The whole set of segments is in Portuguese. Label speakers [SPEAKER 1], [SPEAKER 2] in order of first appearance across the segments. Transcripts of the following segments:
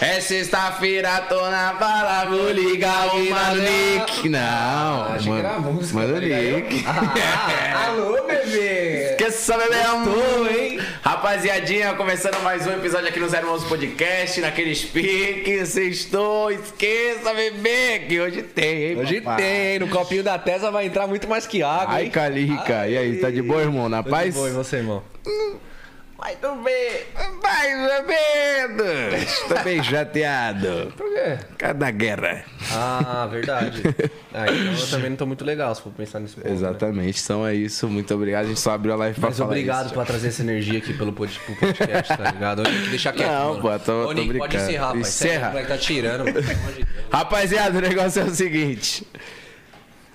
[SPEAKER 1] É sexta-feira, tô na bala, vou ligar o Manic. Não,
[SPEAKER 2] Ah, achei que era a música,
[SPEAKER 1] Manda o
[SPEAKER 2] tá ligado?
[SPEAKER 1] link.
[SPEAKER 2] Ah, alô, bebê!
[SPEAKER 1] Esqueça, bebê,
[SPEAKER 2] Tô,
[SPEAKER 1] amor.
[SPEAKER 2] hein?
[SPEAKER 1] Rapaziadinha, começando mais um episódio aqui no Zero Moço Podcast, naquele speak, sextou, esqueça, bebê, que hoje tem, hein,
[SPEAKER 2] Hoje
[SPEAKER 1] papai?
[SPEAKER 2] tem, no copinho da Tesa vai entrar muito mais que água,
[SPEAKER 1] Ai,
[SPEAKER 2] hein?
[SPEAKER 1] Calica, e aí, tá de boa, irmão? Na
[SPEAKER 2] Tudo
[SPEAKER 1] paz?
[SPEAKER 2] bom, e você, irmão?
[SPEAKER 1] Mais ou menos. Mais ou menos. Tô bem chateado.
[SPEAKER 2] Por quê?
[SPEAKER 1] Cada guerra.
[SPEAKER 2] Ah, verdade. Ah, então eu também não tô muito legal se for pensar nisso.
[SPEAKER 1] Exatamente, então é isso. Muito obrigado. A gente só abriu a live pra
[SPEAKER 2] Mas
[SPEAKER 1] falar
[SPEAKER 2] obrigado
[SPEAKER 1] isso.
[SPEAKER 2] pra trazer essa energia aqui pelo pod- pro podcast, tá ligado? Olha, tem que deixar quieto,
[SPEAKER 1] Não,
[SPEAKER 2] mano.
[SPEAKER 1] pô, tô-
[SPEAKER 2] Ô,
[SPEAKER 1] tô
[SPEAKER 2] Nick, pode
[SPEAKER 1] brincando.
[SPEAKER 2] encerrar, pai.
[SPEAKER 1] Encerra.
[SPEAKER 2] Sério, o moleque tá tirando, mano. Pelo amor de Deus.
[SPEAKER 1] Rapaziada, o negócio é o seguinte.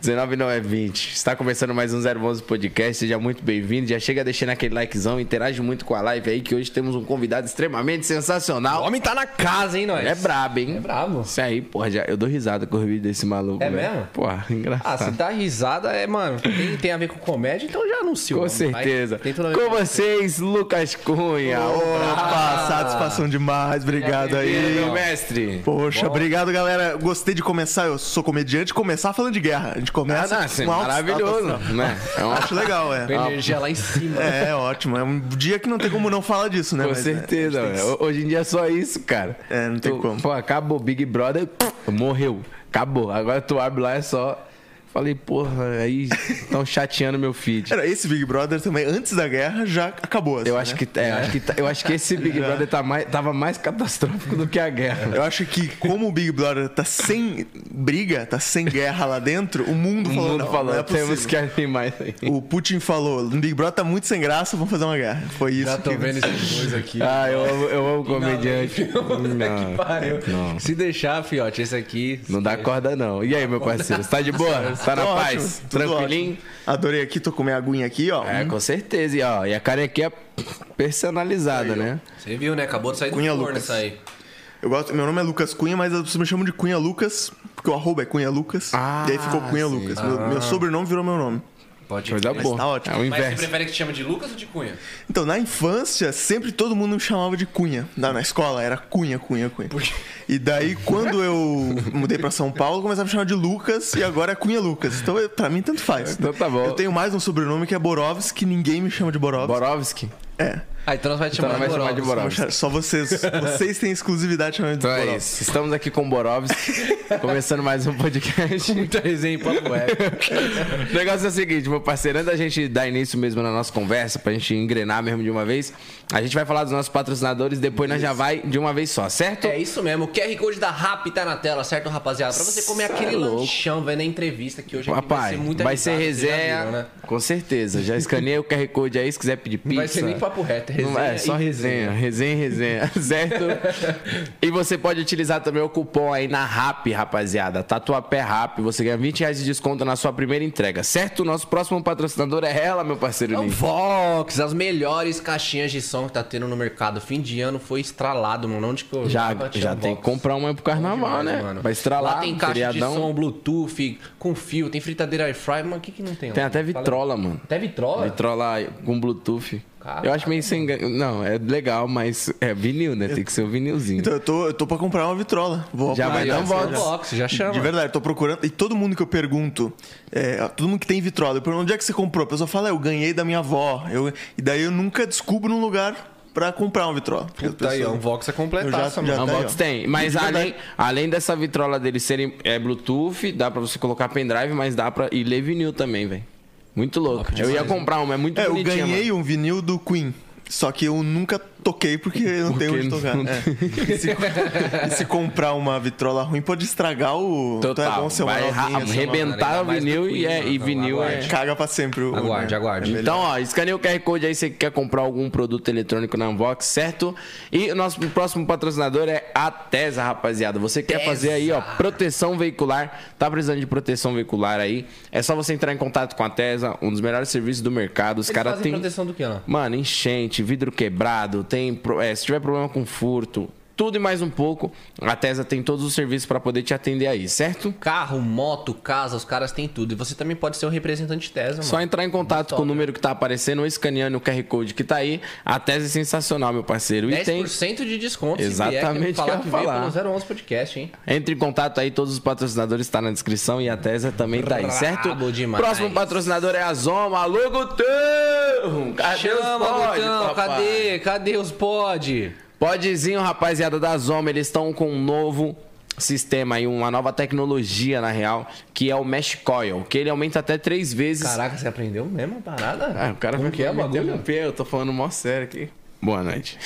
[SPEAKER 1] 19 não é 20. Está começando mais um Zero Onze Podcast. Seja muito bem-vindo. Já chega deixando aquele likezão. Interage muito com a live aí, que hoje temos um convidado extremamente
[SPEAKER 2] O
[SPEAKER 1] sensacional.
[SPEAKER 2] homem tá na casa, hein, nós?
[SPEAKER 1] É brabo, hein?
[SPEAKER 2] É brabo.
[SPEAKER 1] Isso aí, porra, já, eu dou risada com o vídeo desse maluco.
[SPEAKER 2] É
[SPEAKER 1] velho.
[SPEAKER 2] mesmo?
[SPEAKER 1] Porra,
[SPEAKER 2] Ah, se
[SPEAKER 1] engraçado.
[SPEAKER 2] dá risada, é, mano, tem, tem a ver com comédia, então já anunciou.
[SPEAKER 1] com
[SPEAKER 2] mano.
[SPEAKER 1] certeza.
[SPEAKER 2] Vai, tem tudo a ver
[SPEAKER 1] com vocês, Lucas Cunha.
[SPEAKER 3] Opa, satisfação demais, obrigado
[SPEAKER 2] É,
[SPEAKER 3] aí.
[SPEAKER 1] Ah. Meu mestre.
[SPEAKER 3] Poxa, obrigado, galera. Gostei de começar, eu sou comediante, começar falando de guerra. A gente começa
[SPEAKER 1] Ah, assim,
[SPEAKER 3] com alto
[SPEAKER 1] maravilhoso,
[SPEAKER 3] status,
[SPEAKER 1] né? É
[SPEAKER 3] né?
[SPEAKER 1] uma...
[SPEAKER 3] Acho legal,
[SPEAKER 2] com
[SPEAKER 3] é.
[SPEAKER 2] a energia lá em cima.
[SPEAKER 3] É ótimo, é um dia que não tem como não falar disso, né?
[SPEAKER 1] Com
[SPEAKER 3] Mas, né,
[SPEAKER 1] certeza,
[SPEAKER 3] a gente tem
[SPEAKER 1] velho. Hoje em dia é só isso, cara.
[SPEAKER 3] É, não tem
[SPEAKER 1] Tu-
[SPEAKER 3] como.
[SPEAKER 1] Pô, acabou Big Brother, morreu. Acabou. Agora tu abre lá, é só. Falei, porra, aí estão chateando meu
[SPEAKER 3] que-
[SPEAKER 1] feed.
[SPEAKER 3] Cara, esse Big Brother também, antes da guerra, já acabou. assim,
[SPEAKER 1] Eu
[SPEAKER 3] né?
[SPEAKER 1] acho que, é, eu acho que, tá- eu acho que esse Big Brother tá mais, tava mais catastrófico do que a guerra.
[SPEAKER 3] Eu acho que como o Big Brother tá sem briga, tá sem guerra lá dentro, o mundo
[SPEAKER 1] O
[SPEAKER 3] falou,
[SPEAKER 1] mundo
[SPEAKER 3] não,
[SPEAKER 1] falou,
[SPEAKER 3] não é
[SPEAKER 1] temos
[SPEAKER 3] possível."
[SPEAKER 1] que animar isso aí.
[SPEAKER 3] O Putin falou, o Big Brother tá muito sem graça, vamos fazer uma guerra. Foi isso
[SPEAKER 2] Já tô
[SPEAKER 3] que...
[SPEAKER 2] vendo esses dois aqui.
[SPEAKER 1] Ah, eu amo, eu amo comediante.
[SPEAKER 2] que pariu.
[SPEAKER 1] Não,
[SPEAKER 2] Se deixar, fiote, esse aqui.
[SPEAKER 1] não dá corda, não. E aí, meu parceiro, você tá de boa? Você tá na
[SPEAKER 3] Tô ótimo,
[SPEAKER 1] paz?
[SPEAKER 3] tudo
[SPEAKER 1] Tranquilinho?
[SPEAKER 3] ótimo. Adorei aqui, tô com minha aguinha aqui, ó.
[SPEAKER 1] É, com certeza. E, ó, e a carequinha personalizada, né?
[SPEAKER 2] Você viu, né? Acabou de sair do
[SPEAKER 3] Cunha
[SPEAKER 2] forno
[SPEAKER 3] Lucas.
[SPEAKER 2] essa aí.
[SPEAKER 3] Eu gosto, meu nome é Lucas Cunha, mas as pessoas me chamam de Cunha Lucas, porque o arroba é Cunha Lucas.
[SPEAKER 1] Ah,
[SPEAKER 3] e aí ficou Cunha
[SPEAKER 1] sim. Ah.
[SPEAKER 3] Lucas. Meu, meu sobrenome virou meu nome.
[SPEAKER 2] Pode
[SPEAKER 1] Coisa boa.
[SPEAKER 3] tá ótimo.
[SPEAKER 1] É o
[SPEAKER 2] Mas você
[SPEAKER 1] inverso.
[SPEAKER 2] prefere que te chame de Lucas ou de Cunha?
[SPEAKER 3] Então, na infância, sempre todo mundo me chamava de Cunha. Na, na escola era Cunha, Cunha, Cunha. E daí, quando eu mudei pra São Paulo, começaram a me chamar de Lucas e agora é Cunha Lucas. Então, eu- pra mim, tanto faz.
[SPEAKER 1] Então tá bom.
[SPEAKER 3] Eu tenho mais um sobrenome que é Borovs, que ninguém me chama de Borovs.
[SPEAKER 1] Borovski?
[SPEAKER 3] É.
[SPEAKER 2] Ah, então nós vai te
[SPEAKER 1] Então
[SPEAKER 2] chamar,
[SPEAKER 1] nós vai chamar de
[SPEAKER 2] Borovski.
[SPEAKER 1] Borovski.
[SPEAKER 3] Só vocês. Vocês têm exclusividade de chamar de
[SPEAKER 1] Então é
[SPEAKER 3] Borovs.
[SPEAKER 1] isso. Estamos aqui com o Borovski, começando mais um podcast.
[SPEAKER 2] Muita resenha em papo web.
[SPEAKER 1] O negócio é o seguinte, meu parceiro, antes da gente dar início mesmo na nossa conversa, pra gente engrenar mesmo de uma vez, a gente vai falar dos nossos patrocinadores, depois nós já vai de uma vez só, certo?
[SPEAKER 2] É isso mesmo, o QR Code da RAP tá na tela, certo, rapaziada? Pra você comer
[SPEAKER 1] Cê
[SPEAKER 2] aquele
[SPEAKER 1] é louco.
[SPEAKER 2] lanchão, velho, na entrevista que hoje aqui
[SPEAKER 1] Papai, vai ser,
[SPEAKER 2] risada, vocês já
[SPEAKER 1] resenha,
[SPEAKER 2] viram, né?
[SPEAKER 1] com certeza. Já escaneei o QR Code aí, se quiser pedir pizza.
[SPEAKER 2] Não vai ser nem papo reto, é resenha.
[SPEAKER 1] Não é, só
[SPEAKER 2] e
[SPEAKER 1] resenha, resenha, resenha, certo? e você pode utilizar também o cupom aí na RAP, rapaziada. Tatuapé RAP, você ganha 20 reais de desconto na sua primeira entrega, certo? O nosso próximo patrocinador é ela, meu parceiro
[SPEAKER 2] Então,
[SPEAKER 1] Lins.
[SPEAKER 2] Vox, as melhores caixinhas de som que tá tendo no mercado. Fim de ano foi estralado, mano. Onde que eu
[SPEAKER 1] Já,
[SPEAKER 2] tava achando
[SPEAKER 1] já tem que
[SPEAKER 2] Vox?
[SPEAKER 1] comprar uma aí pro
[SPEAKER 2] Bom
[SPEAKER 1] carnaval,
[SPEAKER 2] demais,
[SPEAKER 1] né? Mano. Vai estralar,
[SPEAKER 2] Lá tem caixa
[SPEAKER 1] feriadão.
[SPEAKER 2] de som, Bluetooth, com fio, tem fritadeira air fry. Mano, o que que não tem?
[SPEAKER 1] Tem
[SPEAKER 2] lá?
[SPEAKER 1] até
[SPEAKER 2] Fala-
[SPEAKER 1] vitrola, mano.
[SPEAKER 2] Até vitrola?
[SPEAKER 1] Vitrola com Bluetooth.
[SPEAKER 2] Caraca,
[SPEAKER 1] eu acho meio sem ganho. Não, é legal, mas é vinil, né? Tem que ser o vinilzinho.
[SPEAKER 3] Então, eu tô, eu tô pra comprar uma vitrola. Vou
[SPEAKER 1] Já
[SPEAKER 3] apontar
[SPEAKER 1] vai
[SPEAKER 2] Aí,
[SPEAKER 1] dar
[SPEAKER 2] ó,
[SPEAKER 1] um
[SPEAKER 2] são
[SPEAKER 1] Vox.
[SPEAKER 2] Vox, já chama.
[SPEAKER 3] De verdade, eu tô procurando. E todo mundo que eu pergunto, é, todo mundo que tem vitrola, eu pergunto onde é que você comprou? A pessoa fala, "Ah, eu ganhei da minha avó. Eu- e daí eu nunca descubro um lugar pra comprar uma vitrola. Porque as
[SPEAKER 2] Puta aí, ó,
[SPEAKER 3] pessoas-
[SPEAKER 2] um Vox é
[SPEAKER 3] Eu já-
[SPEAKER 2] completaça, mano.
[SPEAKER 3] já-
[SPEAKER 1] Não,
[SPEAKER 3] Tá aí,
[SPEAKER 1] um box
[SPEAKER 3] ó.
[SPEAKER 1] tem. Mas
[SPEAKER 3] De verdade.
[SPEAKER 1] além, além dessa vitrola dele serem é, Bluetooth, dá pra você colocar pendrive, mas dá pra. E ler vinil também, velho. Muito louco. eu ia comprar uma, é muito
[SPEAKER 3] É, eu
[SPEAKER 1] bonitinha,
[SPEAKER 3] ganhei
[SPEAKER 1] mano.
[SPEAKER 3] um vinil do Queen. Só que eu nunca toquei porque eu não tenho onde
[SPEAKER 1] não-
[SPEAKER 3] tocar.
[SPEAKER 1] não
[SPEAKER 3] É. E se, e se comprar uma vitrola ruim, pode estragar o. Então
[SPEAKER 1] Total.
[SPEAKER 3] é bom ser uma
[SPEAKER 1] vai ra-
[SPEAKER 3] novinha, ser uma-
[SPEAKER 1] arrebentar
[SPEAKER 2] ainda
[SPEAKER 1] o
[SPEAKER 2] mais
[SPEAKER 1] vinil
[SPEAKER 2] do
[SPEAKER 1] e, é-
[SPEAKER 2] Queen,
[SPEAKER 1] e
[SPEAKER 2] mano.
[SPEAKER 1] vinil é.
[SPEAKER 2] Aguarde.
[SPEAKER 3] Caga pra sempre o.
[SPEAKER 2] Aguarde,
[SPEAKER 3] o-
[SPEAKER 2] aguarde.
[SPEAKER 1] Então, ó, escaneia o QR Code aí se você quer comprar algum produto eletrônico na Unbox, certo? E o nosso próximo patrocinador é a Tesa, rapaziada. Você quer
[SPEAKER 2] Tesa.
[SPEAKER 1] fazer aí, ó, proteção veicular, tá precisando de proteção veicular aí? É só você entrar em contato com a Tesa, um dos melhores serviços do mercado. Os
[SPEAKER 2] Eles
[SPEAKER 1] caras
[SPEAKER 2] fazem
[SPEAKER 1] têm
[SPEAKER 2] proteção do que lá?
[SPEAKER 1] Mano, enchente, vidro quebrado, tem. pro- é, se tiver problema com furto, tudo e mais um pouco. A Tesla tem todos os serviços para poder te atender aí, certo?
[SPEAKER 2] Carro, moto, casa, os caras têm tudo. E você também pode ser um representante Tesla, mano.
[SPEAKER 1] Só entrar em contato com o número que tá aparecendo, ou escaneando o QR Code que tá aí. A Tesla é sensacional, meu parceiro. E tem
[SPEAKER 2] 10% de desconto.
[SPEAKER 1] Exatamente
[SPEAKER 2] se vier,
[SPEAKER 1] o que eu
[SPEAKER 2] falar
[SPEAKER 1] ia
[SPEAKER 2] que
[SPEAKER 1] falar.
[SPEAKER 2] veio pelo 011 Podcast, hein?
[SPEAKER 1] Entre em contato aí, todos os patrocinadores estão na descrição e a Tesla também tá aí, certo?
[SPEAKER 2] Brabo demais.
[SPEAKER 1] Próximo patrocinador é a Zoma. Alô, Gutão! Cadê os
[SPEAKER 2] Chama,
[SPEAKER 1] pod,
[SPEAKER 2] Gutão,
[SPEAKER 1] papai?
[SPEAKER 2] cadê? Cadê os pod?
[SPEAKER 1] Podzinho, rapaziada da Zoma, eles estão com um novo sistema aí, uma nova tecnologia, na real, que é o Mesh Coil, que ele aumenta até três vezes.
[SPEAKER 2] Caraca, você aprendeu mesmo a parada?
[SPEAKER 1] Ah, o cara
[SPEAKER 2] Como que é o
[SPEAKER 1] meteu
[SPEAKER 2] bagulho?
[SPEAKER 1] no pé, eu tô falando mó sério aqui. Boa noite.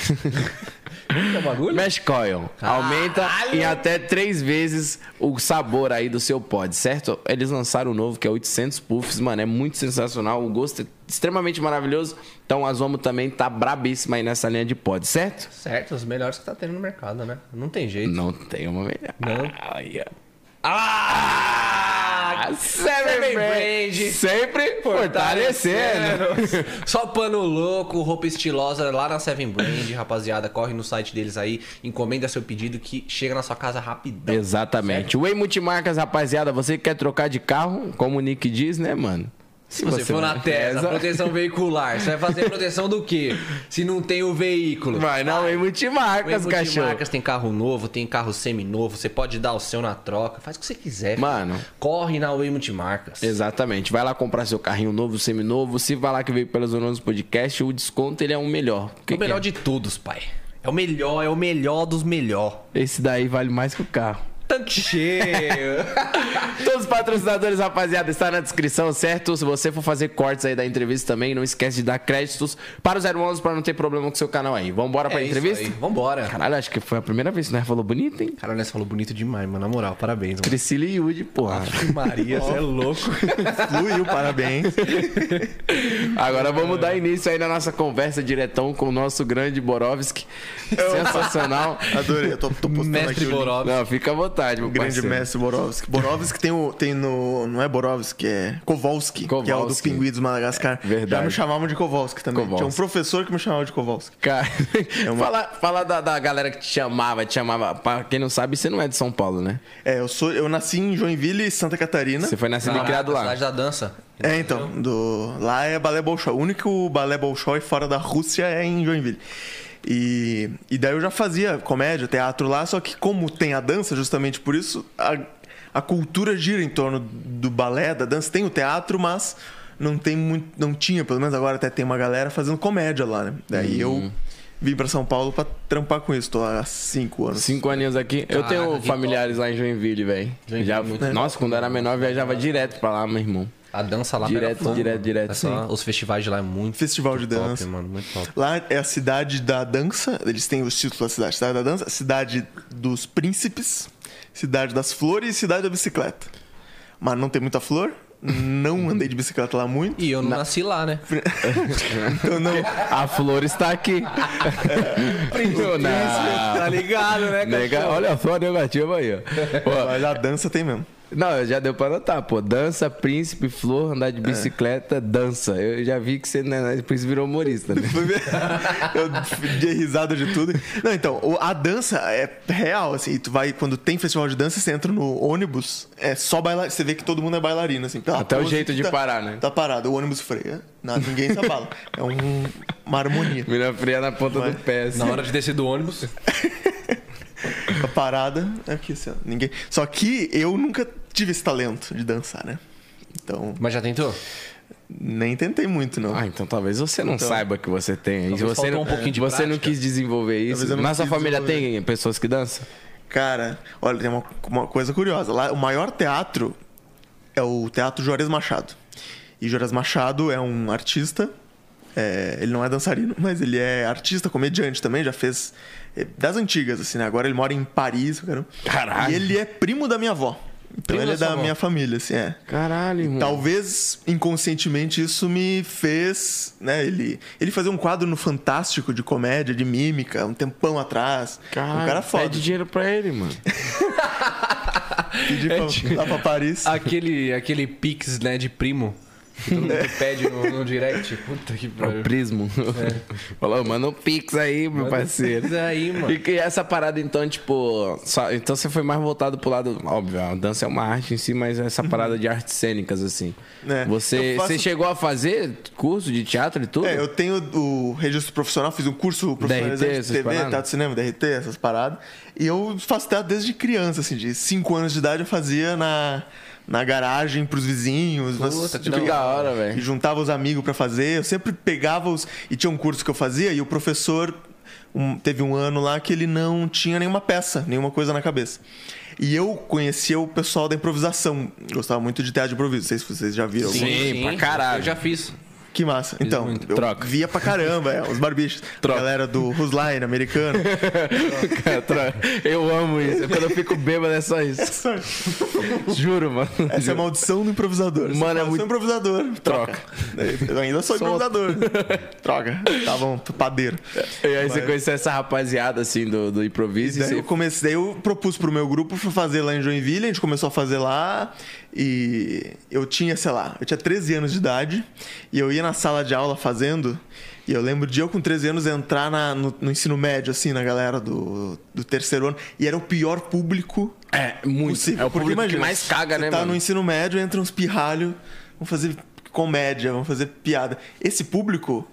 [SPEAKER 2] Como que é o bagulho?
[SPEAKER 1] Mesh Coil. Aumenta
[SPEAKER 2] Caralho!
[SPEAKER 1] em até três vezes o sabor aí do seu pod, certo? Eles lançaram o novo, que é 800 Puffs, mano. É muito sensacional. O gosto é extremamente maravilhoso. Então a Zomo também tá brabíssima aí nessa linha de pod, certo?
[SPEAKER 2] Certo, os melhores que tá tendo no mercado, né? Não tem jeito.
[SPEAKER 1] Não tem uma melhor.
[SPEAKER 2] Não.
[SPEAKER 1] Aí, ó.
[SPEAKER 2] Ah!
[SPEAKER 1] Seven Brand. Sempre fortalecendo.
[SPEAKER 2] Só pano louco, roupa estilosa lá na Seven Brand, rapaziada. Corre no site deles aí, encomenda seu pedido que chega na sua casa rapidão.
[SPEAKER 1] Exatamente. Way Multimarcas, rapaziada. Você que quer trocar de carro, como o Nick diz, né, mano?
[SPEAKER 2] Se você, for na Tesla, proteção veicular, você vai fazer proteção do quê? Se não tem o veículo.
[SPEAKER 1] Vai na Way Multimarcas,
[SPEAKER 2] Tem
[SPEAKER 1] cachorro.
[SPEAKER 2] marcas, tem carro novo, tem carro semi-novo, você pode dar o seu na troca, faz o que você quiser.
[SPEAKER 1] Mano.
[SPEAKER 2] filho. Corre na Way Multimarcas.
[SPEAKER 1] Exatamente. Vai lá comprar seu carrinho novo, seminovo. Se vai lá que veio pelos Zonosos Podcast, o desconto ele é o melhor. O que
[SPEAKER 2] o melhor
[SPEAKER 1] que
[SPEAKER 2] de todos, pai. É o melhor, é o melhor dos melhor.
[SPEAKER 1] é? Esse daí vale mais que o carro.
[SPEAKER 2] Tanque cheio.
[SPEAKER 1] Todos os patrocinadores, rapaziada, está na descrição, certo? Se você for fazer cortes aí da entrevista também, não esquece de dar créditos para o 011 para não ter problema com seu canal aí. Vambora pra
[SPEAKER 2] É isso
[SPEAKER 1] entrevista?
[SPEAKER 2] aí, Vambora.
[SPEAKER 1] Caralho, acho que foi a primeira vez que nós falou bonito, hein?
[SPEAKER 2] Caralho, você falou bonito demais, mano. Na moral, parabéns, mano.
[SPEAKER 1] Priscila e Yudi, porra.
[SPEAKER 2] Maria, você é louco.
[SPEAKER 3] Fluiu, parabéns.
[SPEAKER 1] Agora vamos dar início aí na nossa conversa diretão com o nosso grande Borovski. Sensacional.
[SPEAKER 3] Adorei, eu tô, tô postando
[SPEAKER 2] Mestre
[SPEAKER 3] aqui o link.
[SPEAKER 2] Borov.
[SPEAKER 1] Não, fica à vontade, meu
[SPEAKER 3] Grande
[SPEAKER 1] parceiro.
[SPEAKER 3] mestre Borovski. Borovski tem, o, tem no. Não é Borovski, é Kowalski, que é o do
[SPEAKER 1] Kowalski. É
[SPEAKER 3] Pinguim dos Madagascar.
[SPEAKER 1] verdade.
[SPEAKER 3] Já me chamavam de Kowalski também.
[SPEAKER 1] Kowalski.
[SPEAKER 3] Tinha um professor que me chamava de Kowalski.
[SPEAKER 1] Cara,
[SPEAKER 3] É
[SPEAKER 1] fala, fala da, da galera que te chamava, te chamava. Pra quem não sabe, você não é de São Paulo, né?
[SPEAKER 3] É, eu, sou, eu nasci em Joinville, Santa Catarina.
[SPEAKER 1] Você foi nascido e criado é lá.
[SPEAKER 2] Cidade da dança.
[SPEAKER 3] É, então, do, lá é balé Bolshoi. O único balé Bolshoi fora da Rússia é em Joinville. E, e daí eu já fazia comédia, teatro lá, só que como tem a dança, justamente por isso, a, a cultura gira em torno do balé, da dança. Tem o teatro, mas não tem muito, não tinha, pelo menos agora até tem uma galera fazendo comédia lá, né? Daí eu vim pra São Paulo pra trampar com isso. Tô há cinco anos.
[SPEAKER 1] Cinco aninhos aqui. eu
[SPEAKER 2] Caraca,
[SPEAKER 1] tenho
[SPEAKER 2] que
[SPEAKER 1] familiares lá em Joinville, velho.
[SPEAKER 2] Joinville
[SPEAKER 1] Já-
[SPEAKER 2] é muito
[SPEAKER 1] Nossa, quando eu era menor, eu viajava direto pra lá, meu irmão.
[SPEAKER 2] A dança lá
[SPEAKER 1] Direto,
[SPEAKER 2] pega fogo,
[SPEAKER 1] direto,
[SPEAKER 2] mano.
[SPEAKER 1] direto.
[SPEAKER 2] É só- Os festivais de lá é muito
[SPEAKER 3] Festival de
[SPEAKER 2] top,
[SPEAKER 3] dança.
[SPEAKER 2] mano. Muito top.
[SPEAKER 3] Lá é a cidade da dança, eles têm os títulos da cidade: cidade da dança, cidade dos príncipes, cidade das flores e cidade da bicicleta. Mas não tem muita flor, não andei de bicicleta lá muito,
[SPEAKER 2] E eu não nasci lá, né?
[SPEAKER 3] então não.
[SPEAKER 1] A flor está aqui. Príncipe,
[SPEAKER 2] Tá ligado, né,
[SPEAKER 1] Nega, olha só a negativa aí, ó. Ó,
[SPEAKER 3] Mas a dança tem mesmo.
[SPEAKER 1] Não, já deu pra anotar, pô. Dança, príncipe, flor, andar
[SPEAKER 2] É.
[SPEAKER 1] de bicicleta, dança. Eu já vi que você, né, por isso virou humorista, né?
[SPEAKER 3] Eu dei risada de tudo. Não, então, o- a dança é real, assim, e tu vai, quando tem festival de dança, você entra no ônibus, é só bailar, você vê que todo mundo é bailarino, assim. pela
[SPEAKER 1] Até o
[SPEAKER 3] pose
[SPEAKER 1] jeito
[SPEAKER 3] que
[SPEAKER 1] de
[SPEAKER 3] tá-
[SPEAKER 1] parar, né?
[SPEAKER 3] Tá parado, o ônibus freia, nada, ninguém se abala. É um- uma harmonia.
[SPEAKER 1] Mira fria na ponta do pé, assim.
[SPEAKER 2] Na hora de descer do ônibus.
[SPEAKER 3] A parada é aqui, assim, ó, ninguém. Só que eu nunca tive esse talento de dançar, né? Então,
[SPEAKER 2] Mas já tentou?
[SPEAKER 3] nem tentei muito, não.
[SPEAKER 1] Ah, então talvez você não saiba que você tem. E
[SPEAKER 2] Talvez
[SPEAKER 1] você não,
[SPEAKER 2] faltou um pouquinho de
[SPEAKER 1] você não
[SPEAKER 2] prática.
[SPEAKER 1] quis desenvolver isso.
[SPEAKER 3] Talvez eu não
[SPEAKER 1] Na sua
[SPEAKER 3] quis
[SPEAKER 1] família tem pessoas que dançam?
[SPEAKER 3] Cara, olha, tem uma, uma coisa curiosa. Lá, o maior teatro é o Teatro Juarez Machado. E Juarez Machado é um artista. é, ele não é dançarino, mas ele é artista, comediante também, já fez é, das antigas, assim, né? Agora ele mora em Paris, caramba.
[SPEAKER 1] Caralho.
[SPEAKER 3] E ele é primo da minha avó. Então
[SPEAKER 2] Primo
[SPEAKER 3] ele
[SPEAKER 2] da
[SPEAKER 3] é
[SPEAKER 2] sua
[SPEAKER 3] da
[SPEAKER 2] avó.
[SPEAKER 3] minha família, assim, é.
[SPEAKER 1] Caralho, irmão.
[SPEAKER 3] Talvez inconscientemente isso me fez, né? Ele, ele fazia um quadro no Fantástico de comédia, de mímica, um tempão atrás.
[SPEAKER 1] Caralho,
[SPEAKER 3] um cara foda.
[SPEAKER 1] Pede dinheiro pra ele, mano.
[SPEAKER 3] Pedi pra, lá pra Paris.
[SPEAKER 2] Aquele, aquele pix, né, de primo. que todo mundo pede no, no direct. Puta que
[SPEAKER 1] É O
[SPEAKER 2] pariu.
[SPEAKER 1] Prismo. Falou, manda um pix aí, meu parceiro.
[SPEAKER 2] Mas aí, mano.
[SPEAKER 1] E que essa parada, então, tipo. só- então você foi mais voltado pro lado. Óbvio, a dança é uma arte em si, mas essa parada de artes cênicas, assim.
[SPEAKER 3] É.
[SPEAKER 1] Você,
[SPEAKER 3] Eu faço-
[SPEAKER 1] você chegou a fazer curso de teatro e tudo?
[SPEAKER 3] É, eu tenho o registro profissional, fiz um curso profissionalizante
[SPEAKER 1] DRT,
[SPEAKER 3] de
[SPEAKER 1] essas
[SPEAKER 3] TV,
[SPEAKER 1] paradas?
[SPEAKER 3] teatro de cinema, DRT, essas paradas. E eu faço teatro desde criança, assim, de 5 anos de idade eu fazia na, na garagem pros vizinhos. nós-
[SPEAKER 1] que da hora, velho.
[SPEAKER 3] E juntava os amigos pra fazer. Eu sempre pegava os. E tinha um curso que eu fazia e o professor. um- teve um ano lá que ele não tinha nenhuma peça, nenhuma coisa na cabeça. E eu conhecia o pessoal da improvisação. Gostava muito de teatro de improviso. Não sei se vocês já viram.
[SPEAKER 1] Sim, pra caralho.
[SPEAKER 2] Eu já fiz.
[SPEAKER 3] Que massa. Então, eu
[SPEAKER 1] Troca.
[SPEAKER 3] via pra caramba, é, os barbichos.
[SPEAKER 1] Troca.
[SPEAKER 3] A galera do Rusline, americano.
[SPEAKER 1] Cara, eu amo isso. Quando eu fico bêbado é só isso.
[SPEAKER 3] Essa
[SPEAKER 1] Juro, mano.
[SPEAKER 3] essa é a maldição do improvisador. Você
[SPEAKER 1] Mano, é
[SPEAKER 3] fala, "Eu
[SPEAKER 1] muito-
[SPEAKER 3] sou improvisador.
[SPEAKER 1] Troca.
[SPEAKER 3] Eu ainda sou improvisador. Troca. Tá bom, tô padeiro.
[SPEAKER 1] E aí você conheceu essa rapaziada, assim, do, do improviso. E
[SPEAKER 3] Daí
[SPEAKER 1] você...
[SPEAKER 3] eu comecei, eu propus pro meu grupo pra fazer lá em Joinville, a gente começou a fazer lá e eu tinha, sei lá, eu tinha 13 anos de idade e eu ia na sala de aula fazendo e eu lembro de eu com 13 anos entrar na- no, no ensino médio, assim, na galera do, do terceiro ano e era o pior público
[SPEAKER 1] É, muito.
[SPEAKER 3] possível.
[SPEAKER 1] é o
[SPEAKER 3] porque
[SPEAKER 1] público que
[SPEAKER 3] imagina,
[SPEAKER 1] mais caga,
[SPEAKER 3] você
[SPEAKER 1] né,
[SPEAKER 3] tá
[SPEAKER 1] mano?
[SPEAKER 3] no ensino médio, entra uns pirralho, vão fazer comédia, vão fazer piada. Esse público...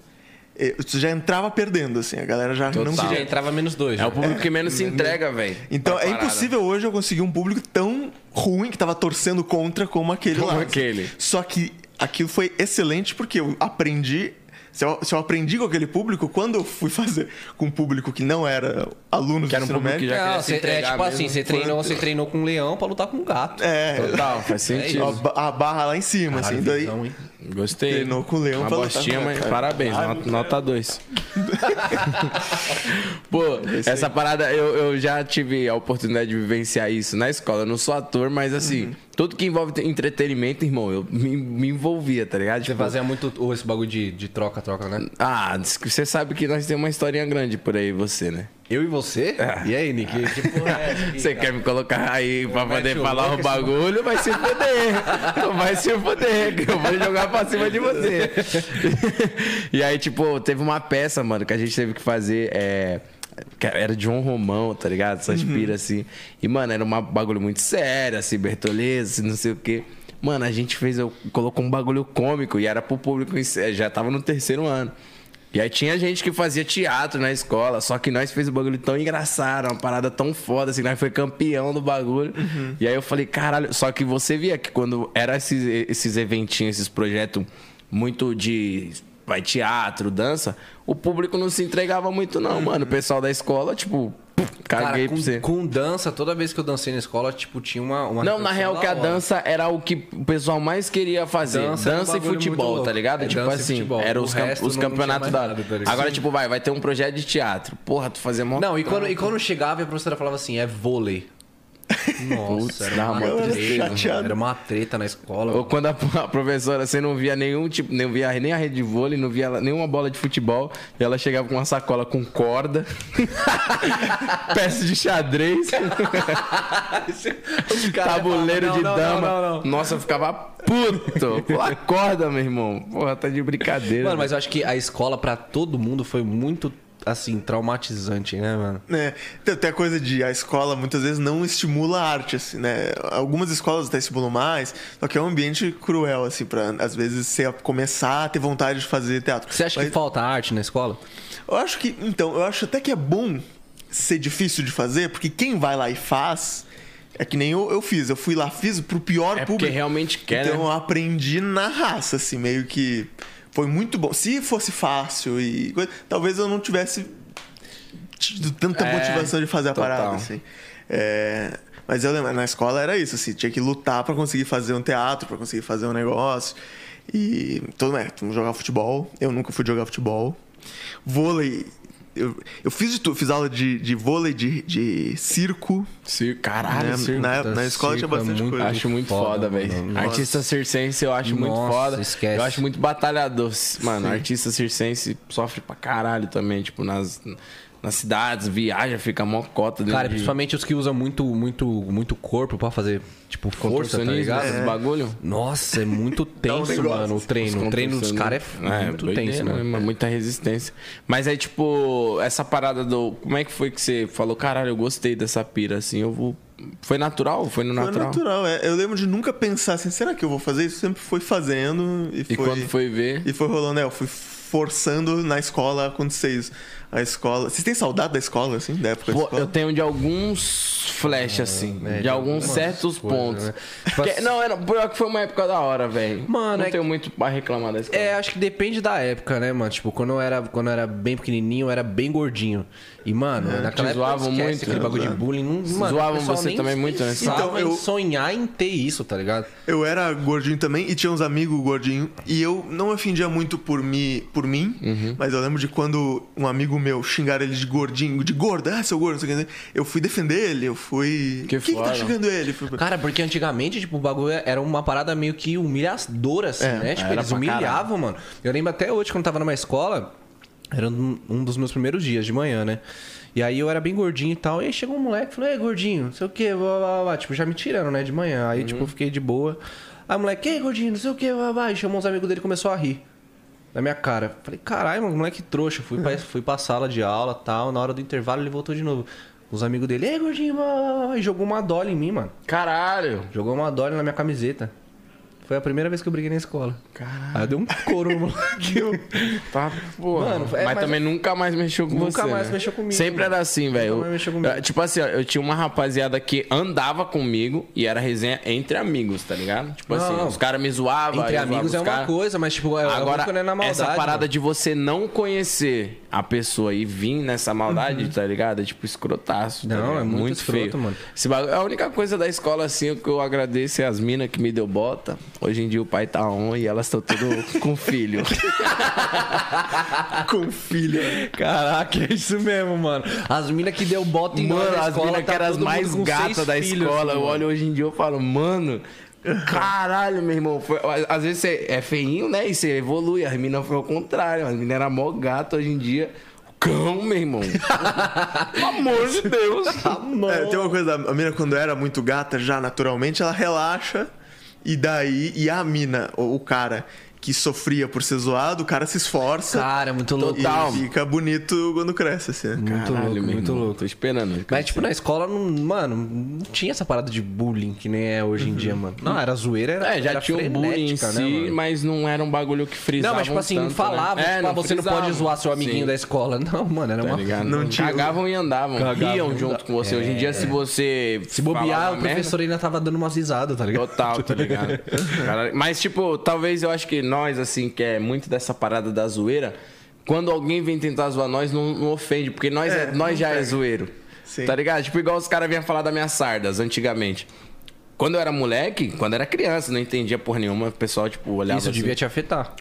[SPEAKER 3] eh, Você já entrava perdendo, assim, a galera já não
[SPEAKER 1] Total.
[SPEAKER 2] Você
[SPEAKER 3] queria
[SPEAKER 2] já entrava menos dois.
[SPEAKER 1] É
[SPEAKER 2] né?
[SPEAKER 1] o público que menos se entrega, velho.
[SPEAKER 3] então
[SPEAKER 1] pra
[SPEAKER 3] é
[SPEAKER 1] parada.
[SPEAKER 3] impossível hoje eu conseguir um público tão ruim que tava torcendo contra como aquele
[SPEAKER 1] Como
[SPEAKER 3] lá.
[SPEAKER 1] aquele.
[SPEAKER 3] Só que aquilo foi excelente porque eu aprendi. Se eu, se eu aprendi com aquele público, quando eu fui fazer com um público que não era aluno
[SPEAKER 1] Que era um
[SPEAKER 3] do ensino
[SPEAKER 1] público que
[SPEAKER 3] médio.
[SPEAKER 1] já queria
[SPEAKER 2] Não,
[SPEAKER 1] se
[SPEAKER 2] cê- é
[SPEAKER 1] entregar
[SPEAKER 2] tipo
[SPEAKER 1] mesmo.
[SPEAKER 2] assim, você treinou, você treinou com um leão pra lutar com um gato.
[SPEAKER 3] É,
[SPEAKER 1] Total, faz sentido.
[SPEAKER 3] a, ba- a barra lá em cima, assim. Daí,
[SPEAKER 2] Então, hein?
[SPEAKER 1] Gostei.
[SPEAKER 3] Treinou com o leão
[SPEAKER 1] Uma
[SPEAKER 3] pra lutar
[SPEAKER 1] bostinha,
[SPEAKER 3] com o
[SPEAKER 1] mas
[SPEAKER 3] cara.
[SPEAKER 1] parabéns. not- nota 2. Pô, essa parada, eu, eu já tive a oportunidade de vivenciar isso na escola. Eu não sou ator, mas assim,
[SPEAKER 3] Uhum.
[SPEAKER 1] tudo que envolve te- entretenimento, irmão, eu me, me envolvia, tá ligado?
[SPEAKER 2] Você fazia muito ou esse bagulho de de troca-troca, né?
[SPEAKER 1] Ah, diz que você sabe que nós temos uma historinha grande por aí, você, né?
[SPEAKER 2] Eu e você? E aí, Nick? Que porra é essa aqui,
[SPEAKER 1] Você
[SPEAKER 2] cara?
[SPEAKER 1] quer me colocar aí pra
[SPEAKER 2] mete
[SPEAKER 1] poder
[SPEAKER 2] o
[SPEAKER 1] falar
[SPEAKER 2] louco,
[SPEAKER 1] o bagulho? Vai se fuder. Tu vai se fuder, que eu vou jogar pra cima de você. E aí, tipo, teve uma peça, mano, que a gente teve que fazer. É... que Era de João Romão, tá ligado? Essas
[SPEAKER 2] Uhum.
[SPEAKER 1] piras assim. E, mano, era um bagulho muito sério, assim, Bertoleza, não sei o quê. Mano, a gente fez, eu colocou um bagulho cômico e era pro público, em si, já tava no terceiro ano. E aí tinha gente que fazia teatro na escola, só que nós fez o bagulho tão engraçado, uma parada tão foda, assim, nós foi campeão do bagulho.
[SPEAKER 2] Uhum.
[SPEAKER 1] E aí eu falei, caralho, só que você via que quando era esses, esses eventinhos, esses projetos muito de vai teatro, dança, o público não se entregava muito não, mano. O pessoal da escola, tipo, puf, caguei
[SPEAKER 2] Uhum. Cara,
[SPEAKER 1] pra você.
[SPEAKER 2] com, com dança, toda vez que eu dancei na escola, tipo, tinha uma. uma
[SPEAKER 1] Não, na real
[SPEAKER 2] da
[SPEAKER 1] que a
[SPEAKER 2] hora.
[SPEAKER 1] dança era o que o pessoal mais queria fazer. Dança,
[SPEAKER 2] Dança era um
[SPEAKER 1] e
[SPEAKER 2] bagulho muito
[SPEAKER 1] futebol,
[SPEAKER 2] louco.
[SPEAKER 1] tá ligado?
[SPEAKER 2] É,
[SPEAKER 1] tipo
[SPEAKER 2] dança e
[SPEAKER 1] assim,
[SPEAKER 2] futebol.
[SPEAKER 1] eram
[SPEAKER 2] O
[SPEAKER 1] os, cam-
[SPEAKER 2] resto
[SPEAKER 1] os
[SPEAKER 2] não tinha
[SPEAKER 1] campeonatos
[SPEAKER 2] mais
[SPEAKER 1] da
[SPEAKER 2] nada,
[SPEAKER 1] hora.
[SPEAKER 2] tá ligado?
[SPEAKER 1] Agora,
[SPEAKER 2] Sim.
[SPEAKER 1] tipo, vai, vai ter um projeto de teatro. Porra, tu fazer mó...
[SPEAKER 2] Não, e quando, e quando chegava, a professora falava assim: é vôlei.
[SPEAKER 1] Putz,
[SPEAKER 2] Nossa, era
[SPEAKER 1] dava
[SPEAKER 2] uma,
[SPEAKER 1] uma
[SPEAKER 2] treta,
[SPEAKER 3] treta.
[SPEAKER 2] mano. era uma treta na escola.
[SPEAKER 1] Ou quando a, a professora, você não via nenhum tipo, não via nem a rede de vôlei, não via ela- nenhuma bola de futebol, e ela chegava com uma sacola com corda, peça de xadrez,
[SPEAKER 2] Os caras
[SPEAKER 1] tabuleiro
[SPEAKER 2] falavam,
[SPEAKER 1] de
[SPEAKER 2] "Não, não,
[SPEAKER 1] dama.
[SPEAKER 2] não, não, não."
[SPEAKER 1] Nossa, eu ficava puto. Pô, acorda, meu irmão. Porra, tá de brincadeira.
[SPEAKER 2] Mano, mas eu acho que a escola pra todo mundo foi muito, assim, traumatizante, né, mano?
[SPEAKER 3] né? Tem até a coisa de a escola muitas vezes não estimula a arte, assim, né? Algumas escolas até estimulam mais, só que é um ambiente cruel, assim, pra às vezes você começar a ter vontade de fazer teatro.
[SPEAKER 2] Você acha
[SPEAKER 3] Mas-
[SPEAKER 2] que falta arte na escola?
[SPEAKER 3] Eu acho que. Então, eu acho até que é bom ser difícil de fazer, porque quem vai lá e faz. É que nem eu, eu fiz. Eu fui lá, fiz pro pior
[SPEAKER 1] É porque
[SPEAKER 3] público.
[SPEAKER 1] realmente quer,
[SPEAKER 3] Então
[SPEAKER 2] um
[SPEAKER 1] né?
[SPEAKER 3] eu aprendi na raça, assim, meio que. Foi muito bom. Se fosse fácil e. coisa, Talvez eu não tivesse tido tanta
[SPEAKER 1] É,
[SPEAKER 3] motivação de fazer a
[SPEAKER 1] total.
[SPEAKER 3] parada, assim. É, Mas eu lembro, na escola era isso, assim, tinha que lutar pra conseguir fazer um teatro, pra conseguir fazer um negócio. E todo é, tu jogar futebol. Eu nunca fui jogar futebol. Vôlei. Eu, eu fiz de tudo, fiz aula de, de vôlei, de, de circo.
[SPEAKER 1] Circo, caralho,
[SPEAKER 3] né?
[SPEAKER 1] circo.
[SPEAKER 3] na, na escola tinha
[SPEAKER 2] circo é
[SPEAKER 3] bastante
[SPEAKER 2] muito-
[SPEAKER 3] coisa.
[SPEAKER 1] Acho muito
[SPEAKER 2] Foda,
[SPEAKER 1] foda,
[SPEAKER 2] mano.
[SPEAKER 1] velho.
[SPEAKER 2] Nossa.
[SPEAKER 1] Artista circense eu acho muito
[SPEAKER 2] Nossa,
[SPEAKER 1] foda.
[SPEAKER 2] esquece.
[SPEAKER 1] Eu acho muito batalhador. Mano, artista circense sofre pra caralho também, tipo, nas, nas cidades, viaja, fica mocota dentro
[SPEAKER 2] Cara,
[SPEAKER 1] de
[SPEAKER 2] principalmente os que usam muito, muito, muito corpo pra fazer, tipo, força, tá
[SPEAKER 1] contorcionismo,
[SPEAKER 2] ligado?
[SPEAKER 1] esses bagulho.
[SPEAKER 2] Nossa, é muito tenso,
[SPEAKER 3] negócio.
[SPEAKER 2] mano, o treino. O treino dos caras é, muito
[SPEAKER 1] né? doideira,
[SPEAKER 2] tenso, mano. É.
[SPEAKER 1] né, mano? Muita resistência. Mas aí, tipo, essa parada do. Como é que foi que você falou, caralho, eu gostei dessa pira, assim, eu vou. Foi natural? Foi no
[SPEAKER 3] Foi
[SPEAKER 1] natural?
[SPEAKER 3] natural, é. Eu lembro de nunca pensar assim, será que eu vou fazer isso? Sempre fui fazendo e,
[SPEAKER 1] E quando foi ver.
[SPEAKER 3] E foi rolando, é, eu fui forçando na escola a acontecer isso. A escola. Vocês têm saudade da escola, assim, da época da
[SPEAKER 1] Pô,
[SPEAKER 3] escola?
[SPEAKER 1] eu tenho de alguns flash, assim.
[SPEAKER 2] né,
[SPEAKER 1] de
[SPEAKER 2] de
[SPEAKER 1] alguns
[SPEAKER 2] algumas
[SPEAKER 1] certos
[SPEAKER 2] coisas,
[SPEAKER 1] pontos.
[SPEAKER 2] né?
[SPEAKER 1] Que- não, era, pior que foi uma época da hora, velho.
[SPEAKER 2] Mano,
[SPEAKER 1] não
[SPEAKER 2] é
[SPEAKER 1] tenho muito pra reclamar da escola.
[SPEAKER 2] É, acho que depende da época, né, mano? Tipo, quando eu era, quando eu era bem pequenininho, eu era bem gordinho. E, mano, naquela
[SPEAKER 1] te
[SPEAKER 2] época
[SPEAKER 1] É, zoavam
[SPEAKER 2] esquece
[SPEAKER 1] muito,
[SPEAKER 2] aquele
[SPEAKER 1] né?
[SPEAKER 2] bagulho de bullying. Não, mano,
[SPEAKER 1] zoavam
[SPEAKER 2] o pessoal
[SPEAKER 1] você
[SPEAKER 2] nem
[SPEAKER 1] também muito, né?
[SPEAKER 2] pensava
[SPEAKER 3] Então,
[SPEAKER 2] em
[SPEAKER 3] eu-
[SPEAKER 2] sonhar em ter isso, tá ligado?
[SPEAKER 3] Eu era gordinho também e tinha uns amigos gordinhos. E eu não ofendia muito por, mi, por mim,
[SPEAKER 1] Uhum.
[SPEAKER 3] mas eu lembro de quando um amigo meu xingaram ele de gordinho, de gordo, ah, seu gordo, não sei o que. Eu fui defender ele, eu fui.
[SPEAKER 1] Que
[SPEAKER 3] Quem que tá
[SPEAKER 1] foda.
[SPEAKER 3] xingando ele? Fui-
[SPEAKER 2] Cara, porque antigamente, tipo, o bagulho era uma parada meio que humilhadora, assim, né? Tipo,
[SPEAKER 1] É, era
[SPEAKER 2] eles
[SPEAKER 1] pra caralho.
[SPEAKER 2] humilhavam, mano. Eu lembro até hoje, quando eu tava numa escola, era um um dos meus primeiros dias de manhã, né? E aí eu era bem gordinho e tal. E aí chegou um moleque e falou, ei, gordinho, não sei o quê, blá, blá, blá, blá. Tipo, já me tirando, né, de manhã. Aí,
[SPEAKER 1] Uhum.
[SPEAKER 2] tipo, eu fiquei de boa. Aí o moleque, ei, gordinho, não sei o quê, blá, blá, blá. E chamou uns amigos dele e começou a rir. Na minha cara. Falei, caralho, mano, moleque trouxa. Fui
[SPEAKER 1] É.
[SPEAKER 2] pra, fui pra sala de aula tal. Na hora do intervalo ele voltou de novo. Os amigos dele, ei, gordinho, blá, blá, blá, blá. E jogou uma dola em mim, mano.
[SPEAKER 1] Caralho!
[SPEAKER 2] Jogou uma Dolly na minha camiseta. Foi a primeira vez que eu briguei na escola. Aí eu dei um couro no moleque. eu-
[SPEAKER 1] Tá, pô.
[SPEAKER 2] Mano, é,
[SPEAKER 1] mas,
[SPEAKER 2] mas-
[SPEAKER 1] também nunca mais mexeu com
[SPEAKER 2] Nunca
[SPEAKER 1] você.
[SPEAKER 2] mais
[SPEAKER 1] né?
[SPEAKER 2] mexeu comigo,
[SPEAKER 1] Sempre
[SPEAKER 2] mano.
[SPEAKER 1] era assim,
[SPEAKER 2] Nunca
[SPEAKER 1] velho.
[SPEAKER 2] mais mexeu comigo.
[SPEAKER 1] Eu- Tipo assim, ó, eu tinha uma rapaziada que andava comigo e era resenha entre amigos, tá ligado? Tipo
[SPEAKER 2] Não,
[SPEAKER 1] assim,
[SPEAKER 2] não.
[SPEAKER 1] os caras me zoavam.
[SPEAKER 2] Entre
[SPEAKER 1] eu zoava
[SPEAKER 2] amigos
[SPEAKER 1] os
[SPEAKER 2] é uma
[SPEAKER 1] cara.
[SPEAKER 2] coisa, mas tipo, é
[SPEAKER 1] Agora,
[SPEAKER 2] quando é na maldade.
[SPEAKER 1] essa parada
[SPEAKER 2] mano.
[SPEAKER 1] de você não conhecer a pessoa e vir nessa maldade, tá ligado? É tipo escrotaço. tá
[SPEAKER 2] Uhum. Não,
[SPEAKER 1] ligado?
[SPEAKER 2] é muito escroto, mano.
[SPEAKER 1] Esse bagulho- a única coisa da escola, assim, que eu agradeço é as minas que me deu bota. Hoje em dia o pai tá on e elas estão tudo com filho.
[SPEAKER 3] Com filho.
[SPEAKER 2] Caraca, é isso mesmo, mano. As minas que deu bota em nós
[SPEAKER 1] Mano,
[SPEAKER 2] na
[SPEAKER 1] as
[SPEAKER 2] escola,
[SPEAKER 1] minas que
[SPEAKER 2] tá
[SPEAKER 1] eram as
[SPEAKER 2] todo mundo
[SPEAKER 1] mais
[SPEAKER 2] com
[SPEAKER 1] gatas
[SPEAKER 2] seis
[SPEAKER 1] da
[SPEAKER 2] filhos, assim.
[SPEAKER 1] escola. Eu
[SPEAKER 2] mano.
[SPEAKER 1] olho hoje em dia e falo, mano. Caralho, meu irmão. Foi- às vezes você é feinho, né? E você evolui. As minas foi ao contrário. As minas eram mó gato hoje em dia. Cão, meu irmão. Pelo amor de Deus.
[SPEAKER 3] É, tem uma coisa, a mina quando era muito gata, já naturalmente, ela relaxa. E daí, e a mina, ou o cara que sofria por ser zoado, o cara se esforça.
[SPEAKER 2] Cara, muito louco.
[SPEAKER 1] Total.
[SPEAKER 3] E fica bonito quando cresce, assim. né?
[SPEAKER 2] Muito
[SPEAKER 1] Caralho,
[SPEAKER 2] louco,
[SPEAKER 1] meu
[SPEAKER 2] muito
[SPEAKER 1] irmão.
[SPEAKER 2] louco.
[SPEAKER 1] Tô esperando.
[SPEAKER 2] Mas, tipo, na escola, não, mano, não tinha essa parada de bullying que nem é hoje em dia, mano. Não, era zoeira, era
[SPEAKER 1] É, já
[SPEAKER 2] era
[SPEAKER 1] tinha o bullying em
[SPEAKER 2] frenética,
[SPEAKER 1] si,
[SPEAKER 2] né, mano?
[SPEAKER 1] mas não era um bagulho que né? frisava.
[SPEAKER 2] Não, mas tipo assim, não falava,
[SPEAKER 1] É,
[SPEAKER 2] tipo, ah, você não pode zoar seu amiguinho da escola. Não, mano, era
[SPEAKER 1] Tá
[SPEAKER 2] uma
[SPEAKER 1] ligado?
[SPEAKER 3] Não tinha-
[SPEAKER 1] Cagavam e andavam,
[SPEAKER 2] Cagavam e
[SPEAKER 1] riam
[SPEAKER 2] andava-
[SPEAKER 1] junto com você. Hoje em dia, se você.
[SPEAKER 2] Se bobear,
[SPEAKER 1] falava
[SPEAKER 2] o
[SPEAKER 1] merda,
[SPEAKER 2] professor ainda tava dando umas risadas, tá ligado?
[SPEAKER 1] Total, tá ligado? Caralho. Mas, tipo, talvez eu acho que nós, assim, que é muito dessa parada da zoeira, quando alguém vem tentar zoar nós, não, não ofende, porque nós, é-
[SPEAKER 3] É,
[SPEAKER 1] nós
[SPEAKER 3] não
[SPEAKER 1] já é
[SPEAKER 3] pega.
[SPEAKER 1] zoeiro.
[SPEAKER 3] Sim.
[SPEAKER 1] Tá ligado? Tipo, igual os caras vinham falar da minha sardas antigamente. Quando eu era moleque, quando eu era criança, não entendia porra nenhuma, o pessoal, tipo, olhava
[SPEAKER 2] Isso
[SPEAKER 1] assim,
[SPEAKER 2] devia te afetar.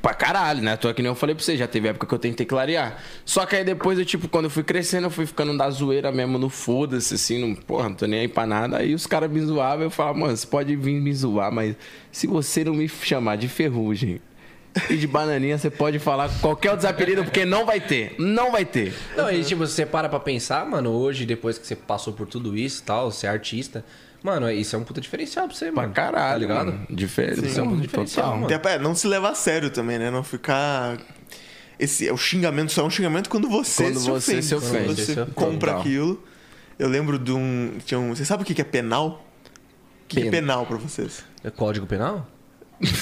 [SPEAKER 1] pra caralho, né? Tô aqui nem eu falei pra você, já teve época que eu tentei clarear. Só que aí depois eu, tipo, quando eu fui crescendo, eu fui ficando da zoeira mesmo, no foda-se, assim, não, porra, não tô nem aí pra nada. Aí os caras me zoavam, eu falava, mano, você pode vir me zoar, mas se você não me chamar de ferrugem e de bananinha, você pode falar qualquer outro apelido, porque não vai ter. Não vai ter.
[SPEAKER 2] Não, e tipo, você para pra pensar, mano, hoje, depois que você passou por tudo isso e tal, você é artista, mano, isso é um puta diferencial pra você,
[SPEAKER 1] Pra
[SPEAKER 2] mano.
[SPEAKER 1] caralho,
[SPEAKER 2] tá ligado?
[SPEAKER 1] mano. Diferente.
[SPEAKER 2] Isso é um diferencial,
[SPEAKER 1] total.
[SPEAKER 2] mano.
[SPEAKER 3] Tem a- é, não se levar a sério também, né? Não ficar. Esse, o xingamento só é um xingamento quando você
[SPEAKER 1] Quando
[SPEAKER 3] se
[SPEAKER 1] você
[SPEAKER 3] ofende.
[SPEAKER 1] se ofende.
[SPEAKER 3] Quando
[SPEAKER 2] Esse é
[SPEAKER 3] você
[SPEAKER 2] o
[SPEAKER 3] compra
[SPEAKER 1] total.
[SPEAKER 3] aquilo. Eu lembro de um. Tinha um você sabe o que que é penal? O que, que é
[SPEAKER 2] Pena.
[SPEAKER 3] penal pra vocês?
[SPEAKER 2] É Código penal?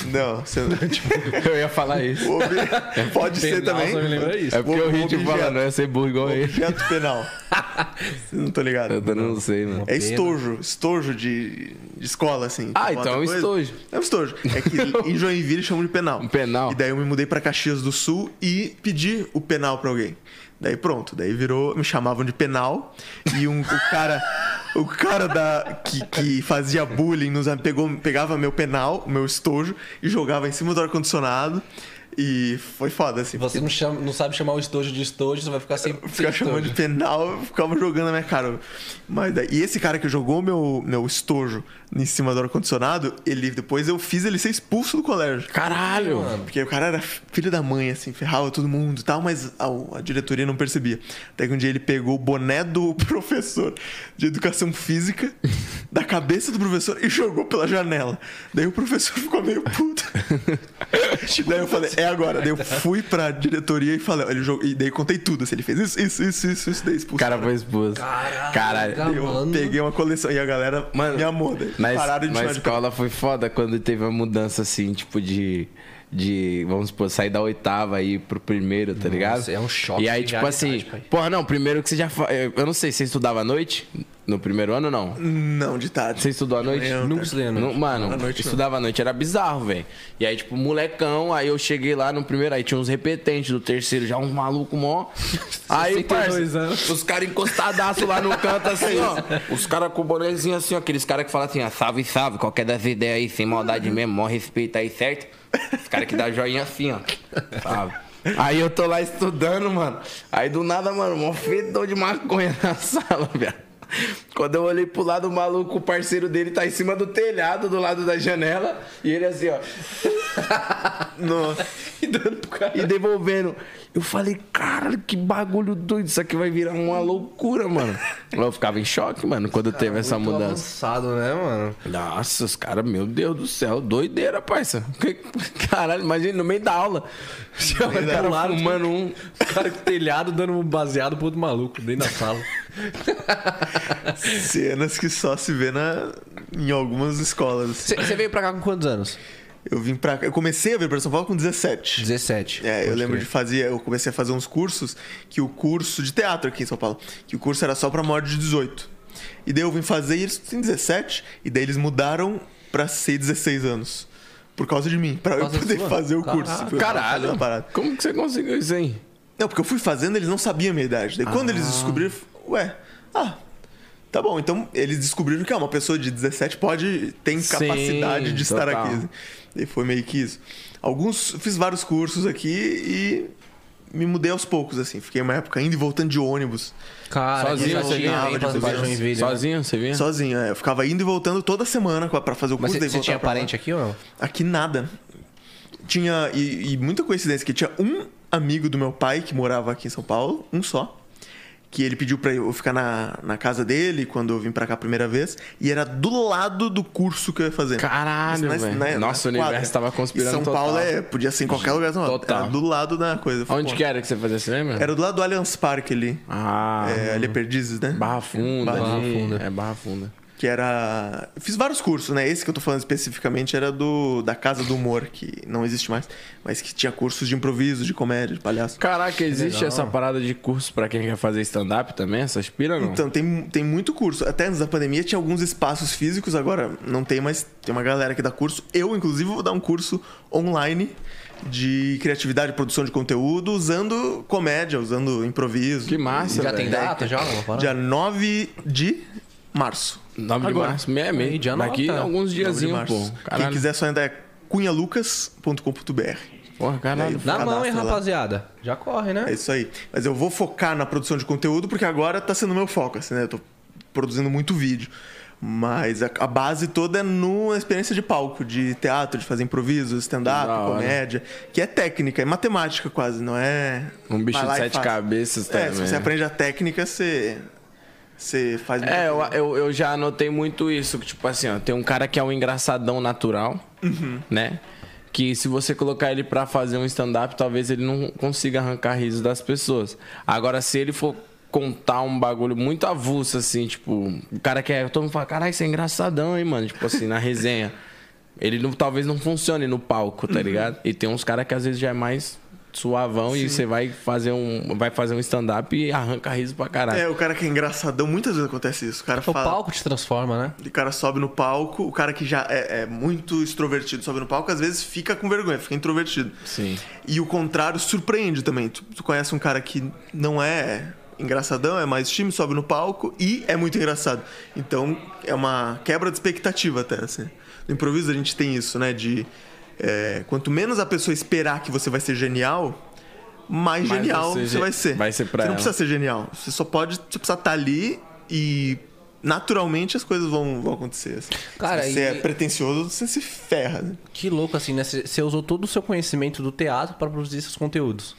[SPEAKER 3] Não, você não.
[SPEAKER 1] Eu ia falar isso.
[SPEAKER 3] o obje- Pode ser
[SPEAKER 2] É Penal,
[SPEAKER 3] também.
[SPEAKER 2] só me lembra isso.
[SPEAKER 1] É porque eu ri de falar, não ia ser burro igual ele.
[SPEAKER 3] Objeto penal. não tô ligado.
[SPEAKER 1] Eu Tá um não sei, mano.
[SPEAKER 2] Pena.
[SPEAKER 3] É estojo, estojo de, de escola, assim.
[SPEAKER 1] Ah,
[SPEAKER 3] Você
[SPEAKER 1] então
[SPEAKER 3] bota
[SPEAKER 1] é um
[SPEAKER 3] coisa-
[SPEAKER 1] estojo.
[SPEAKER 3] É um estojo. É que em Joinville chamam de penal.
[SPEAKER 1] Um penal.
[SPEAKER 3] E daí eu me mudei pra Caxias do Sul e pedi o penal pra alguém. Daí pronto, daí virou, me chamavam de penal e um, o cara, o cara da que, que fazia bullying nos am- pegou, pegava meu penal, meu estojo e jogava em cima do ar condicionado. E foi foda, assim.
[SPEAKER 2] Você não, chama, não sabe chamar o estojo de estojo, você vai ficar assim, sem. sem
[SPEAKER 3] Ficava chamando de
[SPEAKER 2] estojo.
[SPEAKER 3] penal, ficava jogando na minha cara. Mas daí, e esse cara que jogou meu, meu estojo em cima do ar-condicionado, ele depois eu fiz ele ser expulso do colégio.
[SPEAKER 1] Caralho!
[SPEAKER 2] Mano.
[SPEAKER 3] Porque o cara era filho da mãe, assim, ferrava todo mundo e tal, mas a, a diretoria não percebia. Até que um dia ele pegou o boné do professor de educação física, da cabeça do professor, e jogou pela janela. Daí o professor ficou meio puto. daí eu falei, é agora. Daí eu fui pra diretoria e falei, ele jogou, e daí contei tudo. Assim, ele fez isso, isso, isso, isso, isso, daí
[SPEAKER 1] O
[SPEAKER 3] expulsou.
[SPEAKER 1] cara foi expulso. Caralho.
[SPEAKER 2] cara.
[SPEAKER 3] eu
[SPEAKER 2] mano.
[SPEAKER 3] peguei uma coleção e a galera
[SPEAKER 1] Mano,
[SPEAKER 3] me amou. Daí
[SPEAKER 1] Na, es-
[SPEAKER 3] pararam de
[SPEAKER 1] na
[SPEAKER 3] chamar de
[SPEAKER 1] escola foi foda quando teve a mudança, assim, tipo, de. De, vamos supor, sair da oitava e ir pro primeiro, tá ligado?
[SPEAKER 2] é um choque
[SPEAKER 1] E aí,
[SPEAKER 2] de
[SPEAKER 1] tipo assim,
[SPEAKER 2] realidade, pai.
[SPEAKER 1] porra, não, primeiro que você já. fa- Eu eu não sei, você estudava à noite? No primeiro ano, não?
[SPEAKER 3] Não, de tarde.
[SPEAKER 1] Você estudou à noite?
[SPEAKER 3] manhã,
[SPEAKER 2] Nunca estudei né? à noite.
[SPEAKER 1] Não, mano,
[SPEAKER 3] À noite, não.
[SPEAKER 1] estudava à noite, era bizarro, velho. E aí, tipo, molecão, aí eu cheguei lá no primeiro, aí tinha uns repetentes do terceiro, já uns maluco mó. Aí,
[SPEAKER 2] 62
[SPEAKER 1] parça,
[SPEAKER 2] anos.
[SPEAKER 1] os caras encostadaço lá no canto, assim, ó. Os caras com o bonezinho assim, ó, aqueles caras que falam assim, ó, salve, salve, qualquer das ideias aí, sem maldade mesmo, mó respeito aí, certo? Os caras que dá joinha assim, ó. Sabe? Aí eu tô lá estudando, mano. Aí do nada, mano, mó fedor de maconha na sala, velho. Quando eu olhei pro lado, o maluco, o parceiro dele tá em cima do telhado, do lado da janela, e ele assim, ó.
[SPEAKER 3] Nossa.
[SPEAKER 2] E dando pro cara.
[SPEAKER 1] E devolvendo. Eu falei, caralho, que bagulho doido. Isso aqui vai virar uma loucura, mano. Eu ficava em choque, mano, quando teve essa
[SPEAKER 2] Muito
[SPEAKER 1] mudança.
[SPEAKER 2] avançado, né, mano?
[SPEAKER 1] Nossa, os caras, meu Deus do céu, doideira, parça. Que- Caralho, imagina no meio da aula. Tinha um
[SPEAKER 2] meio da
[SPEAKER 1] cara
[SPEAKER 2] aula.
[SPEAKER 1] fumando um.
[SPEAKER 2] O cara com telhado dando um baseado pro outro maluco dentro da sala.
[SPEAKER 3] Cenas que só se vê na, em algumas escolas.
[SPEAKER 2] Você veio pra cá com quantos anos?
[SPEAKER 3] Eu vim pra cá. Eu comecei a vir pra São Paulo com 17.
[SPEAKER 2] 17.
[SPEAKER 3] É, eu
[SPEAKER 2] Pode
[SPEAKER 3] lembro
[SPEAKER 2] crer.
[SPEAKER 3] de fazer. Eu comecei a fazer uns cursos que o curso de teatro aqui em São Paulo, que o curso era só pra maior de 18. E daí eu vim fazer e eles têm 17, e daí eles mudaram pra ser 16 anos. Por causa de mim, pra eu
[SPEAKER 2] causa
[SPEAKER 3] poder
[SPEAKER 2] sua?
[SPEAKER 3] fazer o curso.
[SPEAKER 2] Caraca.
[SPEAKER 3] Foi uma
[SPEAKER 1] Caralho.
[SPEAKER 3] parada.
[SPEAKER 1] Como que você conseguiu isso aí?
[SPEAKER 3] Não, porque eu fui fazendo, eles não sabiam a minha idade. Daí quando eles descobriram, ué, ah, tá bom. Então eles descobriram que ah, uma pessoa de 17 pode tem
[SPEAKER 1] Sim,
[SPEAKER 3] capacidade de estar
[SPEAKER 1] total.
[SPEAKER 3] aqui. E foi meio que isso. Alguns fiz vários cursos aqui e me mudei aos poucos assim. Fiquei uma época indo e voltando de ônibus.
[SPEAKER 2] Cara,
[SPEAKER 1] Sozinho,
[SPEAKER 2] sozinho,
[SPEAKER 3] você
[SPEAKER 2] sozinho,
[SPEAKER 3] tinha aula de
[SPEAKER 2] sozinho,
[SPEAKER 3] cozinha?
[SPEAKER 2] sozinho,
[SPEAKER 1] Sozinho, você vinha?
[SPEAKER 3] Sozinho, é. eu ficava indo e voltando toda semana para fazer o
[SPEAKER 2] Mas
[SPEAKER 3] curso.
[SPEAKER 2] você
[SPEAKER 3] daí
[SPEAKER 2] você
[SPEAKER 3] voltava
[SPEAKER 2] tinha
[SPEAKER 3] pra lá.
[SPEAKER 2] parente aqui ou não?
[SPEAKER 3] Aqui nada. Tinha. E, e muita coincidência que tinha um amigo do meu pai que morava aqui em São Paulo, um só. Que ele pediu pra eu ficar na, na casa dele quando eu vim pra cá a primeira vez. E era do lado do curso que eu ia fazer.
[SPEAKER 1] Caralho,
[SPEAKER 3] Mas
[SPEAKER 1] velho. Nossa, o
[SPEAKER 3] quadra.
[SPEAKER 1] universo tava conspirando
[SPEAKER 3] E São
[SPEAKER 1] total.
[SPEAKER 3] Paulo é, podia ser em qualquer lugar. Não,
[SPEAKER 1] Total.
[SPEAKER 3] Era do lado da coisa. Eu falei,
[SPEAKER 1] Onde
[SPEAKER 3] pô,
[SPEAKER 1] que era que você fazia, você lembra?
[SPEAKER 3] Era do lado do Allianz Parque ali.
[SPEAKER 1] Ah,
[SPEAKER 3] é, ali é Perdizes, né?
[SPEAKER 1] Barra Funda.
[SPEAKER 2] Barra
[SPEAKER 1] ali.
[SPEAKER 2] Funda.
[SPEAKER 1] É Barra Funda.
[SPEAKER 3] Que era. eu Fiz vários cursos, né? Esse que eu tô falando especificamente era do da Casa do Humor, que não existe mais, mas que tinha cursos de improviso, de comédia, de palhaço.
[SPEAKER 1] Caraca, existe
[SPEAKER 2] Legal.
[SPEAKER 1] essa parada de curso pra quem quer fazer stand-up também? Essas pira, não?
[SPEAKER 3] Então, tem, tem muito curso. Até antes da pandemia tinha alguns espaços físicos, agora não tem mais. Tem uma galera que dá curso. Eu, inclusive, vou dar um curso online de criatividade e produção de conteúdo usando comédia, usando improviso.
[SPEAKER 1] que massa,
[SPEAKER 2] Já tem
[SPEAKER 1] velho.
[SPEAKER 2] data? Já? Alguma parada?
[SPEAKER 3] Dia 9 de março.
[SPEAKER 1] 9 de
[SPEAKER 3] Agora.
[SPEAKER 1] março, meia
[SPEAKER 2] Aí,
[SPEAKER 1] meia.
[SPEAKER 2] já
[SPEAKER 1] Daqui
[SPEAKER 2] anota.
[SPEAKER 1] alguns diazinhos, pô.
[SPEAKER 3] Quem
[SPEAKER 1] Caralho.
[SPEAKER 3] quiser só entrar é cunhalucas.com.br.
[SPEAKER 1] Porra, caralho.
[SPEAKER 3] Aí,
[SPEAKER 2] Na mão, hein,
[SPEAKER 3] Cadastra lá.
[SPEAKER 2] rapaziada? Já corre, né?
[SPEAKER 3] É isso aí. Mas eu vou focar na produção de conteúdo porque agora tá sendo meu foco, assim, né? Eu tô produzindo muito vídeo. Mas a, a base toda é no- na experiência de palco, de teatro, de fazer improviso, stand-up,
[SPEAKER 1] Da hora.
[SPEAKER 3] comédia, que é técnica, é matemática quase, não é.
[SPEAKER 1] Um bicho
[SPEAKER 3] vai lá
[SPEAKER 1] de
[SPEAKER 3] e
[SPEAKER 1] sete
[SPEAKER 3] faz.
[SPEAKER 1] cabeças
[SPEAKER 3] É, se
[SPEAKER 1] também.
[SPEAKER 3] você aprende a técnica, você. Você faz muita
[SPEAKER 1] É, eu,
[SPEAKER 3] coisa.
[SPEAKER 1] eu, eu já anotei muito isso. que, Tipo assim, ó, tem um cara que é um engraçadão natural, né? Que se você colocar ele pra fazer um stand-up, talvez ele não consiga arrancar riso das pessoas. Agora, se ele for contar um bagulho muito avulso, assim, tipo, o cara que é. Todo mundo fala, caralho, você é engraçadão, hein, mano? Tipo assim, na resenha. Ele não- talvez não funcione no palco, tá ligado? E tem uns caras que às vezes já é mais suavão e você vai fazer um. Vai fazer um stand-up e arranca riso pra caralho.
[SPEAKER 3] É, o cara que é engraçadão, muitas vezes acontece isso. O cara
[SPEAKER 2] O
[SPEAKER 3] fala.
[SPEAKER 2] palco te transforma, né?
[SPEAKER 3] O cara sobe no palco, o cara que já é, é muito extrovertido sobe no palco, às vezes fica com vergonha, fica introvertido.
[SPEAKER 1] Sim.
[SPEAKER 3] E o contrário surpreende também. Tu, tu conhece um cara que não é engraçadão, é mais tímido, sobe no palco e é muito engraçado. Então é uma quebra de expectativa até, assim. No improviso a gente tem isso, né? De é, quanto menos a pessoa esperar que você vai ser genial, mais,
[SPEAKER 1] Mais
[SPEAKER 3] genial
[SPEAKER 1] você
[SPEAKER 3] você,
[SPEAKER 1] ge-
[SPEAKER 3] vai ser.
[SPEAKER 1] vai ser pra
[SPEAKER 3] você
[SPEAKER 1] ela.
[SPEAKER 3] não precisa ser genial. Você só pode, você precisa estar ali e naturalmente as coisas vão, vão acontecer. assim.
[SPEAKER 2] Cara,
[SPEAKER 3] se você
[SPEAKER 2] e-
[SPEAKER 3] é pretencioso, você se ferra. né?
[SPEAKER 2] Que louco, assim, né? Você você usou todo o seu conhecimento do teatro pra produzir esses conteúdos.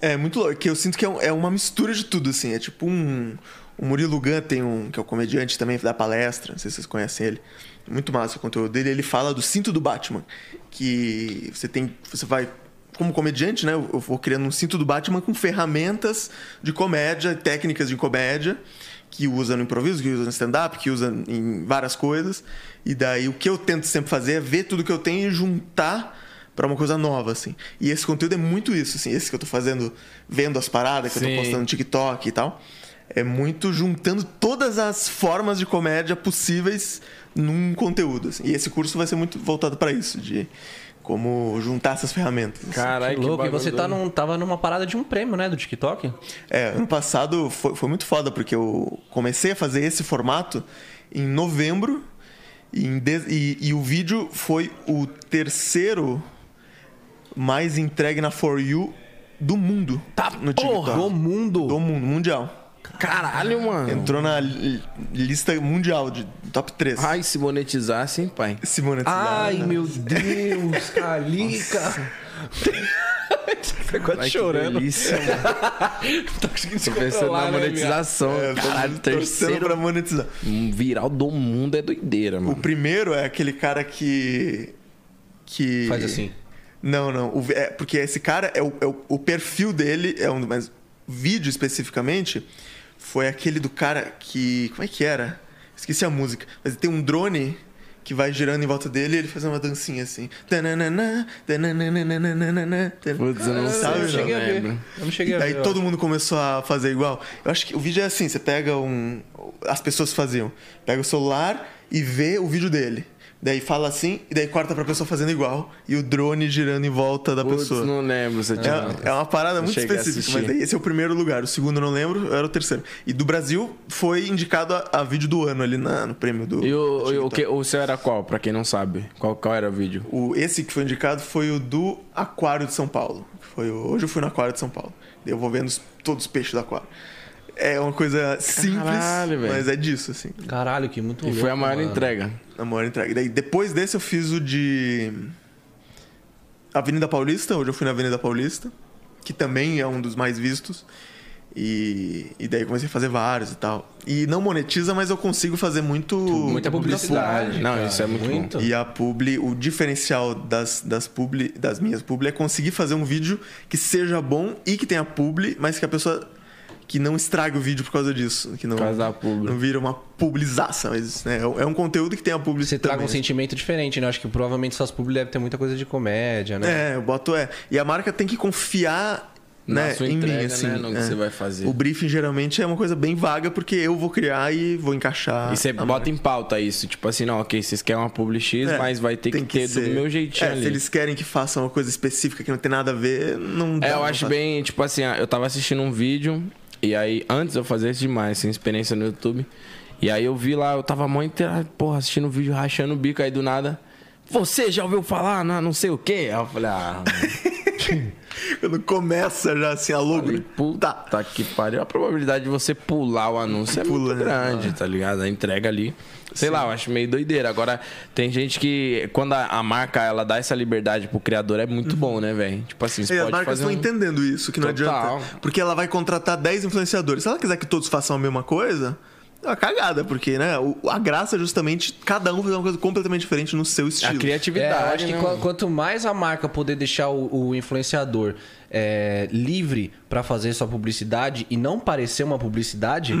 [SPEAKER 3] É muito louco, que eu sinto que é, um- é uma mistura de tudo, assim. É tipo um. O Murilo Gun tem um, que é o comediante também, da palestra, não sei se vocês conhecem ele. Muito massa o conteúdo dele. Ele fala do cinto do Batman. Que você tem. Você vai. Como comediante, né? Eu eu vou criando um cinto do Batman com ferramentas de comédia, técnicas de comédia, que usa no improviso, que usa no stand-up, que usa em várias coisas. E daí o que eu tento sempre fazer é ver tudo que eu tenho e juntar Pra uma coisa nova, assim. E esse conteúdo é muito isso, assim. Esse que eu tô fazendo, vendo as paradas, que eu
[SPEAKER 1] Sim.
[SPEAKER 3] tô postando no TikTok e tal. É muito juntando todas as formas de comédia possíveis num conteúdo, assim. E esse curso vai ser muito voltado pra isso, de como juntar essas ferramentas. assim.
[SPEAKER 1] Caralho,
[SPEAKER 2] que
[SPEAKER 1] que
[SPEAKER 2] louco, e você tá
[SPEAKER 1] bagulho.
[SPEAKER 2] num, tava numa parada de um prêmio, né? Do TikTok?
[SPEAKER 3] É, ano passado foi, foi muito foda, porque eu comecei a fazer esse formato em novembro e, em de- e- e o vídeo foi o terceiro mais entregue na For You do mundo. Tá no TikTok.
[SPEAKER 2] Do mundo!
[SPEAKER 3] Do mundo, mundial.
[SPEAKER 1] Caralho, mano.
[SPEAKER 3] Entrou na li- lista mundial de top 3.
[SPEAKER 1] Ai, se monetizasse, hein, pai.
[SPEAKER 3] Simone
[SPEAKER 2] Ai,
[SPEAKER 3] né?
[SPEAKER 2] meu Deus, Calica! Você quase
[SPEAKER 1] Ai, que
[SPEAKER 2] chorando.
[SPEAKER 1] delícia, mano.
[SPEAKER 3] né?
[SPEAKER 2] Tá conseguindo se
[SPEAKER 1] Tô pensando
[SPEAKER 2] controlar,
[SPEAKER 1] na
[SPEAKER 2] né, viado?
[SPEAKER 1] monetização.
[SPEAKER 3] É,
[SPEAKER 1] Caralho,
[SPEAKER 3] torcendo
[SPEAKER 1] terceiro
[SPEAKER 3] pra monetizar.
[SPEAKER 1] Um viral do mundo é doideira,
[SPEAKER 3] O
[SPEAKER 1] mano.
[SPEAKER 3] primeiro é aquele cara que. que.
[SPEAKER 2] Faz assim.
[SPEAKER 3] Não, não. O- é, porque esse cara, é o, é o- o perfil dele, é um, mas o vídeo especificamente, foi aquele do cara que. Como é que era? Esqueci a música. Mas tem um drone que vai girando em volta dele e ele faz uma dancinha assim. Tananana, tananana,
[SPEAKER 1] Putz, eu não sei,
[SPEAKER 3] Sabe,
[SPEAKER 2] eu cheguei
[SPEAKER 1] não
[SPEAKER 2] a ver.
[SPEAKER 1] lembro.
[SPEAKER 2] Eu não
[SPEAKER 3] e
[SPEAKER 2] cheguei a
[SPEAKER 3] daí
[SPEAKER 2] ver. ó.
[SPEAKER 3] todo mundo começou a fazer igual. Eu acho que o vídeo é assim, você pega um. As pessoas faziam. Pega o celular e vê o vídeo dele. Daí fala assim, e daí corta pra pessoa fazendo igual. E o drone girando em volta da
[SPEAKER 1] Putz,
[SPEAKER 3] pessoa.
[SPEAKER 1] não lembro. Você tinha...
[SPEAKER 3] É, é uma parada muito
[SPEAKER 1] cheguei a
[SPEAKER 3] específica, mas
[SPEAKER 1] assistir.
[SPEAKER 3] esse é o primeiro lugar. O segundo eu não lembro, era o terceiro. E do Brasil foi indicado a, a vídeo do ano ali na- no prêmio do.
[SPEAKER 1] E
[SPEAKER 3] do
[SPEAKER 1] o, e o,
[SPEAKER 3] TikTok.
[SPEAKER 1] que, o seu era qual, pra quem não sabe? Qual, qual era o vídeo?
[SPEAKER 3] O- esse que foi indicado foi o do Aquário de São Paulo. Foi o- hoje eu fui no Aquário de São Paulo. Daí Eu vou vendo os- todos os peixes do aquário. É uma coisa simples,
[SPEAKER 1] Caralho, velho.
[SPEAKER 3] mas é disso, assim.
[SPEAKER 2] Caralho, que muito
[SPEAKER 1] E foi a
[SPEAKER 2] louco,
[SPEAKER 1] maior
[SPEAKER 2] mano.
[SPEAKER 1] entrega.
[SPEAKER 3] Na maior entrega. Daí, depois desse eu fiz o de Avenida Paulista. Hoje eu fui na Avenida Paulista, que também é um dos mais vistos. E, e daí comecei a fazer vários e tal. E não monetiza, mas eu consigo fazer muito.
[SPEAKER 1] Muita publicidade. Não,
[SPEAKER 2] cara,
[SPEAKER 1] isso é muito,
[SPEAKER 2] muito.
[SPEAKER 1] bom.
[SPEAKER 3] E a publi, o diferencial das, das, publi, das minhas publi é conseguir fazer um vídeo que seja bom e que tenha publi, mas que a pessoa que não estrague o vídeo por causa disso. Que não,
[SPEAKER 1] causa da publi.
[SPEAKER 3] não vira uma publizaça, mas né, é um- é um conteúdo que tenha publi
[SPEAKER 2] Você
[SPEAKER 3] também.
[SPEAKER 2] traga um sentimento diferente, né? Acho que provavelmente suas publi devem ter muita coisa de comédia, né?
[SPEAKER 3] É, eu boto é. E a marca tem que confiar
[SPEAKER 1] Na
[SPEAKER 3] né,
[SPEAKER 1] sua
[SPEAKER 3] em
[SPEAKER 1] entrega,
[SPEAKER 3] mim, assim.
[SPEAKER 1] né, no que
[SPEAKER 3] é.
[SPEAKER 1] você vai fazer.
[SPEAKER 3] O briefing geralmente é uma coisa bem vaga, porque eu vou criar e vou encaixar.
[SPEAKER 1] E você bota em pauta isso, tipo assim, não, ok, vocês querem uma publi X,
[SPEAKER 3] É,
[SPEAKER 1] mas vai ter que,
[SPEAKER 3] tem
[SPEAKER 1] ter do
[SPEAKER 3] ser-
[SPEAKER 1] meu jeitinho
[SPEAKER 3] é,
[SPEAKER 1] ali.
[SPEAKER 3] Se eles querem que faça uma coisa específica que não tem nada a ver, não dá.
[SPEAKER 1] É, eu
[SPEAKER 3] não
[SPEAKER 1] acho
[SPEAKER 3] faz.
[SPEAKER 1] bem, tipo assim, eu tava assistindo um vídeo, e aí, antes eu fazia isso demais, sem experiência no YouTube. E aí eu vi lá, eu tava mó inteira, porra, assistindo o vídeo, rachando o bico, aí do nada. Você já ouviu falar na não sei o quê? Aí eu falei, ah,
[SPEAKER 3] Quando começa já assim a logo. tá.
[SPEAKER 1] puta que pariu. A probabilidade de você pular o anúncio é
[SPEAKER 3] Pula,
[SPEAKER 1] muito
[SPEAKER 3] né?
[SPEAKER 1] grande, tá ligado? A entrega ali. Sei lá, eu acho meio doideira. Agora, tem gente que, quando a, a marca ela dá essa liberdade pro criador, é muito bom, né, velho? Tipo assim, você
[SPEAKER 3] Uhum. E as
[SPEAKER 1] pode
[SPEAKER 3] marcas
[SPEAKER 1] fazer
[SPEAKER 3] estão
[SPEAKER 1] um-
[SPEAKER 3] entendendo isso, que não
[SPEAKER 1] Total.
[SPEAKER 3] adianta. Porque ela vai contratar 10 influenciadores. Se ela quiser que todos façam a mesma coisa, é uma cagada, porque, né? o- A graça é justamente cada um fazer uma coisa completamente diferente no seu
[SPEAKER 1] a
[SPEAKER 3] estilo.
[SPEAKER 2] É,
[SPEAKER 1] criatividade.
[SPEAKER 2] eu acho que
[SPEAKER 1] né,
[SPEAKER 2] qua-
[SPEAKER 1] mano?
[SPEAKER 2] quanto mais a marca poder deixar o, o influenciador é, livre pra fazer sua publicidade e não parecer uma publicidade,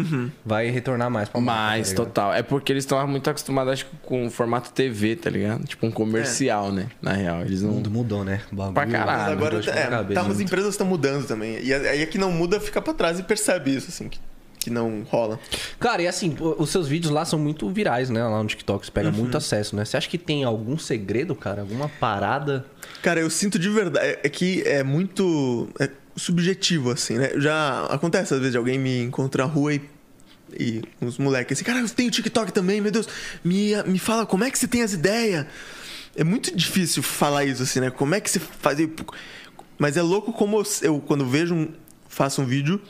[SPEAKER 2] vai retornar Uhum. mais pra marca.
[SPEAKER 1] Mas,
[SPEAKER 2] tá ligado?
[SPEAKER 1] total. É porque eles estão muito acostumados, acho que, com o formato TV, tá ligado? Tipo um comercial, né? Na real, eles
[SPEAKER 2] O
[SPEAKER 1] não.
[SPEAKER 2] mundo mudou, né? O bagulho
[SPEAKER 1] Pra caralho.
[SPEAKER 3] Mas
[SPEAKER 1] Ah,
[SPEAKER 3] agora
[SPEAKER 2] mudou de
[SPEAKER 3] tá- é,
[SPEAKER 2] ponta cabeça, né?
[SPEAKER 3] tá, as
[SPEAKER 2] muito.
[SPEAKER 3] empresas estão mudando também. E aí a que não muda fica pra trás e percebe isso, assim, que, que não rola.
[SPEAKER 2] Cara, e assim, pô, os seus vídeos lá são muito virais, né? Lá no TikTok, você pega muito acesso, né? Você acha que tem algum segredo, cara? Alguma parada?
[SPEAKER 3] Cara, eu sinto de verdade. É- É que é muito é subjetivo, assim, né? Já acontece às vezes de alguém me encontrar na rua e, e uns moleques assim, cara, eu tenho TikTok também, meu Deus, me, me fala como é que você tem as ideias. É muito difícil falar isso, assim, né? Como é que você faz. Mas é louco como eu, eu, quando vejo um. faço um vídeo,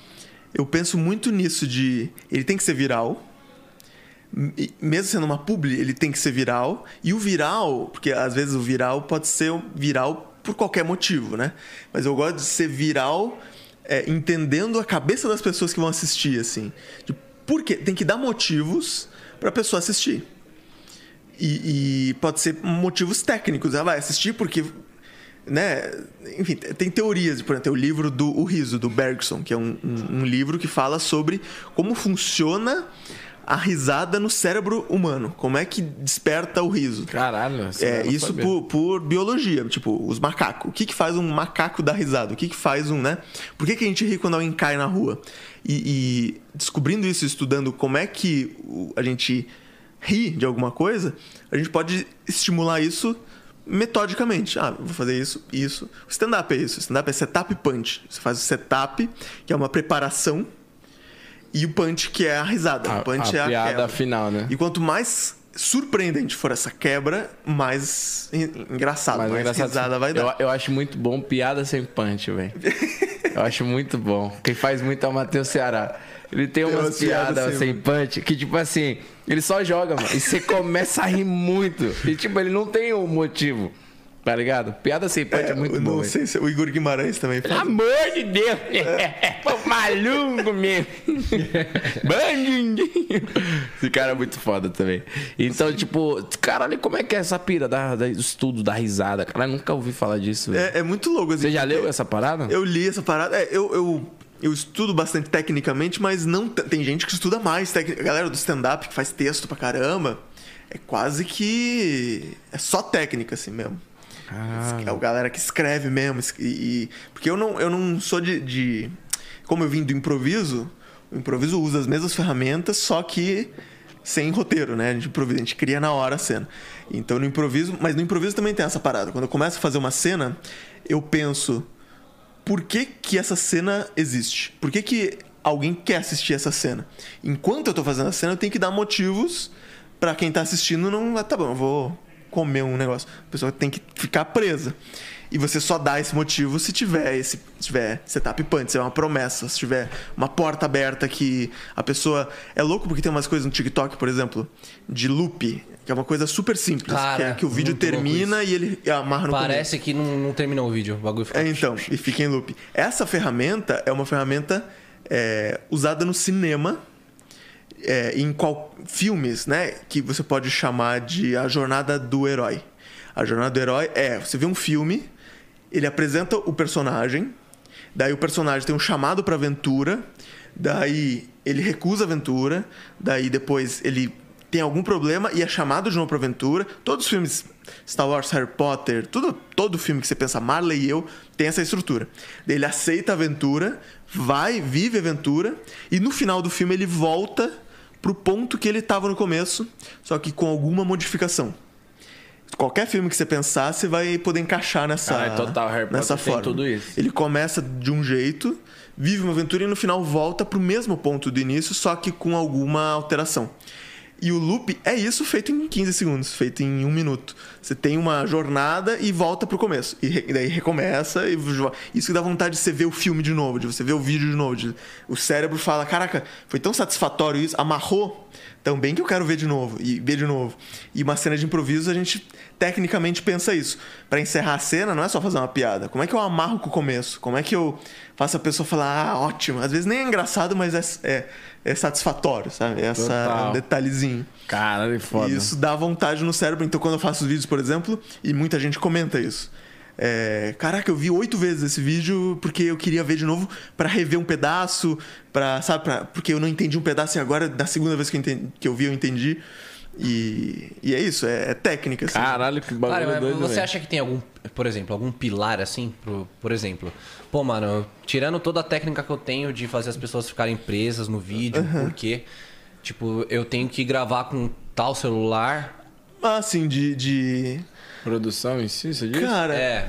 [SPEAKER 3] eu penso muito nisso de. Ele tem que ser viral. E Mesmo sendo uma publi, ele tem que ser viral. E o viral, porque às vezes o viral pode ser um viral por qualquer motivo, né? Mas eu gosto de ser viral é, entendendo a cabeça das pessoas que vão assistir, assim. De por quê? Tem que dar motivos pra pessoa assistir. E, e pode ser motivos técnicos. Ela vai assistir porque. Né? Enfim, tem teorias. Por exemplo, tem o livro do O Riso, do Bergson, que é um, um- um livro que fala sobre como funciona a risada no cérebro humano. Como é que desperta o riso.
[SPEAKER 1] Caralho. essa eu
[SPEAKER 3] É,
[SPEAKER 1] não
[SPEAKER 3] isso
[SPEAKER 1] sabia.
[SPEAKER 3] por, por biologia, tipo, os macacos. O que, que faz um macaco dar risada? O que, que faz um, né? Por que, que a gente ri quando alguém cai na rua? E, e descobrindo isso, estudando como é que o- a gente ri de alguma coisa, a gente pode estimular isso metodicamente. Ah, vou fazer isso, isso. O stand-up é isso. O stand-up é setup e punch. Você faz o setup, que é uma preparação, e o punch, que é a risada.
[SPEAKER 1] A,
[SPEAKER 3] o punch
[SPEAKER 1] a
[SPEAKER 3] é a
[SPEAKER 1] piada
[SPEAKER 3] quebra.
[SPEAKER 1] final, né?
[SPEAKER 3] E quanto mais surpreendente for essa quebra, mais en- engraçado,
[SPEAKER 1] Mas
[SPEAKER 3] mais
[SPEAKER 1] é engraçado.
[SPEAKER 3] risada vai dar.
[SPEAKER 1] Eu, eu acho muito bom piada sem punch, velho. Eu acho muito bom. Quem faz muito é o Matheus Ceará. Ele tem umas
[SPEAKER 3] umas
[SPEAKER 1] piadas
[SPEAKER 3] piadas
[SPEAKER 1] sem
[SPEAKER 3] sem-
[SPEAKER 1] punch que, tipo assim, ele só joga, mano. E você começa a rir muito. E, tipo, ele não tem um motivo. Tá ligado? Piada sem punch é,
[SPEAKER 3] É,
[SPEAKER 1] muito
[SPEAKER 3] eu
[SPEAKER 1] bom. é
[SPEAKER 3] não
[SPEAKER 1] véi.
[SPEAKER 3] sei se o Igor Guimarães também
[SPEAKER 1] Pelo
[SPEAKER 3] faz.
[SPEAKER 1] amor de Deus! É. Malungo mesmo! Bandidinho! Esse cara é muito foda também. Então, tipo, caralho, como é que é essa pira da, da- do estudo, da risada? Cara, eu nunca ouvi falar disso. velho.
[SPEAKER 3] É, é muito louco. Assim,
[SPEAKER 1] Você já leu essa parada?
[SPEAKER 3] Eu li essa parada. É, eu, eu, eu estudo bastante tecnicamente, mas não t- tem gente que estuda mais. tec- A galera do stand-up que faz texto pra caramba. É quase que. É só técnica, assim mesmo. É o galera que escreve mesmo. es- E, e- porque eu não, eu não sou de, de- Como eu vim do improviso, o improviso usa as mesmas ferramentas, só que sem roteiro, né? A gente improvisa, a gente cria na hora a cena. Então no improviso. Mas no improviso também tem essa parada. Quando eu começo a fazer uma cena, eu penso por que, que essa cena existe? Por que, que alguém quer assistir essa cena? Enquanto eu tô fazendo a cena, eu tenho que dar motivos pra quem tá assistindo não. Ah, tá bom, eu vou comer um negócio. A pessoa tem que ficar presa. E você só dá esse motivo se tiver esse. Se tiver setup punch, se é uma promessa, se tiver uma porta aberta que a pessoa. É louco porque tem umas coisas no TikTok, por exemplo, de loop, que é uma coisa super simples.
[SPEAKER 2] Cara,
[SPEAKER 3] que é que o vídeo
[SPEAKER 2] muito louco
[SPEAKER 3] termina e ele amarra no começo.
[SPEAKER 2] Parece que não, não terminou o vídeo. O bagulho ficou.
[SPEAKER 3] É, então, e fica em loop. Essa ferramenta é uma ferramenta é, usada no cinema, é, em qual, filmes, né? Que você pode chamar de a jornada do herói. A jornada do herói é, você vê um filme, ele apresenta o personagem, daí o personagem tem um chamado pra aventura, daí ele recusa a aventura, daí depois ele tem algum problema e é chamado de novo pra aventura. Todos os filmes, Star Wars, Harry Potter, tudo, todo filme que você pensa, Marley e eu, tem essa estrutura. Daí Ele aceita a aventura, vai, vive a aventura, e no final do filme ele volta pro ponto que ele tava no começo, só que com alguma modificação. Qualquer filme que você pensar, você vai poder encaixar nessa,
[SPEAKER 1] Caralho, total, Harry Potter
[SPEAKER 3] nessa
[SPEAKER 1] tem
[SPEAKER 3] forma.
[SPEAKER 1] tudo isso.
[SPEAKER 3] Ele começa de um jeito, vive uma aventura e no final volta pro mesmo ponto do início, só que com alguma alteração. E o loop é isso feito em 15 segundos, feito em um minuto. Você tem uma jornada e volta pro começo. E re- daí recomeça e jo- isso que dá vontade de você ver o filme de novo, de você ver o vídeo de novo. de- O cérebro fala: Caraca, foi tão satisfatório isso, amarrou tão bem que eu quero ver de novo. E ver de novo. E uma cena de improviso, a gente tecnicamente pensa isso. Pra encerrar a cena, não é só fazer uma piada. Como é que eu amarro com o começo? Como é que eu faço a pessoa falar, ah, ótimo? Às vezes nem é engraçado, mas é, é, é satisfatório, sabe? Essa
[SPEAKER 1] Total.
[SPEAKER 3] um detalhezinho.
[SPEAKER 1] Caralho, foda.
[SPEAKER 3] E isso dá vontade no cérebro. Então, quando eu faço os vídeos, por exemplo, e muita gente comenta isso. é, Caraca, eu vi oito vezes esse vídeo porque eu queria ver de novo pra rever um pedaço, para sabe, pra- porque eu não entendi um pedaço e agora, da segunda vez que eu, entendi- que eu vi, eu entendi. E, e é isso, é, é técnica. assim.
[SPEAKER 1] Caralho, que bagulho
[SPEAKER 2] Cara, Ah, mas
[SPEAKER 1] doido,
[SPEAKER 2] você
[SPEAKER 1] velho.
[SPEAKER 2] acha que tem algum, por exemplo, algum pilar assim? Pro, por exemplo, pô, mano, tirando toda a técnica que eu tenho de fazer as pessoas ficarem presas no vídeo, porque, tipo, eu tenho que gravar com tal celular.
[SPEAKER 3] Ah, assim, de. de...
[SPEAKER 1] Produção em si, você diz?
[SPEAKER 3] Cara,
[SPEAKER 2] É.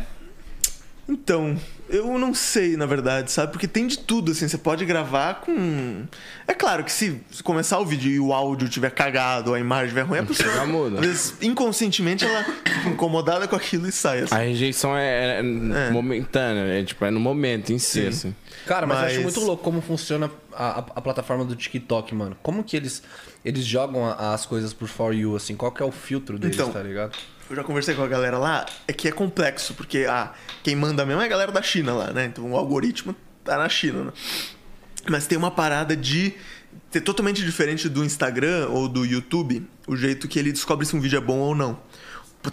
[SPEAKER 3] então, Eu não sei, na verdade, sabe? Porque tem de tudo, assim. Você pode gravar com. É claro que se começar o vídeo e o áudio tiver cagado, a imagem tiver ruim, é possível.
[SPEAKER 1] Já muda.
[SPEAKER 3] Às vezes, inconscientemente, ela fica incomodada com aquilo e sai. Assim.
[SPEAKER 1] A rejeição é, é momentânea, é, tipo, é no momento em si, assim.
[SPEAKER 2] Cara, mas, eu
[SPEAKER 3] Mas-
[SPEAKER 2] acho muito louco como funciona a, a- a plataforma do TikTok, mano. Como que eles, eles jogam a- as coisas pro For You, assim? Qual que é o filtro deles,
[SPEAKER 3] Então.
[SPEAKER 2] tá ligado?
[SPEAKER 3] Eu já conversei com a galera lá, é que é complexo, porque ah, quem manda mesmo é a galera da China lá, né? Então o algoritmo tá na China, né? Mas tem uma parada de ser totalmente diferente do Instagram ou do YouTube, o jeito que ele descobre se um vídeo é bom ou não.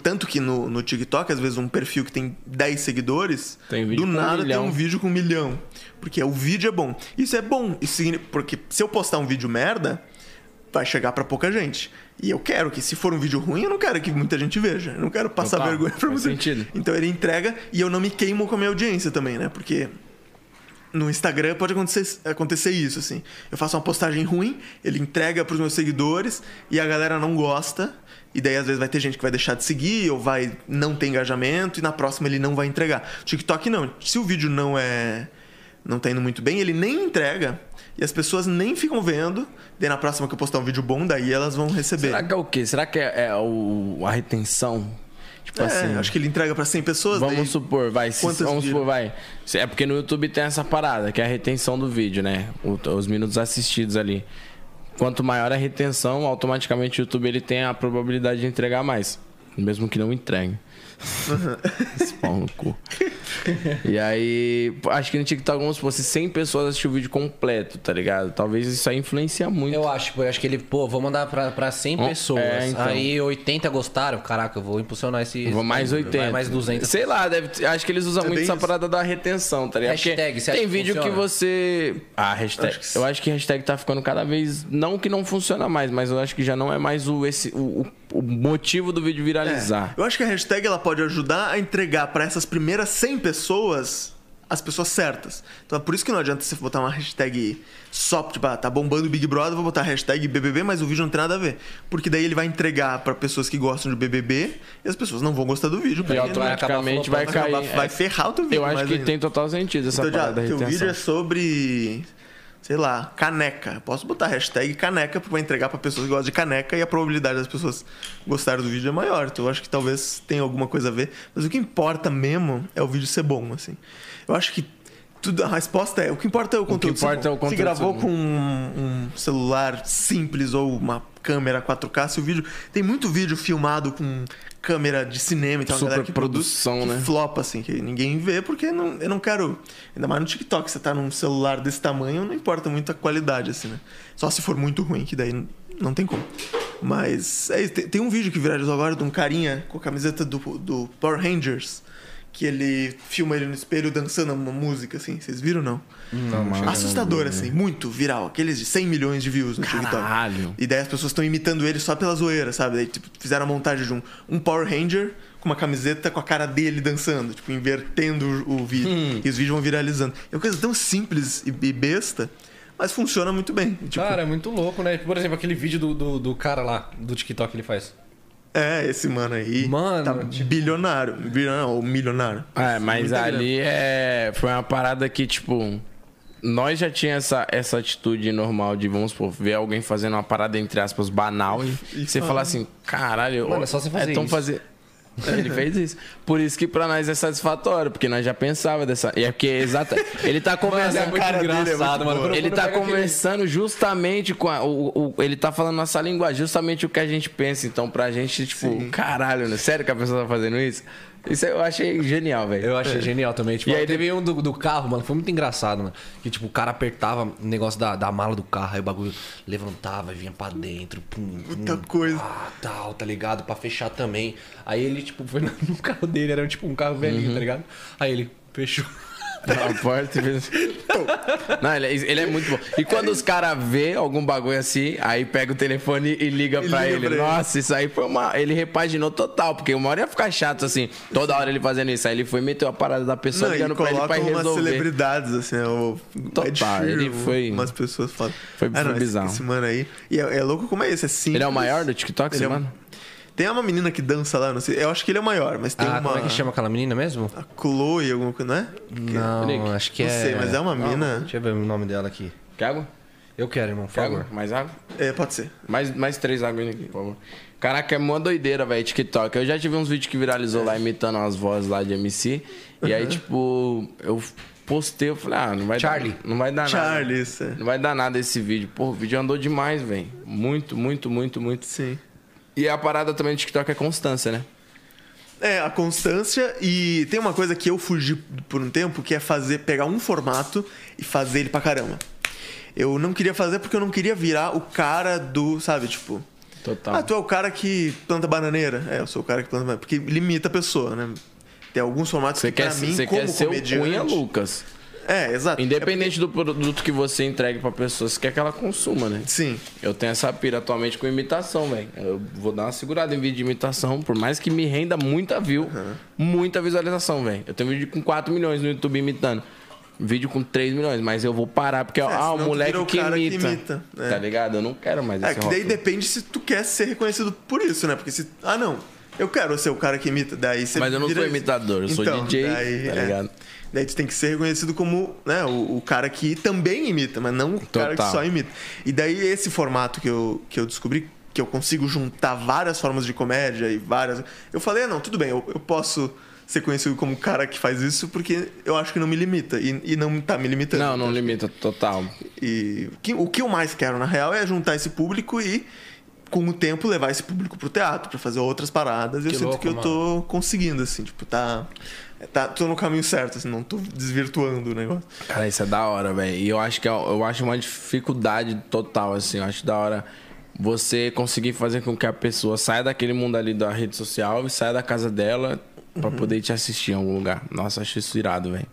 [SPEAKER 3] Tanto que no, no TikTok, às vezes, um perfil que tem 10 seguidores,
[SPEAKER 1] Tem vídeo
[SPEAKER 3] do
[SPEAKER 1] com um
[SPEAKER 3] nada tem
[SPEAKER 1] milhão.
[SPEAKER 3] um vídeo com um milhão. Porque o vídeo é bom. Isso é bom, isso significa, porque se eu postar um vídeo merda, vai chegar pra pouca gente. E eu quero que, se for um vídeo ruim, eu não quero que muita gente veja. Eu não quero passar
[SPEAKER 1] Total,
[SPEAKER 3] vergonha pra
[SPEAKER 1] faz
[SPEAKER 3] muita
[SPEAKER 1] sentido.
[SPEAKER 3] Então ele entrega e eu não me queimo com a minha audiência também, né? Porque no Instagram pode acontecer, acontecer isso, assim. Eu faço uma postagem ruim, ele entrega pros meus seguidores e a galera não gosta. E daí, às vezes, vai ter gente que vai deixar de seguir ou vai não ter engajamento e na próxima ele não vai entregar. TikTok não. Se o vídeo não é. não tá indo muito bem, ele nem entrega. E as pessoas nem ficam vendo. Daí na próxima que eu postar um vídeo bom, daí elas vão receber.
[SPEAKER 1] Será que é o quê? Será que é, é o, a retenção? Tipo
[SPEAKER 3] É,
[SPEAKER 1] assim.
[SPEAKER 3] acho que ele entrega pra 100 pessoas.
[SPEAKER 1] Vamos
[SPEAKER 3] daí...
[SPEAKER 1] supor, vai. se-
[SPEAKER 3] quantas
[SPEAKER 1] vamos
[SPEAKER 3] viram?
[SPEAKER 1] supor, vai. Se- É porque no YouTube tem essa parada, que é a retenção do vídeo, né? O- os minutos assistidos ali. Quanto maior a retenção, automaticamente o YouTube ele tem a probabilidade de entregar mais. Mesmo que não entregue. Esse pau no cu. E aí, pô, acho que no TikTok, vamos supor, se 100 pessoas assistir o vídeo completo, tá ligado? Talvez isso aí influencia muito.
[SPEAKER 2] Eu acho, eu acho que ele, pô, vou mandar pra, pra 100
[SPEAKER 1] Oh,
[SPEAKER 2] pessoas.
[SPEAKER 1] é, então.
[SPEAKER 2] Aí 80 gostaram. Caraca, eu vou impulsionar esse.
[SPEAKER 1] Vou mais
[SPEAKER 2] esse número,
[SPEAKER 1] 80.
[SPEAKER 2] vai Mais 200.
[SPEAKER 1] Sei lá, deve ter- acho que eles usam muito
[SPEAKER 3] bem
[SPEAKER 1] essa
[SPEAKER 3] isso.
[SPEAKER 1] parada da retenção, tá ligado? Porque
[SPEAKER 2] Hashtag, você acha
[SPEAKER 1] tem
[SPEAKER 2] que
[SPEAKER 1] vídeo que
[SPEAKER 2] funciona?
[SPEAKER 1] você. Ah, hashtag.
[SPEAKER 3] Acho que
[SPEAKER 1] eu acho que hashtag tá ficando cada vez. Não que não funciona mais, mas eu acho que já não é mais o, esse, o, o- o motivo do vídeo viralizar.
[SPEAKER 3] É. Eu acho que a hashtag ela pode ajudar a entregar pra essas primeiras 100 pessoas as pessoas certas. Então é por isso que não adianta você botar uma hashtag só, tipo, ah, tá bombando o Big Brother, vou botar a hashtag BBB, mas o vídeo não tem nada a ver. Porque daí ele vai entregar pra pessoas que gostam de BBB e as pessoas não vão gostar do vídeo. porque
[SPEAKER 1] e
[SPEAKER 3] não
[SPEAKER 1] automaticamente vai,
[SPEAKER 2] vai
[SPEAKER 3] É. vai, acabar-
[SPEAKER 1] cair. é.
[SPEAKER 3] vai ferrar o teu vídeo.
[SPEAKER 1] eu acho
[SPEAKER 3] mais
[SPEAKER 1] que
[SPEAKER 3] ainda.
[SPEAKER 1] tem total sentido essa
[SPEAKER 3] Então, já,
[SPEAKER 1] parada da
[SPEAKER 3] teu
[SPEAKER 1] retenção.
[SPEAKER 3] vídeo é sobre, sei lá, caneca. Posso botar hashtag caneca, porque vai entregar pra pessoas que gostam de caneca e a probabilidade das pessoas gostarem do vídeo é maior. Então, eu acho que talvez tenha alguma coisa a ver. Mas o que importa mesmo é o vídeo ser bom, assim. Eu acho que tudo, a resposta é: o que importa é o conteúdo. ser
[SPEAKER 1] importa
[SPEAKER 3] bom.
[SPEAKER 1] é o conteúdo
[SPEAKER 3] Se gravou
[SPEAKER 1] ser bom.
[SPEAKER 3] com um, um celular simples ou uma câmera 4K, se o vídeo. Tem muito vídeo filmado com câmera de cinema e tal, a galera que produz,
[SPEAKER 1] Superprodução,
[SPEAKER 3] que
[SPEAKER 1] né?
[SPEAKER 3] flopa, assim, que ninguém vê, porque não- eu não quero. Ainda mais no TikTok, você tá num celular desse tamanho, não importa muito a qualidade, assim, né? Só se for muito ruim, que daí n- não tem como. Mas é isso. Tem, tem um vídeo que viralizou agora de um carinha com a camiseta do, do Power Rangers, que ele filma ele no espelho dançando uma música, assim. Vocês viram ou não?
[SPEAKER 2] Não, mano.
[SPEAKER 3] Assustador, assim, muito viral. Aqueles de 100 milhões de views no TikTok.
[SPEAKER 1] Caralho.
[SPEAKER 3] E daí as pessoas estão imitando ele só pela zoeira, sabe? Daí, tipo, fizeram a montagem de um, um Power Ranger com uma camiseta com a cara dele dançando, tipo, invertendo o, o vídeo.
[SPEAKER 1] Hum.
[SPEAKER 3] E os vídeos vão viralizando. É uma coisa tão simples e, e besta, mas funciona muito bem. Tipo,
[SPEAKER 1] Ah.
[SPEAKER 2] Cara, é muito louco, né? Por exemplo, aquele vídeo do, do, do cara lá, do TikTok que ele faz.
[SPEAKER 3] é, esse mano aí.
[SPEAKER 2] Mano,
[SPEAKER 3] Tá bilionário. Bilionário ou milionário.
[SPEAKER 1] É, mas
[SPEAKER 3] Muita grana.
[SPEAKER 1] ali é, foi uma parada que, tipo, nós já tinha essa, essa atitude normal de, vamos supor, ver alguém fazendo uma parada, entre aspas, banal e,
[SPEAKER 3] E
[SPEAKER 1] você
[SPEAKER 3] fala-
[SPEAKER 1] falar assim, caralho,
[SPEAKER 2] Mano,
[SPEAKER 1] ó,
[SPEAKER 2] é só você fazer
[SPEAKER 1] tão
[SPEAKER 2] isso.
[SPEAKER 1] fazer. É, Ele fez isso. Por isso que pra nós é satisfatório, porque nós já pensava dessa. E é porque exata. Ele tá conversando.
[SPEAKER 3] muito cara dele é muito boa.
[SPEAKER 2] Quando-
[SPEAKER 1] Ele
[SPEAKER 2] quando
[SPEAKER 1] tá
[SPEAKER 2] pega aquele-
[SPEAKER 1] conversando justamente com a, o, o- Ele tá falando nossa linguagem, justamente o que a gente pensa. Então, pra gente, tipo, caralho, né? sério que a pessoa tá fazendo isso? Isso eu achei genial, velho.
[SPEAKER 2] Eu achei genial também. Tipo,
[SPEAKER 1] E
[SPEAKER 2] e
[SPEAKER 1] aí
[SPEAKER 2] aí teve um do, do carro, mano. Foi muito engraçado, mano. Que tipo, o cara apertava o negócio da, da mala do carro, aí o bagulho levantava e vinha pra dentro. Pum, pum,
[SPEAKER 3] Muita coisa.
[SPEAKER 2] pá, tal, tá ligado? Pra fechar também. Aí ele, tipo, foi no carro dele, era tipo um carro velhinho, tá ligado? Aí ele fechou.
[SPEAKER 1] Abriu a porta e
[SPEAKER 3] assim.
[SPEAKER 1] fez- Não, ele é, ele é muito bom. E quando os caras vê algum bagulho assim, aí pega o telefone e liga
[SPEAKER 3] E
[SPEAKER 1] pra
[SPEAKER 3] liga
[SPEAKER 1] ele.
[SPEAKER 3] pra ele.
[SPEAKER 1] Nossa, isso aí foi uma. Ele repaginou total, porque uma hora ia ficar chato assim, toda hora ele fazendo isso. Aí ele foi e meteu a parada da pessoa
[SPEAKER 3] Não, e
[SPEAKER 1] ligando pra ele pra
[SPEAKER 3] colocam umas
[SPEAKER 1] resolver.
[SPEAKER 3] celebridades, assim, né? o
[SPEAKER 1] Total,
[SPEAKER 3] Ed Sheeran,
[SPEAKER 1] ele foi-
[SPEAKER 3] Umas pessoas falam.
[SPEAKER 1] foi
[SPEAKER 3] não, esse-
[SPEAKER 1] bizarro."
[SPEAKER 3] Esse, mano aí. E é, é louco como é esse, é simples.
[SPEAKER 1] Ele é o maior do TikTok,
[SPEAKER 3] Ele
[SPEAKER 1] esse
[SPEAKER 3] é um-
[SPEAKER 1] mano?
[SPEAKER 3] Tem uma menina que dança lá, não sei. Eu acho que ele é o maior, mas tem
[SPEAKER 2] Ah,
[SPEAKER 3] uma.
[SPEAKER 2] como é que chama aquela menina mesmo?
[SPEAKER 3] A Chloe, alguma coisa, não é?
[SPEAKER 2] Não,
[SPEAKER 1] Nick?
[SPEAKER 2] acho que
[SPEAKER 3] Ah, Não
[SPEAKER 2] é.
[SPEAKER 3] sei, mas é uma mina.
[SPEAKER 2] Deixa eu ver o nome dela aqui.
[SPEAKER 1] Quer água?
[SPEAKER 2] Eu quero, irmão, por
[SPEAKER 1] Quer
[SPEAKER 2] favor.
[SPEAKER 1] água? Mais água?
[SPEAKER 3] É, pode ser.
[SPEAKER 1] Mais, mais três águas aqui, por favor. Caraca, é mó doideira, velho, TikTok. Eu já tive uns vídeos que viralizou lá imitando as vozes lá de MC. E aí, tipo, eu postei, eu falei, ah, não vai
[SPEAKER 2] Charlie.
[SPEAKER 1] dar. Não vai dar nada.
[SPEAKER 3] Charlie, isso é.
[SPEAKER 1] Não vai dar nada esse vídeo. Pô, o vídeo andou demais, velho. Muito, muito, muito, muito.
[SPEAKER 3] Sim.
[SPEAKER 1] E a parada também do TikTok é constância, né?
[SPEAKER 3] É, a constância e tem uma coisa que eu fugi por um tempo, que é fazer, pegar um formato e fazer ele pra caramba. Eu não queria fazer porque eu não queria virar o cara do, sabe, tipo...
[SPEAKER 1] Total.
[SPEAKER 3] Ah, tu é o cara que planta bananeira. É, eu sou o cara que planta bananeira. Porque limita a pessoa, né? Tem alguns formatos
[SPEAKER 1] Você
[SPEAKER 3] que,
[SPEAKER 1] quer,
[SPEAKER 3] pra mim,
[SPEAKER 1] você
[SPEAKER 3] como
[SPEAKER 1] quer ser o
[SPEAKER 3] comediante...
[SPEAKER 1] Cunha Lucas.
[SPEAKER 3] É, exato.
[SPEAKER 1] Independente do produto que você entregue pra pessoa, você quer que ela consuma, né?
[SPEAKER 3] Sim.
[SPEAKER 1] Eu tenho essa pira atualmente com imitação, velho. Eu vou dar uma segurada em vídeo de imitação, por mais que me renda muita view, muita visualização, velho. Eu tenho vídeo com 4 milhões no YouTube imitando. Vídeo com 3 milhões, mas eu vou parar, porque, ah,
[SPEAKER 3] É, senão
[SPEAKER 1] o
[SPEAKER 3] tu vira
[SPEAKER 1] moleque
[SPEAKER 3] o
[SPEAKER 1] que
[SPEAKER 3] cara que
[SPEAKER 1] imita.
[SPEAKER 3] imita, né?
[SPEAKER 1] Tá ligado? Eu não quero mais
[SPEAKER 3] É,
[SPEAKER 1] esse
[SPEAKER 3] que daí
[SPEAKER 1] rótulo.
[SPEAKER 3] depende se tu quer ser reconhecido por isso, né? Porque se... Ah, não. Eu quero ser o cara que imita. Daí você
[SPEAKER 1] Mas eu não
[SPEAKER 3] vira
[SPEAKER 1] sou
[SPEAKER 3] isso.
[SPEAKER 1] imitador, eu sou DJ, tá ligado?
[SPEAKER 3] Daí tu tem que ser reconhecido como né, o, o cara que também imita, mas não o cara que
[SPEAKER 1] Total.
[SPEAKER 3] só imita. E daí esse formato que eu, que eu descobri, que eu consigo juntar várias formas de comédia e várias... Eu falei, ah, não, tudo bem, eu, eu posso ser conhecido como o cara que faz isso porque eu acho que não me limita e, e não tá me limitando.
[SPEAKER 1] Não, não limita, total.
[SPEAKER 3] E o que, o que eu mais quero, na real, é juntar esse público e, com o tempo, levar esse público pro teatro, pra fazer outras paradas. E eu
[SPEAKER 2] Que
[SPEAKER 3] sinto
[SPEAKER 2] louco,
[SPEAKER 3] que eu tô conseguindo, assim, tipo, tá, tá. Tô no caminho certo, assim, não tô desvirtuando o negócio.
[SPEAKER 1] Cara, isso é da hora, velho. E eu acho que é, eu acho uma dificuldade total, assim. Eu acho da hora você conseguir fazer com que a pessoa saia daquele mundo ali da rede social e saia da casa dela pra
[SPEAKER 3] Uhum.
[SPEAKER 1] poder te assistir em algum lugar. Nossa, acho isso irado, velho.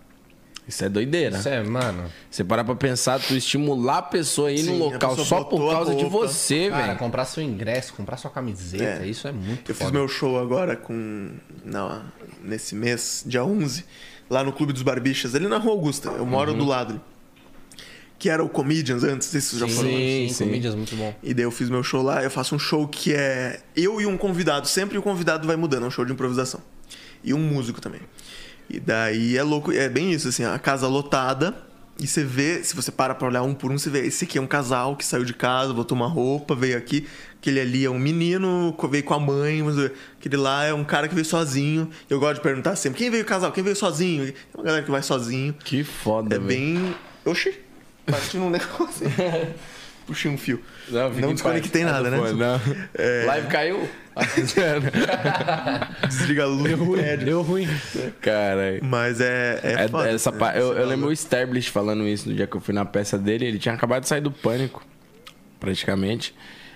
[SPEAKER 1] Isso é doideira.
[SPEAKER 2] Isso é, mano.
[SPEAKER 1] Você para pra pensar, tu estimular a pessoa a ir
[SPEAKER 3] Sim,
[SPEAKER 1] num
[SPEAKER 3] a
[SPEAKER 1] local
[SPEAKER 3] pessoa
[SPEAKER 1] só por
[SPEAKER 3] botou a
[SPEAKER 1] causa de
[SPEAKER 3] roupa.
[SPEAKER 1] você,
[SPEAKER 2] Cara,
[SPEAKER 1] velho.
[SPEAKER 2] comprar seu ingresso, comprar sua camiseta,
[SPEAKER 3] É.
[SPEAKER 2] isso é muito
[SPEAKER 3] Eu fiz
[SPEAKER 2] foda.
[SPEAKER 3] meu show agora com. na- nesse mês, dia 11, lá no Clube dos Barbixas, ali na Rua Augusta. Eu
[SPEAKER 2] Uhum.
[SPEAKER 3] moro do lado. ali. Que era o Comedians antes, isso já
[SPEAKER 2] Sim,
[SPEAKER 3] foram.
[SPEAKER 2] sim,
[SPEAKER 1] Sim, sim.
[SPEAKER 2] comedians muito bom.
[SPEAKER 3] E daí eu fiz meu show lá. Eu faço um show que é eu e um convidado. Sempre o convidado vai mudando. É um show de improvisação. E um músico também. E daí é louco. É bem isso, assim. A casa lotada. E você vê, se você para pra olhar um por um, você vê. Esse aqui é um casal que saiu de casa, botou uma roupa, veio aqui. Aquele ali é um menino, co- veio com a mãe. Mas aquele lá é um cara que veio sozinho. Eu gosto de perguntar sempre: quem veio casal? Quem veio sozinho? Tem uma galera que vai sozinho.
[SPEAKER 1] Que foda,
[SPEAKER 3] É
[SPEAKER 1] velho.
[SPEAKER 3] bem. Oxi! Bati num negócio. Puxei um fio. Não,
[SPEAKER 1] fica em
[SPEAKER 3] desconectei
[SPEAKER 1] paz.
[SPEAKER 3] nada,
[SPEAKER 1] Ah,
[SPEAKER 3] né?
[SPEAKER 1] não foi, não.
[SPEAKER 3] É.
[SPEAKER 1] Live caiu?
[SPEAKER 3] Desliga a luz. É,
[SPEAKER 2] Deu ruim.
[SPEAKER 1] Caralho.
[SPEAKER 3] Mas é. É,
[SPEAKER 1] É,
[SPEAKER 3] foda,
[SPEAKER 1] essa
[SPEAKER 3] né?
[SPEAKER 1] pa- eu,
[SPEAKER 3] Essa
[SPEAKER 1] eu lembro o Sterblich falando isso no dia que eu fui na peça dele. Ele tinha acabado de sair do pânico, praticamente.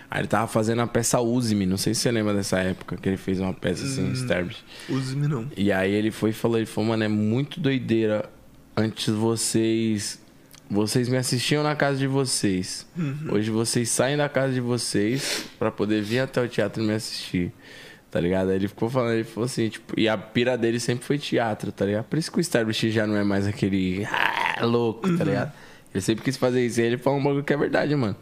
[SPEAKER 1] Aí ele tava fazendo a peça Use-me. Não sei se você lembra dessa época que ele fez uma peça
[SPEAKER 3] Hum.
[SPEAKER 1] assim, o Sterblich.
[SPEAKER 3] Use-me não.
[SPEAKER 1] E aí ele foi e falou, ele falou, mano, é muito doideira. Antes vocês. Vocês me assistiam na casa de vocês. Hoje vocês saem da casa de vocês pra poder vir até o teatro e me assistir. Tá ligado? Aí ele ficou falando, ele falou assim, tipo, e a pira dele sempre foi teatro, tá ligado? Por isso que o Starbucks já não é mais aquele ah, louco, tá ligado? Ele sempre quis fazer isso. E aí ele falou um bagulho que é verdade, mano.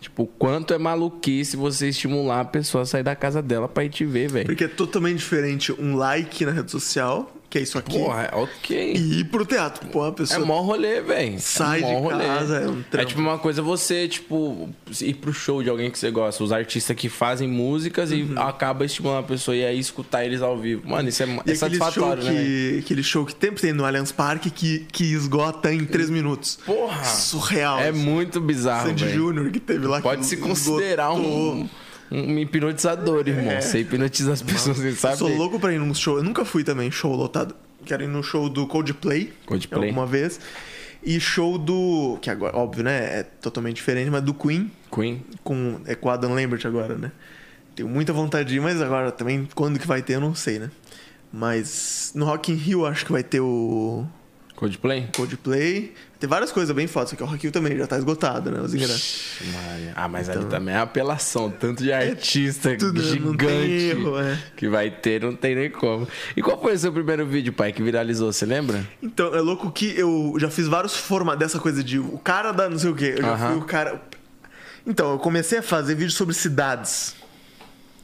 [SPEAKER 1] Tipo, o quanto é maluquice você estimular a pessoa a sair da casa dela pra ir te ver, velho.
[SPEAKER 3] Porque é totalmente diferente um like na rede social, que é isso aqui,
[SPEAKER 1] Porra, ok.
[SPEAKER 3] e ir pro teatro. Pô, a
[SPEAKER 1] É
[SPEAKER 3] pessoa.
[SPEAKER 1] mó rolê, velho. é
[SPEAKER 3] Sai
[SPEAKER 1] mó
[SPEAKER 3] de casa, é um
[SPEAKER 1] É
[SPEAKER 3] trampo.
[SPEAKER 1] tipo uma coisa você, tipo, ir pro show de alguém que você gosta. Os artistas que fazem músicas e acaba estimulando a pessoa e aí escutar eles ao vivo. Mano, isso é,
[SPEAKER 3] Uhum. e
[SPEAKER 1] é
[SPEAKER 3] aquele show,
[SPEAKER 1] satisfatório,
[SPEAKER 3] que,
[SPEAKER 1] né? véi?
[SPEAKER 3] aquele show que sempre tem no Allianz Parque que, que esgota em 3 minutos.
[SPEAKER 1] Porra!
[SPEAKER 3] Surreal.
[SPEAKER 1] É
[SPEAKER 3] assim.
[SPEAKER 1] muito bizarro,
[SPEAKER 3] Sandy
[SPEAKER 1] velho.
[SPEAKER 3] Júnior que teve lá
[SPEAKER 1] Pode
[SPEAKER 3] que
[SPEAKER 1] se considerar
[SPEAKER 3] esgotou. É.
[SPEAKER 1] um, um hipnotizador, irmão. Você hipnotiza as pessoas sem
[SPEAKER 3] Eu sou
[SPEAKER 1] saber.
[SPEAKER 3] louco pra ir num show. Eu nunca fui também, show lotado. Quero ir no show do Coldplay.
[SPEAKER 1] Coldplay.
[SPEAKER 3] Alguma vez. E show do. Que agora, óbvio, né? É totalmente diferente, mas do Queen.
[SPEAKER 1] Queen.
[SPEAKER 3] Com, é com o Adam Lambert agora, né? Tenho muita vontade de ir, mas agora também quando que vai ter, eu não sei, né? Mas no Rock in Rio acho que vai ter o
[SPEAKER 1] Coldplay?
[SPEAKER 3] Coldplay. Tem várias coisas bem fodas, só que o Rock in Rio também já tá esgotado, né? Os ingressos.
[SPEAKER 1] Maria. Ah, mas ali também é apelação. Tanto de artista
[SPEAKER 3] Então- tudo,
[SPEAKER 1] gigante
[SPEAKER 3] não tem erro, é.
[SPEAKER 1] que vai ter, não tem nem como. E qual foi o seu primeiro vídeo, pai, que viralizou? Você lembra?
[SPEAKER 3] Então, é louco que eu já fiz vários formatos dessa coisa de o cara da não sei o quê. Eu já
[SPEAKER 1] Aham.
[SPEAKER 3] fui o cara. Então, eu comecei a fazer vídeos sobre cidades.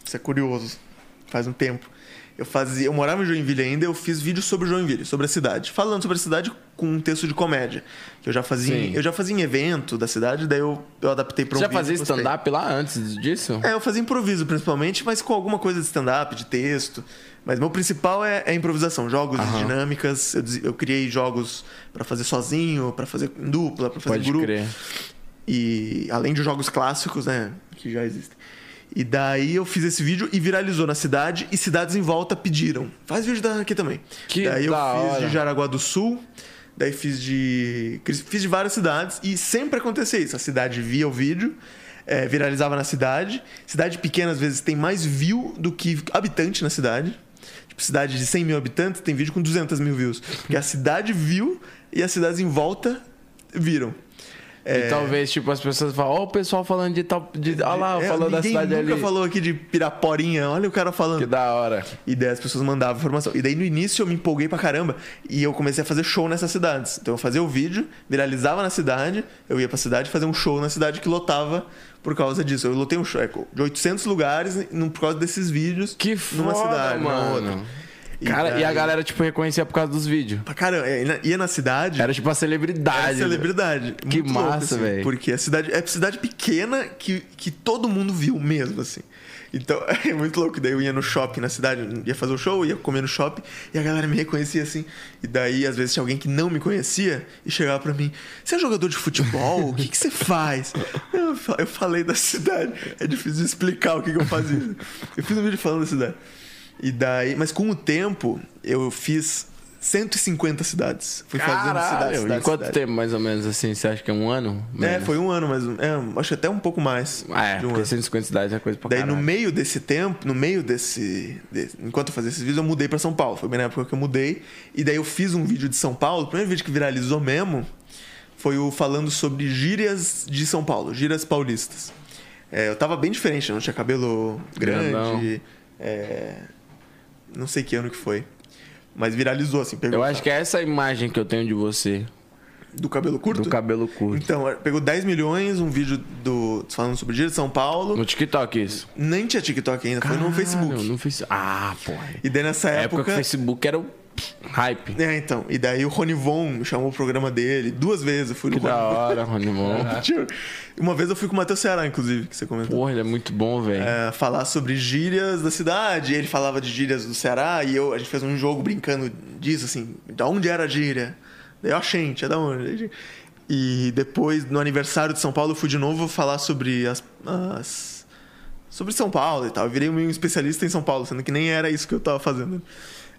[SPEAKER 3] Isso é curioso. faz um tempo. Eu fazia, eu morava em Joinville ainda, eu fiz vídeo sobre Joinville, sobre a cidade, falando sobre a cidade com um texto de comédia, que eu já fazia, em-
[SPEAKER 1] Sim.
[SPEAKER 3] eu já fazia em evento da cidade, daí eu, eu adaptei para um
[SPEAKER 1] Você já
[SPEAKER 3] vídeo e
[SPEAKER 1] fazia
[SPEAKER 3] postei.
[SPEAKER 1] stand-up lá antes disso?
[SPEAKER 3] É, eu fazia improviso principalmente, mas com alguma coisa de stand-up, de texto. Mas meu principal é, é improvisação, jogos e dinâmicas. Eu, des- eu criei jogos pra fazer sozinho, pra fazer em dupla, pra fazer em
[SPEAKER 1] Pode
[SPEAKER 3] grupo.
[SPEAKER 1] crer.
[SPEAKER 3] E além de jogos clássicos, né, que já existem. E daí eu fiz esse vídeo e viralizou na cidade e cidades em volta pediram. Faz vídeo da aqui também.
[SPEAKER 1] Que
[SPEAKER 3] daí
[SPEAKER 1] da
[SPEAKER 3] eu fiz
[SPEAKER 1] hora.
[SPEAKER 3] de Jaraguá do Sul, daí fiz de fiz de várias cidades e sempre acontecia isso. A cidade via o vídeo, eh, viralizava na cidade. Cidade pequena às vezes tem mais view do que habitante na cidade. Tipo, cidade de 100 mil habitantes tem vídeo com 200 mil views. Porque a cidade viu e as cidades em volta viram.
[SPEAKER 1] E talvez, tipo, as pessoas falam, ó, o pessoal falando de tal. De, olha lá,
[SPEAKER 3] É. É,
[SPEAKER 1] falou da
[SPEAKER 3] ninguém
[SPEAKER 1] cidade
[SPEAKER 3] nunca
[SPEAKER 1] ali.
[SPEAKER 3] falou aqui de Piraporinha. Olha o cara falando.
[SPEAKER 1] Que da hora.
[SPEAKER 3] E daí as pessoas mandavam informação. E daí no início eu me empolguei pra caramba. E eu comecei a fazer show nessas cidades. Então eu fazia o vídeo, viralizava na cidade, eu ia pra cidade fazer um show na cidade que lotava por causa disso. Eu lotei um show é, de 800 lugares num- por causa desses vídeos.
[SPEAKER 1] Que
[SPEAKER 3] Numa
[SPEAKER 1] foda,
[SPEAKER 3] cidade, numa outra.
[SPEAKER 1] mano. Cara, e a
[SPEAKER 3] daí-
[SPEAKER 1] galera, tipo, reconhecia por causa dos vídeos.
[SPEAKER 3] Pra caramba, é, e na- ia na cidade.
[SPEAKER 1] Era tipo a celebridade.
[SPEAKER 3] Era é celebridade.
[SPEAKER 1] Que
[SPEAKER 3] Muito louco,
[SPEAKER 1] massa,
[SPEAKER 3] assim,
[SPEAKER 1] velho.
[SPEAKER 3] Porque a cidade é cidade pequena que, que todo mundo viu mesmo, assim. Então, é muito louco. Daí eu ia no shopping na cidade, ia fazer o show, ia comer no shopping, e a galera me reconhecia assim. E daí, às vezes, tinha alguém que não me conhecia e chegava pra mim: Você é jogador de futebol? O que, que você faz? Eu, fa- eu falei da cidade. É difícil de explicar o que, que eu fazia. Eu fiz um vídeo falando da cidade. E daí, mas com o tempo, eu fiz 150 cidades. Fui fazendo cidades.
[SPEAKER 1] Caralho,
[SPEAKER 3] cidades,
[SPEAKER 1] em quanto
[SPEAKER 3] cidades.
[SPEAKER 1] tempo, mais ou menos, assim? Você acha que é um ano?
[SPEAKER 3] É,
[SPEAKER 1] Menos?
[SPEAKER 3] foi um ano, mas é, acho até um pouco mais
[SPEAKER 1] Ah, é,
[SPEAKER 3] de um
[SPEAKER 1] porque
[SPEAKER 3] ano.
[SPEAKER 1] 150 cidades é coisa pra
[SPEAKER 3] Daí no
[SPEAKER 1] caralho.
[SPEAKER 3] meio desse tempo, no meio desse, desse- enquanto eu fazia esses vídeos, eu mudei pra São Paulo. Foi bem na época que eu mudei e daí eu fiz um vídeo de São Paulo. O primeiro vídeo que viralizou mesmo foi o falando sobre gírias de São Paulo, gírias paulistas. É, eu tava bem diferente, não tinha cabelo grande.
[SPEAKER 1] Grandão.
[SPEAKER 3] é, não sei que ano que foi. Mas viralizou, assim, pegou
[SPEAKER 1] Eu acho que é essa imagem que eu tenho de você.
[SPEAKER 3] do cabelo curto.
[SPEAKER 1] Do cabelo curto.
[SPEAKER 3] Então, pegou 10 milhões, um vídeo do falando sobre gíria de São Paulo.
[SPEAKER 1] No TikTok, isso.
[SPEAKER 3] Nem tinha TikTok ainda, foi no
[SPEAKER 1] Ah,
[SPEAKER 3] Facebook. É,
[SPEAKER 1] não, no Facebook. Ah, porra.
[SPEAKER 3] E daí nessa
[SPEAKER 1] Na época que
[SPEAKER 3] época.
[SPEAKER 1] o Facebook era o hype.
[SPEAKER 3] É, então. E daí o Rony Von me chamou o programa dele duas vezes. Eu fui
[SPEAKER 1] Que
[SPEAKER 3] no
[SPEAKER 1] da
[SPEAKER 3] Rony
[SPEAKER 1] hora, Ronimon.
[SPEAKER 3] Von. Uma vez eu fui com o Matheus Ceará, inclusive, que você comentou.
[SPEAKER 1] Porra, ele é muito bom, velho.
[SPEAKER 3] É, falar sobre gírias da cidade. Ele falava de gírias do Ceará e eu, a gente fez um jogo brincando disso, assim, da onde era a gíria. Daí eu achei, é da onde. E depois, no aniversário de São Paulo, eu fui de novo falar sobre as. as- sobre São Paulo e tal. Eu virei um especialista em São Paulo, sendo que nem era isso que eu tava fazendo.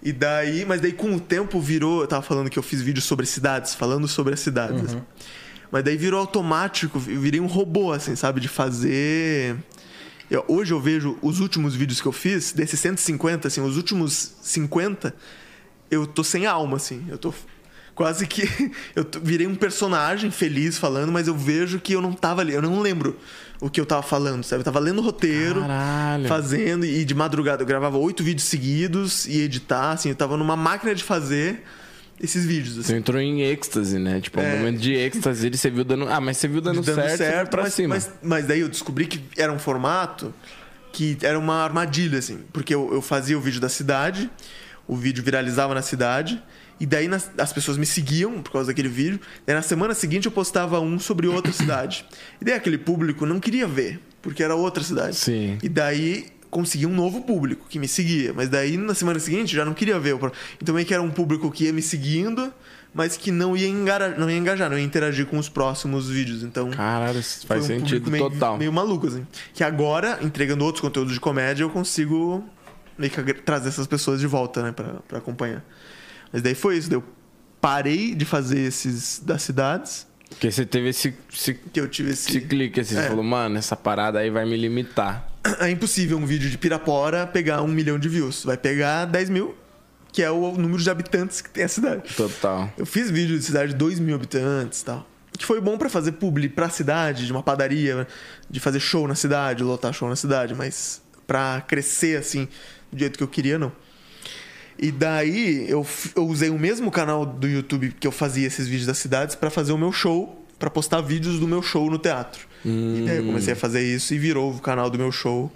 [SPEAKER 3] E daí, mas daí com o tempo virou, eu tava falando que eu fiz vídeos sobre cidades, falando sobre as cidades. assim. Mas daí virou automático, eu virei um robô, assim, sabe? De fazer. Eu- hoje eu vejo os últimos vídeos que eu fiz, desses 150, assim, os últimos 50, eu tô sem alma, assim. Eu tô quase que. Eu tô- virei um personagem feliz falando, mas eu vejo que eu não tava ali, eu não lembro o que eu tava falando, sabe? Eu tava lendo o roteiro,
[SPEAKER 1] Caralho.
[SPEAKER 3] fazendo, e de madrugada eu gravava oito vídeos seguidos e editar, assim, eu tava numa máquina de fazer esses vídeos, assim.
[SPEAKER 1] Você entrou em êxtase, né? Tipo, um momento de êxtase, ele você viu dando. Ah, mas você viu dando,
[SPEAKER 3] É. dando
[SPEAKER 1] certo,
[SPEAKER 3] certo,
[SPEAKER 1] você foi pra
[SPEAKER 3] mas,
[SPEAKER 1] cima.
[SPEAKER 3] Mas, mas daí eu descobri que era um formato que era uma armadilha, assim. Porque eu, eu fazia o vídeo da cidade, o vídeo viralizava na cidade, e daí nas- as pessoas me seguiam por causa daquele vídeo. Daí na semana seguinte eu postava um sobre outra cidade. E daí aquele público não queria ver, porque era outra cidade.
[SPEAKER 1] Sim.
[SPEAKER 3] E daí consegui um novo público que me seguia. Mas daí na semana seguinte já não queria ver. o pro- Então meio que era um público que ia me seguindo, mas que não ia, engara... não ia engajar, não ia interagir com os próximos vídeos. Então
[SPEAKER 1] Caralho, isso faz
[SPEAKER 3] foi um
[SPEAKER 1] sentido
[SPEAKER 3] público meio,
[SPEAKER 1] total.
[SPEAKER 3] meio maluco, assim. Que agora, entregando outros conteúdos de comédia, eu consigo meio que agra- trazer essas pessoas de volta, né, pra, pra acompanhar. Mas daí foi isso, daí eu parei de fazer esses das cidades,
[SPEAKER 1] Porque você teve esse, esse,
[SPEAKER 3] que eu tive esse.
[SPEAKER 1] esse clique assim, você
[SPEAKER 3] É.
[SPEAKER 1] falou, mano, essa parada aí vai me limitar.
[SPEAKER 3] É impossível um vídeo de Pirapora pegar um milhão de views. Vai pegar 10 mil, que é o número de habitantes que tem a cidade.
[SPEAKER 1] Total.
[SPEAKER 3] Eu fiz vídeo de cidade de 2 mil habitantes e tal. Que foi bom pra fazer publi pra cidade, de uma padaria, de fazer show na cidade, lotar show na cidade, mas pra crescer assim, do jeito que eu queria, não. E daí eu, f- eu usei o mesmo canal do YouTube que eu fazia esses vídeos das cidades pra fazer o meu show, pra postar vídeos do meu show no teatro. E daí eu comecei a fazer isso e virou o canal do meu show.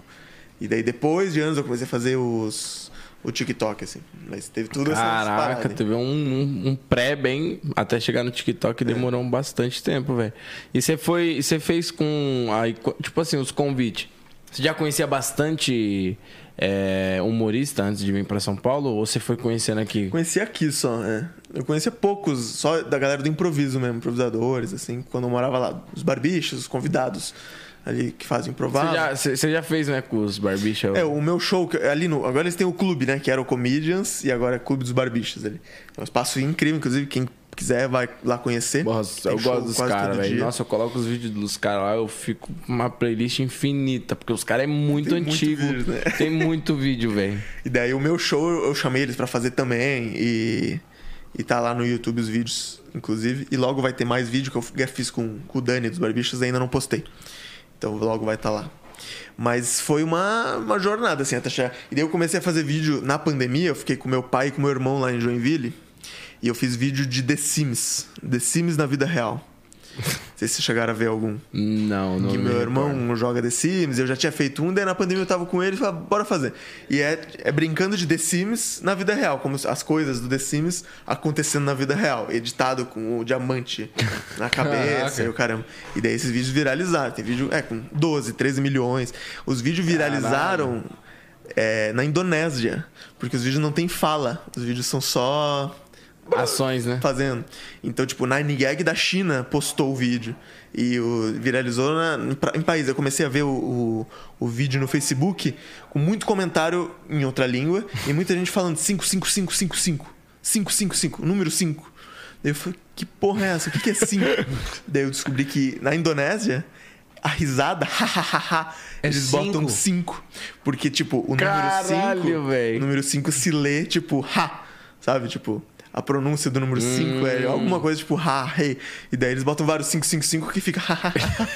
[SPEAKER 3] E daí depois de anos eu comecei a fazer os o TikTok, assim. Mas teve tudo essa
[SPEAKER 1] Caraca, teve um, um- um pré bem. Até chegar no
[SPEAKER 3] É.
[SPEAKER 1] TikTok demorou um bastante tempo, velho. E você foi. Você fez com. Aí, co- tipo assim, os convites. Você já conhecia bastante é, humorista antes de vir pra São Paulo? Ou você foi conhecendo aqui?
[SPEAKER 3] Conheci aqui só, é. Eu conhecia poucos, só da galera do improviso mesmo, improvisadores, assim, quando eu morava lá. Os barbichos, os convidados ali que fazem
[SPEAKER 1] Você
[SPEAKER 3] improvável.
[SPEAKER 1] já, você- você já fez, né, com os barbicha?
[SPEAKER 3] É, o meu show, que- ali no. Agora eles têm o clube, né? Que era o Comedians e agora é Clube dos Barbichos ali. É um espaço incrível, inclusive, quem quiser vai lá conhecer.
[SPEAKER 1] Nossa,
[SPEAKER 3] Tem
[SPEAKER 1] eu
[SPEAKER 3] show
[SPEAKER 1] gosto dos
[SPEAKER 3] quase
[SPEAKER 1] caras,
[SPEAKER 3] todo
[SPEAKER 1] velho.
[SPEAKER 3] dia.
[SPEAKER 1] Nossa, eu coloco os vídeos dos caras lá, eu fico com uma playlist infinita, porque os caras é muito
[SPEAKER 3] Tem muito
[SPEAKER 1] antigo.
[SPEAKER 3] vídeo, né?
[SPEAKER 1] Tem muito vídeo, velho.
[SPEAKER 3] E daí o meu show eu chamei eles pra fazer também e e tá lá no YouTube os vídeos, inclusive, e logo vai ter mais vídeo que eu f- fiz com, com o Dani dos Barbichos e ainda não postei. Então logo vai estar lá. Mas foi uma, uma jornada assim até chegar. E daí eu comecei a fazer vídeo na pandemia, eu fiquei com meu pai e com meu irmão lá em Joinville, e eu fiz vídeo de The Sims, The Sims na vida real. Não sei se vocês chegaram a ver algum.
[SPEAKER 1] Não, não.
[SPEAKER 3] Que
[SPEAKER 1] me
[SPEAKER 3] meu
[SPEAKER 1] recordo.
[SPEAKER 3] irmão joga The Sims, eu já tinha feito um, daí na pandemia eu tava com ele e falei, "Ah, bora fazer. E é, é brincando de The Sims na vida real, como as coisas do The Sims acontecendo na vida real, editado com o diamante na cabeça
[SPEAKER 2] Caraca.
[SPEAKER 3] e o caramba. E daí esses vídeos viralizaram, tem vídeo é, com 12, 13 milhões. Os vídeos viralizaram é, na Indonésia, porque os vídeos não tem fala, os vídeos são só
[SPEAKER 1] Ações, né?
[SPEAKER 3] fazendo. Então, tipo, Nine Gag da China postou o vídeo. E o, viralizou na- em, pra- em país. Eu comecei a ver o, o, o vídeo no Facebook com muito comentário em outra língua e muita gente falando 55555. 555, número 5. Daí eu falei, que porra é essa? O que, que é 5? Daí eu descobri que na Indonésia, a risada, hahaha,
[SPEAKER 2] É
[SPEAKER 3] eles botam
[SPEAKER 2] cinco.
[SPEAKER 3] 5. Porque, tipo, o
[SPEAKER 1] Caralho,
[SPEAKER 3] número 5.
[SPEAKER 1] véi.
[SPEAKER 3] número 5 se lê, tipo, ha, sabe? Tipo, a pronúncia do número 5
[SPEAKER 1] Hum.
[SPEAKER 3] é alguma coisa tipo ha, rei. E daí eles botam vários 555 que fica ha, ha, ha.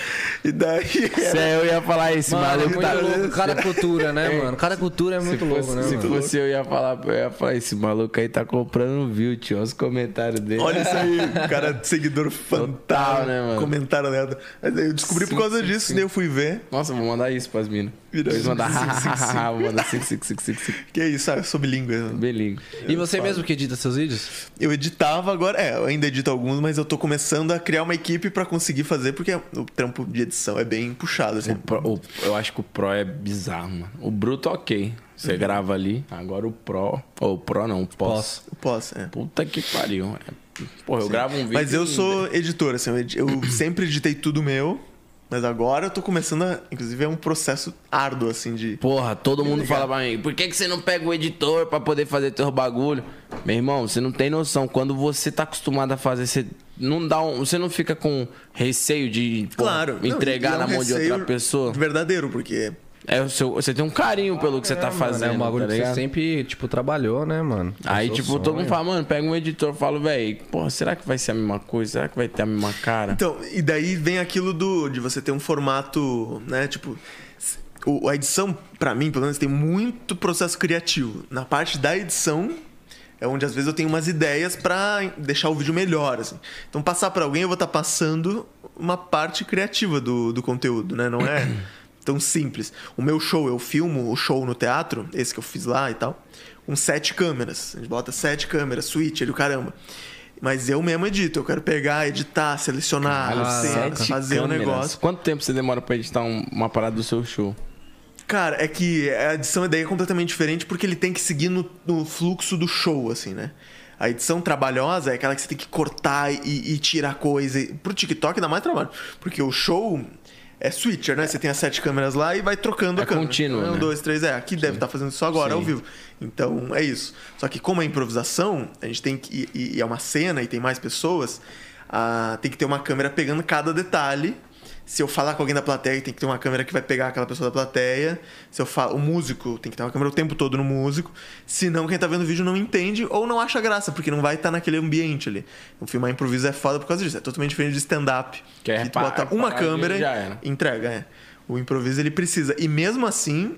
[SPEAKER 3] E daí.
[SPEAKER 1] Se eu ia falar esse
[SPEAKER 2] Mano, é
[SPEAKER 1] maluco tá.
[SPEAKER 2] muito louco. Cada cultura, né, mano? Cada cultura é
[SPEAKER 1] Se
[SPEAKER 2] muito louco,
[SPEAKER 1] fosse,
[SPEAKER 2] né,
[SPEAKER 1] se
[SPEAKER 2] mano?
[SPEAKER 1] fosse eu ia falar, eu ia falar, esse maluco aí tá comprando view, tio. Olha os comentários dele.
[SPEAKER 3] Olha isso aí, o cara é seguidor fantasma,
[SPEAKER 1] né, mano?
[SPEAKER 3] comentário aleatório. Mas daí Eu descobri por causa disso, daí eu fui ver.
[SPEAKER 1] Nossa, vou mandar isso pras minas.
[SPEAKER 3] Vira
[SPEAKER 1] Eles mandar
[SPEAKER 3] cinco, cinco, cinco.
[SPEAKER 1] vou mandar 5555.
[SPEAKER 3] Que é isso, sabe? Sobre língua.
[SPEAKER 1] Belinho.
[SPEAKER 2] E você mesmo que edita seus vídeos?
[SPEAKER 3] né? Eu editava agora, é, eu ainda edito alguns, mas eu tô começando a criar uma equipe pra conseguir fazer, porque o trampo de edição é bem puxado, assim.
[SPEAKER 1] O Pro- o- eu acho que o Pro é bizarro, mano. O Bruto, ok. Você
[SPEAKER 3] Uhum.
[SPEAKER 1] grava ali. Agora o Pro. Ou o Pro não, o Pós.
[SPEAKER 3] Eu posso, é.
[SPEAKER 1] Puta que pariu. é. Porra, eu gravo um vídeo.
[SPEAKER 3] Mas eu sou editor, assim, eu, edi- eu sempre editei tudo meu, mas agora eu tô começando a. Inclusive, é um processo árduo, assim, de.
[SPEAKER 1] Porra, todo mundo fala pra mim, por que, que você não pega o editor pra poder fazer teu bagulho? Meu irmão, você não tem noção. Quando você tá acostumado a fazer, você não dá um. Você não fica com receio de porra,
[SPEAKER 3] Claro, não,
[SPEAKER 1] entregar
[SPEAKER 3] e é um
[SPEAKER 1] na mão de outra
[SPEAKER 3] receio
[SPEAKER 1] pessoa.
[SPEAKER 3] Verdadeiro, porque.
[SPEAKER 1] É o seu, você tem um carinho pelo que você tá fazendo.
[SPEAKER 2] é um bagulho
[SPEAKER 1] tá
[SPEAKER 2] que
[SPEAKER 1] ligado?
[SPEAKER 2] você sempre, tipo, trabalhou, né, mano?
[SPEAKER 1] Aí,
[SPEAKER 2] Seu
[SPEAKER 1] tipo,
[SPEAKER 2] sonho.
[SPEAKER 1] todo mundo fala, mano, pega um editor, fala, velho, porra, será que vai ser a mesma coisa? Será que vai ter a mesma cara?
[SPEAKER 3] Então, e daí vem aquilo do de você ter um formato, né? Tipo, s- o, a edição, pra mim, pelo menos, tem muito processo criativo. Na parte da edição é onde às vezes eu tenho umas ideias pra deixar o vídeo melhor, assim. Então, passar pra alguém, eu vou estar passando uma parte criativa do, do conteúdo, né? Não é tão simples. O meu show, eu filmo o show no teatro, esse que eu fiz lá e tal, com sete câmeras. A gente bota sete câmeras, switch, ele o caramba. Mas eu mesmo edito, eu quero pegar, editar, selecionar,
[SPEAKER 1] Caralho,
[SPEAKER 3] cena,
[SPEAKER 1] sete
[SPEAKER 3] fazer o um
[SPEAKER 1] câmeras.
[SPEAKER 3] negócio.
[SPEAKER 1] Quanto tempo você demora pra editar um- uma parada do seu show?
[SPEAKER 3] Cara, é que a edição daí é completamente diferente porque ele tem que seguir no, no fluxo do show, assim, né? A edição trabalhosa é aquela que você tem que cortar e, e tirar coisa. E Pro TikTok dá mais trabalho. Porque o show é switcher, né? Você tem as sete câmeras lá e vai trocando
[SPEAKER 1] É
[SPEAKER 3] a câmera.
[SPEAKER 1] contínuo,
[SPEAKER 3] Um,
[SPEAKER 1] né?
[SPEAKER 3] dois, três, é. Aqui deve estar fazendo isso agora, ao
[SPEAKER 1] Sim.
[SPEAKER 3] vivo. Então, é isso. Só que como é improvisação, a gente tem que... E, e é uma cena e tem mais pessoas, ah, tem que ter uma câmera pegando cada detalhe. Se eu falar com alguém da plateia, tem que ter uma câmera que vai pegar aquela pessoa da plateia. Se eu falo, o músico tem que ter uma câmera o tempo todo no músico. Senão quem tá vendo o vídeo não entende ou não acha graça, porque não vai estar naquele ambiente ali. O filmar improviso é foda por causa disso. É totalmente diferente de stand-up.
[SPEAKER 1] Que é
[SPEAKER 3] tu bota
[SPEAKER 1] pa- paradinha
[SPEAKER 3] uma
[SPEAKER 1] e
[SPEAKER 3] câmera
[SPEAKER 1] já era.
[SPEAKER 3] entrega, é. O improviso ele precisa. E mesmo assim,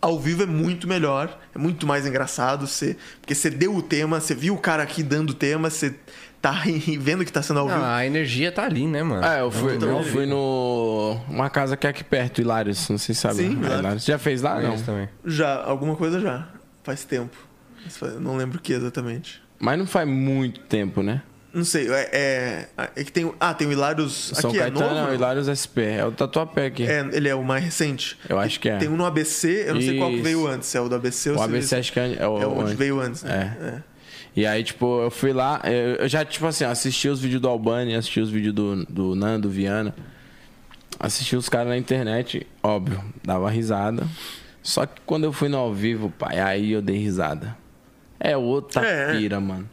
[SPEAKER 3] Ao vivo é muito melhor, é muito mais engraçado, você, porque você deu o tema, você viu o cara aqui dando o tema, você tá vendo que tá sendo ao vivo.
[SPEAKER 2] Ah, a energia tá ali, né,
[SPEAKER 3] Ah,
[SPEAKER 2] mano?
[SPEAKER 1] É, eu fui, eu fui no. Uma casa que é aqui perto, Hilários, não sei se sabe. né?
[SPEAKER 3] Sim, Hilários.
[SPEAKER 1] Hilários. Já fez lá? Não.
[SPEAKER 2] É Isso também.
[SPEAKER 3] Já, alguma coisa já. Faz tempo. Mas fa- Não lembro o que exatamente.
[SPEAKER 1] Mas não faz muito tempo, né?
[SPEAKER 3] Não sei, é, é, é que tem. o- Ah, tem o Hilários.
[SPEAKER 1] São
[SPEAKER 3] aqui
[SPEAKER 1] Caetano,
[SPEAKER 3] é novo.
[SPEAKER 1] não,
[SPEAKER 3] né?
[SPEAKER 1] Hilários SP. É o tatuapé aqui.
[SPEAKER 3] É, ele é o mais recente.
[SPEAKER 1] Eu acho que é.
[SPEAKER 3] Tem um no ABC, eu não sei qual que
[SPEAKER 1] Isso.
[SPEAKER 3] veio antes. É o do ABC ou
[SPEAKER 1] o
[SPEAKER 3] se
[SPEAKER 1] ABC
[SPEAKER 3] eles-
[SPEAKER 1] acho que é, é o.
[SPEAKER 3] é onde
[SPEAKER 1] antes.
[SPEAKER 3] veio antes, né? É.
[SPEAKER 1] E aí, tipo, eu fui lá, eu eu já, tipo assim, assisti os vídeos do Albani, assisti os vídeos do, do Nando, Viana. Assisti os caras na internet, óbvio, dava risada. Só que quando eu fui no ao vivo, pai, aí eu dei risada. É outra
[SPEAKER 3] É.
[SPEAKER 1] pira, mano.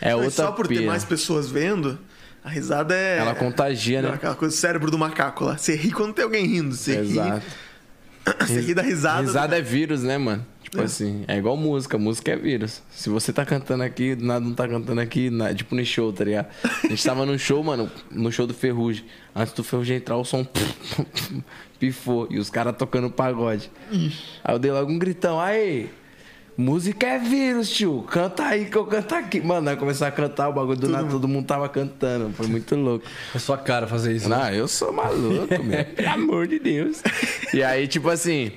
[SPEAKER 1] É
[SPEAKER 3] Mas
[SPEAKER 1] outra
[SPEAKER 3] só por
[SPEAKER 1] pira.
[SPEAKER 3] ter mais pessoas vendo, a risada é.
[SPEAKER 1] Ela contagia, né?
[SPEAKER 3] Aquela coisa, o cérebro do macaco lá. Você ri quando tem alguém rindo. Você
[SPEAKER 1] Exato.
[SPEAKER 3] ri. Você ri da risada.
[SPEAKER 1] Risada é vírus, né, mano? Tipo assim, é igual música, música é vírus. Se você tá cantando aqui, do nada não tá cantando aqui, na- tipo no show, tá ligado? A gente tava num show, mano, no show do Ferrugem. Antes do Ferrugem entrar, o som pifou e os caras tocando pagode. Aí eu dei logo um gritão, aí. Música é vírus, tio. Canta aí que eu canto aqui. Mano, aí começar a cantar o bagulho do nada, todo mundo tava cantando. Foi muito louco.
[SPEAKER 2] É sua cara fazer isso.
[SPEAKER 1] Não, eu sou maluco, meu. Pelo amor de Deus. E aí, tipo assim.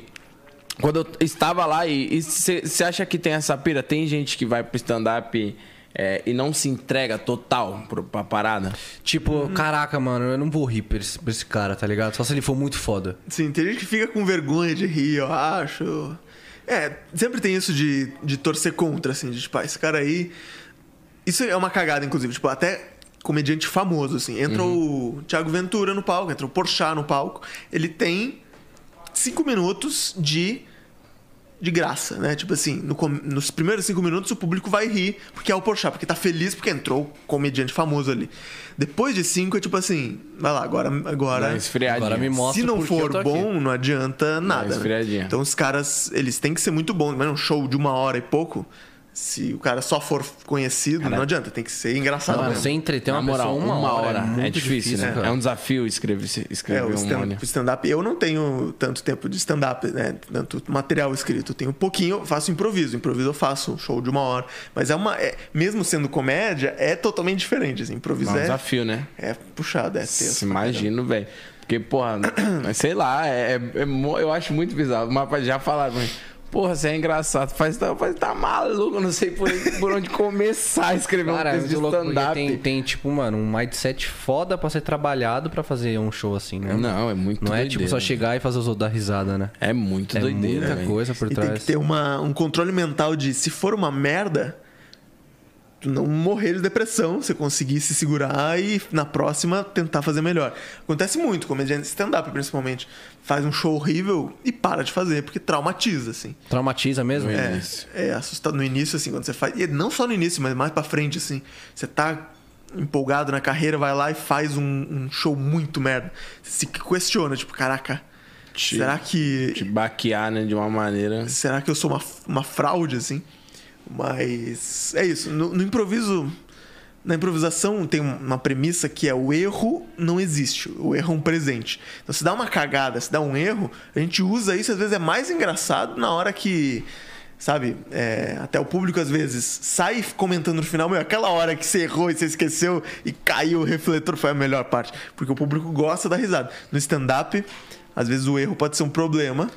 [SPEAKER 1] Quando eu estava lá e você acha que tem essa pira? Tem gente que vai pro stand-up é, e não se entrega total pro, pra parada?
[SPEAKER 2] Tipo, caraca, mano, eu não vou rir pra esse, pra esse cara, tá ligado? Só se ele for muito foda.
[SPEAKER 3] Sim, tem gente que fica com vergonha de rir, eu acho. É, sempre tem isso de, de torcer contra, assim, de tipo, ah, esse cara aí. Isso é uma cagada, inclusive, tipo, até comediante famoso, assim. Entra o Thiago Ventura no palco, entra o Porchat no palco. Ele tem cinco minutos de. De graça, né? Tipo assim, no com- nos primeiros cinco minutos o público vai rir porque é o Porchat, porque tá feliz porque entrou o comediante famoso ali. Depois de cinco é tipo assim, vai lá, agora... agora
[SPEAKER 1] Dá esfriadinha.
[SPEAKER 2] Agora me mostra
[SPEAKER 3] se não
[SPEAKER 2] por que eu
[SPEAKER 3] for
[SPEAKER 2] tô aqui.
[SPEAKER 3] bom, não adianta nada. né?
[SPEAKER 1] esfriadinha.
[SPEAKER 3] Então os caras, eles têm que ser muito bons. Mas um show de uma hora e pouco, se o cara só for conhecido, não adianta. Tem que ser engraçado
[SPEAKER 2] Mano,
[SPEAKER 3] mesmo.
[SPEAKER 2] você entreter
[SPEAKER 1] Tá Na
[SPEAKER 2] uma
[SPEAKER 1] moral,
[SPEAKER 2] pessoa uma, hora, é, muito
[SPEAKER 1] difícil, né?
[SPEAKER 2] cara.
[SPEAKER 1] É um desafio escrever,
[SPEAKER 3] É,
[SPEAKER 1] escrever
[SPEAKER 3] o
[SPEAKER 1] um
[SPEAKER 3] stand-
[SPEAKER 1] mole.
[SPEAKER 3] o stand-up. Eu não tenho tanto tempo de stand-up, né? Tanto material escrito. Eu tenho um pouquinho, eu faço improviso. Improviso eu faço um show de uma hora. Mas é uma. é- mesmo sendo comédia, é totalmente diferente. Assim.
[SPEAKER 1] É um
[SPEAKER 3] Improviso é,
[SPEAKER 1] desafio, né?
[SPEAKER 3] é puxado, é
[SPEAKER 1] Se
[SPEAKER 3] tenso.
[SPEAKER 1] imagino, velho. Porque, porra, mas sei lá, é, é- é mo- eu acho muito bizarro. Mas já falaram, mas, porra, você é engraçado. Faz, tá, faz, tá maluco, eu não sei por, por onde começar a escrever um
[SPEAKER 2] Cara, é
[SPEAKER 1] texto de
[SPEAKER 2] muito louco, porque
[SPEAKER 1] stand-up.
[SPEAKER 2] tem, tem, tipo, mano, um mindset foda pra ser trabalhado pra fazer um show assim, né?
[SPEAKER 1] Não, é muito
[SPEAKER 2] Não é,
[SPEAKER 1] doideira.
[SPEAKER 2] tipo, só chegar e fazer os outros dar risada, né?
[SPEAKER 1] É muito
[SPEAKER 2] É
[SPEAKER 1] doideira,
[SPEAKER 2] muita
[SPEAKER 1] velho.
[SPEAKER 2] coisa por
[SPEAKER 3] E
[SPEAKER 2] trás.
[SPEAKER 3] tem que ter uma- um controle mental de se for uma merda, tu não morrer de depressão, você conseguir se segurar e na próxima tentar fazer melhor. Acontece muito, comediante de stand-up principalmente, faz um show horrível e para de fazer, porque traumatiza, assim.
[SPEAKER 2] Traumatiza mesmo?
[SPEAKER 1] um É.
[SPEAKER 3] É,
[SPEAKER 1] Isso.
[SPEAKER 3] é assustado no início, assim, quando você faz. E não só no início, mas mais pra frente, assim. Você tá empolgado na carreira, vai lá e faz um, um show muito merda. Você se questiona, tipo, caraca,
[SPEAKER 1] Te-
[SPEAKER 3] será que
[SPEAKER 1] Te baquear, né, de uma maneira.
[SPEAKER 3] será que eu sou uma, uma fraude, assim? Mas é isso. No, no improviso. Na improvisação tem uma premissa que é o erro não existe. O erro é um presente. Então se dá uma cagada, se dá um erro, a gente usa isso, às vezes é mais engraçado na hora que. Sabe, é, até o público às vezes sai comentando no final, meu, aquela hora que você errou e você esqueceu e caiu o refletor foi a melhor parte. Porque o público gosta da risada. No stand-up, às vezes o erro pode ser um problema,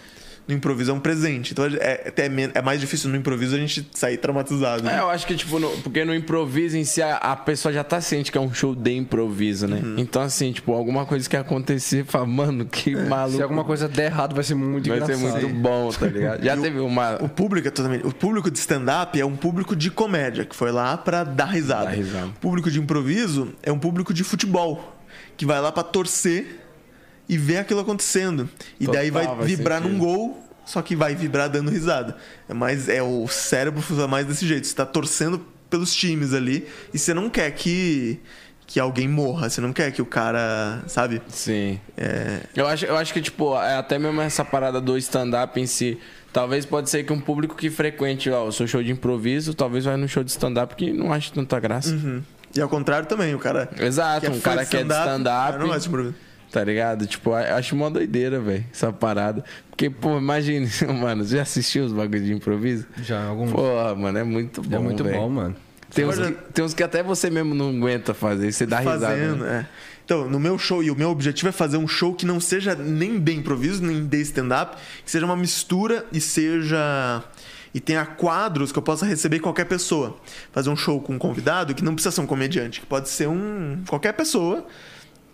[SPEAKER 3] no improviso é um presente. Então é, até men- é mais difícil no improviso a gente sair traumatizado. né?
[SPEAKER 1] É, eu acho que, tipo, no- porque no improviso em si, a, a pessoa já tá ciente que é um show de improviso, né?
[SPEAKER 3] Uhum.
[SPEAKER 1] Então, assim, tipo, alguma coisa que acontecer, fala, mano, que
[SPEAKER 3] É.
[SPEAKER 1] maluco.
[SPEAKER 2] Se alguma coisa der errado, vai ser muito
[SPEAKER 1] Vai ser
[SPEAKER 2] engraçado.
[SPEAKER 1] muito bom, tá ligado? Já
[SPEAKER 3] E o-
[SPEAKER 1] teve uma.
[SPEAKER 3] O público é totalmente. O público de stand-up é um público de comédia, que foi lá pra dar risada.
[SPEAKER 1] Dar risada.
[SPEAKER 3] O público de improviso é um público de futebol, que vai lá pra torcer e ver aquilo acontecendo. E
[SPEAKER 1] Total,
[SPEAKER 3] daí vai
[SPEAKER 1] faz
[SPEAKER 3] vibrar
[SPEAKER 1] sentido.
[SPEAKER 3] num gol, só que vai vibrar dando risada. É mais, é o cérebro funciona mais desse jeito. Você tá torcendo pelos times ali e você não quer que que alguém morra, você não quer que o cara, sabe? É,
[SPEAKER 1] Sim. Eu, acho, eu acho que, tipo, é até mesmo essa parada do stand-up em si. Talvez pode ser que um público que frequente ó, o seu show de improviso, talvez vai num show de stand-up que não acha
[SPEAKER 3] Hum.
[SPEAKER 1] tanta graça.
[SPEAKER 3] Uhum. E ao contrário também, o cara
[SPEAKER 1] Exato, um
[SPEAKER 3] fã
[SPEAKER 1] cara
[SPEAKER 3] de é um
[SPEAKER 1] que é de
[SPEAKER 3] o cara
[SPEAKER 1] stand-up.
[SPEAKER 3] não gosta de improviso.
[SPEAKER 1] Tá ligado? Tipo, a- acho uma doideira, velho, essa parada. Porque, pô, imagine, mano, você já assistiu os bagulhos de improviso?
[SPEAKER 2] Já, algum.
[SPEAKER 1] Porra, mano, é muito bom.
[SPEAKER 2] é muito
[SPEAKER 1] velho.
[SPEAKER 2] bom, mano.
[SPEAKER 1] Tem uns, que, tem uns que até você mesmo não aguenta fazer, você dá risada.
[SPEAKER 3] fazendo,
[SPEAKER 1] né?
[SPEAKER 3] é. Então, no meu show, e o meu objetivo é fazer um show que não seja nem de improviso, nem de stand-up, que seja uma mistura e seja. E tenha quadros que eu possa receber qualquer pessoa. Fazer um show com um convidado que não precisa ser um comediante, que pode ser um. qualquer pessoa.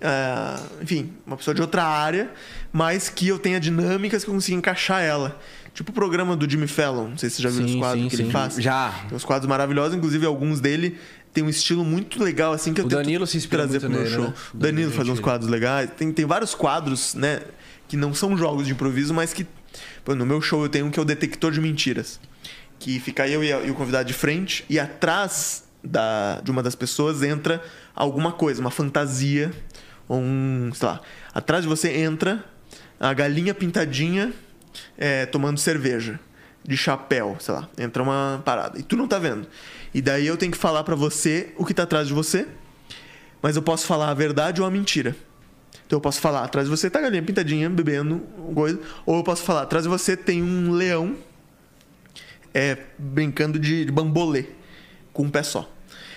[SPEAKER 3] ah, enfim, uma pessoa de outra área, mas que eu tenha dinâmicas que eu consiga encaixar ela. Tipo o programa do Jimmy Fallon, não sei se você já viu
[SPEAKER 2] Sim,
[SPEAKER 3] os quadros
[SPEAKER 2] sim,
[SPEAKER 3] que
[SPEAKER 2] sim.
[SPEAKER 3] ele faz.
[SPEAKER 1] Já.
[SPEAKER 3] Tem uns quadros maravilhosos, inclusive alguns dele tem um estilo muito legal, assim, que eu
[SPEAKER 2] O
[SPEAKER 3] tento
[SPEAKER 2] Danilo se inspira
[SPEAKER 3] trazer
[SPEAKER 2] muito
[SPEAKER 3] pro meu
[SPEAKER 2] nele,
[SPEAKER 3] show.
[SPEAKER 2] né?
[SPEAKER 3] O Danilo
[SPEAKER 2] Danilo
[SPEAKER 3] faz uns
[SPEAKER 2] Gentili.
[SPEAKER 3] quadros legais. Tem, tem vários quadros, né, que não são jogos de improviso, mas que... Pô, no meu show eu tenho um que é o Detector de Mentiras. Que fica eu e, a- e o convidado de frente, e atrás da, de uma das pessoas entra alguma coisa, uma fantasia, ou um... sei lá. Atrás de você entra a galinha pintadinha é, tomando cerveja de chapéu, sei lá, entra uma parada e tu não tá vendo. E daí eu tenho que falar pra você o que tá atrás de você, mas eu posso falar a verdade ou a mentira. Então eu posso falar, atrás de você tá a galinha pintadinha bebendo um coisa, ou eu posso falar, atrás de você tem um leão é, brincando de, de bambolê com um pé só.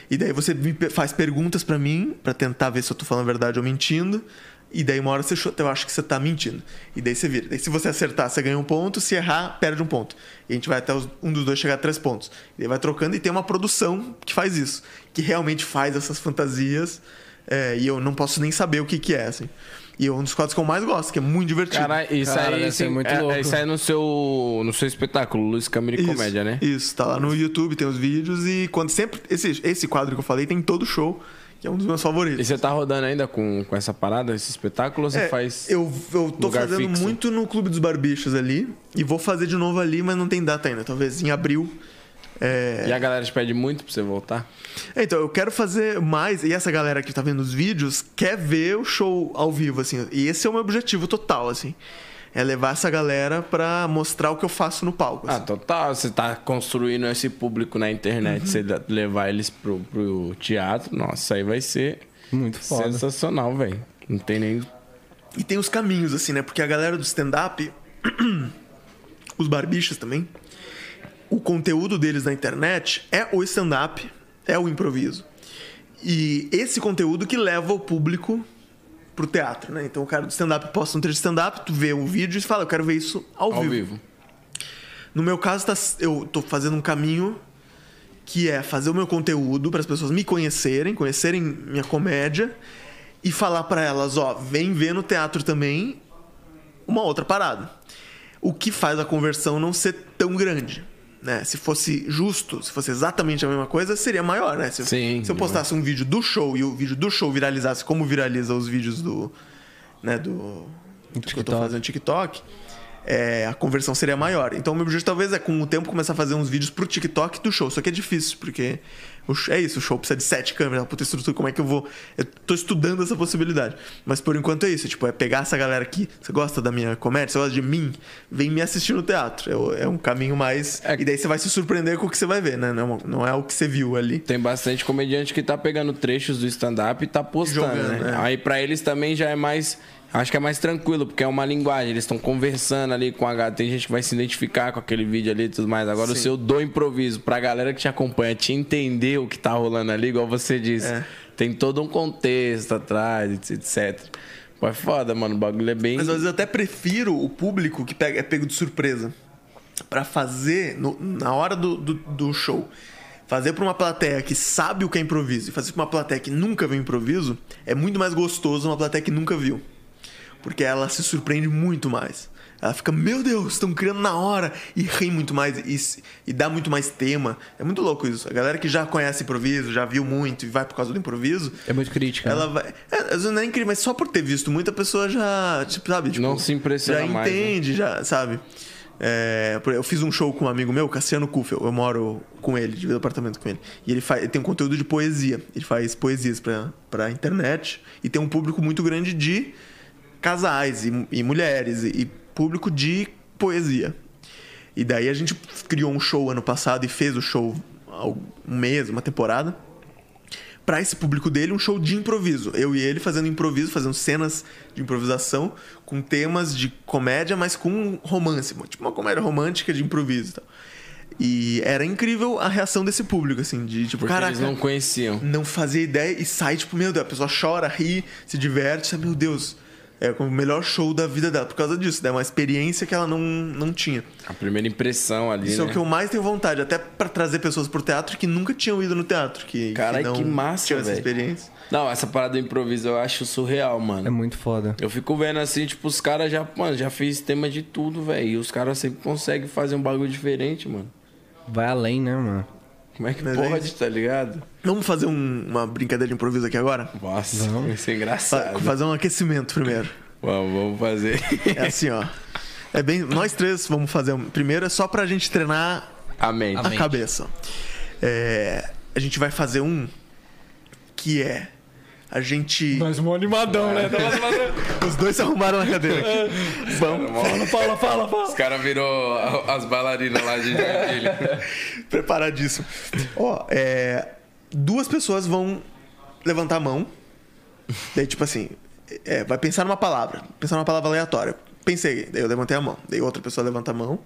[SPEAKER 3] E daí você me pe- faz perguntas pra mim, pra tentar ver se eu tô falando a verdade ou mentindo. E daí uma hora você chuta, eu acho que você tá mentindo. E daí você vira. Daí se você acertar, você ganha um ponto, se errar, perde um ponto. E a gente vai até os- um dos dois chegar a três pontos. E daí vai trocando e tem uma produção que faz isso, que realmente faz essas fantasias. é, e eu não posso nem saber o que que é, assim. E é um dos quadros que eu mais gosto, que é muito divertido.
[SPEAKER 1] Tipo, Cara, isso
[SPEAKER 2] Cara,
[SPEAKER 1] aí
[SPEAKER 2] deve ser
[SPEAKER 1] sim,
[SPEAKER 2] muito
[SPEAKER 1] é- é,
[SPEAKER 2] louco.
[SPEAKER 1] isso aí no seu, no seu espetáculo, Luiz Câmara e
[SPEAKER 3] Isso,
[SPEAKER 1] Comédia, né?
[SPEAKER 3] Isso, tá lá no YouTube, tem os vídeos e quando sempre. Esse, esse quadro que eu falei tem em todo show, que é um dos meus
[SPEAKER 1] E
[SPEAKER 3] favoritos.
[SPEAKER 1] você tá rodando ainda com, com essa parada, esse espetáculo, ou você
[SPEAKER 3] É,
[SPEAKER 1] faz.
[SPEAKER 3] eu, eu tô
[SPEAKER 1] lugar
[SPEAKER 3] fazendo
[SPEAKER 1] fixo?
[SPEAKER 3] muito no Clube dos Barbichos ali. E vou fazer de novo ali, mas não tem data ainda. Talvez em abril. É,
[SPEAKER 1] E a galera te pede muito pra você voltar?
[SPEAKER 3] É, Então, eu quero fazer mais. E essa galera que tá vendo os vídeos quer ver o show ao vivo, assim. E esse é o meu objetivo total, assim. É levar essa galera pra mostrar o que eu faço no palco.
[SPEAKER 1] Ah,
[SPEAKER 3] assim.
[SPEAKER 1] total. Você tá construindo esse público na
[SPEAKER 3] Uhum.
[SPEAKER 1] internet, você da- levar eles pro, pro teatro, nossa, isso aí vai ser
[SPEAKER 2] Muito foda.
[SPEAKER 1] sensacional, velho. Não tem nem.
[SPEAKER 3] E tem os caminhos, assim, né? Porque a galera do stand-up, os barbichas também, o conteúdo deles na internet é o stand-up, é o improviso. E esse conteúdo que leva o público pro teatro, né? Então o cara do stand-up posta um trecho de stand-up, tu vê um vídeo e fala, eu quero ver isso ao,
[SPEAKER 1] Ao
[SPEAKER 3] vivo.
[SPEAKER 1] vivo.
[SPEAKER 3] No meu caso, tá- eu tô fazendo um caminho que é fazer o meu conteúdo para as pessoas me conhecerem, conhecerem minha comédia e falar para elas, ó, vem ver no teatro também uma outra parada. O que faz a conversão não ser tão grande, né? Se fosse justo, se fosse exatamente a mesma coisa, seria maior, né? Se, eu-
[SPEAKER 1] Sim,
[SPEAKER 3] se eu postasse um vídeo do show e o vídeo do show viralizasse como viraliza os vídeos do, né, do, do que eu tô
[SPEAKER 2] TikTok.
[SPEAKER 3] fazendo TikTok, é, a conversão seria maior. Então, o meu objetivo talvez é, com o tempo, começar a fazer uns vídeos pro TikTok do show. Só que é difícil, porque o sh- é isso, o show precisa de sete câmeras, puta estrutura, como é que eu vou... Eu tô estudando essa possibilidade. Mas, por enquanto, é isso. Tipo, é pegar essa galera aqui, você gosta da minha comédia, você gosta de mim, vem me assistir no teatro. É o- É, um caminho mais...
[SPEAKER 1] É-
[SPEAKER 3] E daí você vai se surpreender com o que você vai ver, né? Não, é uma- não é o que você viu ali.
[SPEAKER 1] Tem bastante comediante que tá pegando trechos do stand-up e tá postando,
[SPEAKER 3] Jogando,
[SPEAKER 1] né?
[SPEAKER 3] é.
[SPEAKER 1] Aí pra eles também já é mais. Acho que é mais tranquilo, porque é uma linguagem. Eles estão conversando ali com a galera. Tem gente que vai se identificar com aquele vídeo ali e tudo mais. Agora o seu do improviso, pra galera que te acompanha te entender o que tá rolando ali, igual você disse.
[SPEAKER 3] É.
[SPEAKER 1] Tem todo um contexto atrás, etc. Pô, é foda, mano. O bagulho é bem.
[SPEAKER 3] Mas às vezes eu até prefiro o público que pega, é pego de surpresa. Pra fazer no- na hora do, do, do show. Fazer pra uma plateia que sabe o que é improviso e fazer pra uma plateia que nunca viu improviso é muito mais gostoso uma plateia que nunca viu. Porque ela se surpreende muito mais. Ela fica, meu Deus, estão criando na hora! E ri muito mais e, se- e dá muito mais tema. É muito louco isso. A galera que já conhece improviso, já viu muito e vai por causa do improviso,
[SPEAKER 2] É muito crítica.
[SPEAKER 1] né?
[SPEAKER 3] ela vai. É, às vezes não é incrível, mas só por ter visto muito, a pessoa já. Tipo, sabe? Tipo,
[SPEAKER 1] Não se impressiona
[SPEAKER 3] Já
[SPEAKER 1] mais, né?
[SPEAKER 3] entende, já, sabe? É, por- eu fiz um show com um amigo meu, Cassiano Kuffel. Eu moro com ele, divido apartamento com ele. E ele, faz, ele tem um conteúdo de poesia. Ele faz poesias pra, pra internet. E tem um público muito grande de casais e, e mulheres. E, e público de poesia. E daí a gente criou um show ano passado e fez o show há um mês, uma temporada pra esse público dele um show de improviso. Eu e ele fazendo improviso, fazendo cenas de improvisação com temas de comédia, mas com romance. Tipo uma comédia romântica de improviso e tal. E era incrível a reação desse público, assim, de tipo,
[SPEAKER 1] Porque
[SPEAKER 3] caraca,
[SPEAKER 1] eles não conheciam.
[SPEAKER 3] não fazia ideia e sai, tipo, meu Deus, a pessoa chora, ri, se diverte, sabe, meu Deus. É o melhor show da vida dela por causa disso, né? Uma experiência que ela não, não tinha.
[SPEAKER 1] A primeira impressão ali,
[SPEAKER 3] Isso é
[SPEAKER 1] né?
[SPEAKER 3] o que eu mais tenho vontade, até pra trazer pessoas pro teatro que nunca tinham ido no teatro, que,
[SPEAKER 1] Caralho,
[SPEAKER 3] não
[SPEAKER 1] que massa,
[SPEAKER 3] tinham essa
[SPEAKER 1] velho.
[SPEAKER 3] experiência.
[SPEAKER 1] Não, essa parada do improviso eu acho surreal,
[SPEAKER 2] É
[SPEAKER 1] mano.
[SPEAKER 2] muito foda.
[SPEAKER 1] Eu fico vendo assim, tipo, os caras já, mano, já fiz tema de tudo, velho. E os caras sempre conseguem fazer um bagulho diferente, mano.
[SPEAKER 2] Vai além, né, mano?
[SPEAKER 1] Como é que
[SPEAKER 3] Mas é
[SPEAKER 1] pode, tá ligado?
[SPEAKER 3] Vamos fazer um- uma brincadeira de improviso aqui agora?
[SPEAKER 1] Nossa, vai ser
[SPEAKER 3] Fa-
[SPEAKER 1] engraçado.
[SPEAKER 3] fazer um aquecimento primeiro.
[SPEAKER 1] Vamos, vamos fazer.
[SPEAKER 3] É assim, ó. É bem. Nós três vamos fazer. um- Primeiro é só pra gente treinar
[SPEAKER 1] Amém.
[SPEAKER 3] a cabeça. É, a gente vai fazer um que é. A gente.
[SPEAKER 2] mó animadão, né?
[SPEAKER 3] Os dois se arrumaram na cadeira. aqui. Vamos.
[SPEAKER 1] Fala,
[SPEAKER 2] Fala, fala, fala.
[SPEAKER 1] Os caras virou a- as bailarinas lá de Joinville.
[SPEAKER 3] Preparadíssimo. Ó, é. Duas pessoas vão levantar a mão. Daí, tipo assim. é, vai pensar numa palavra. Pensar numa palavra aleatória. Pensei, daí eu levantei a mão. Daí outra pessoa levanta a mão.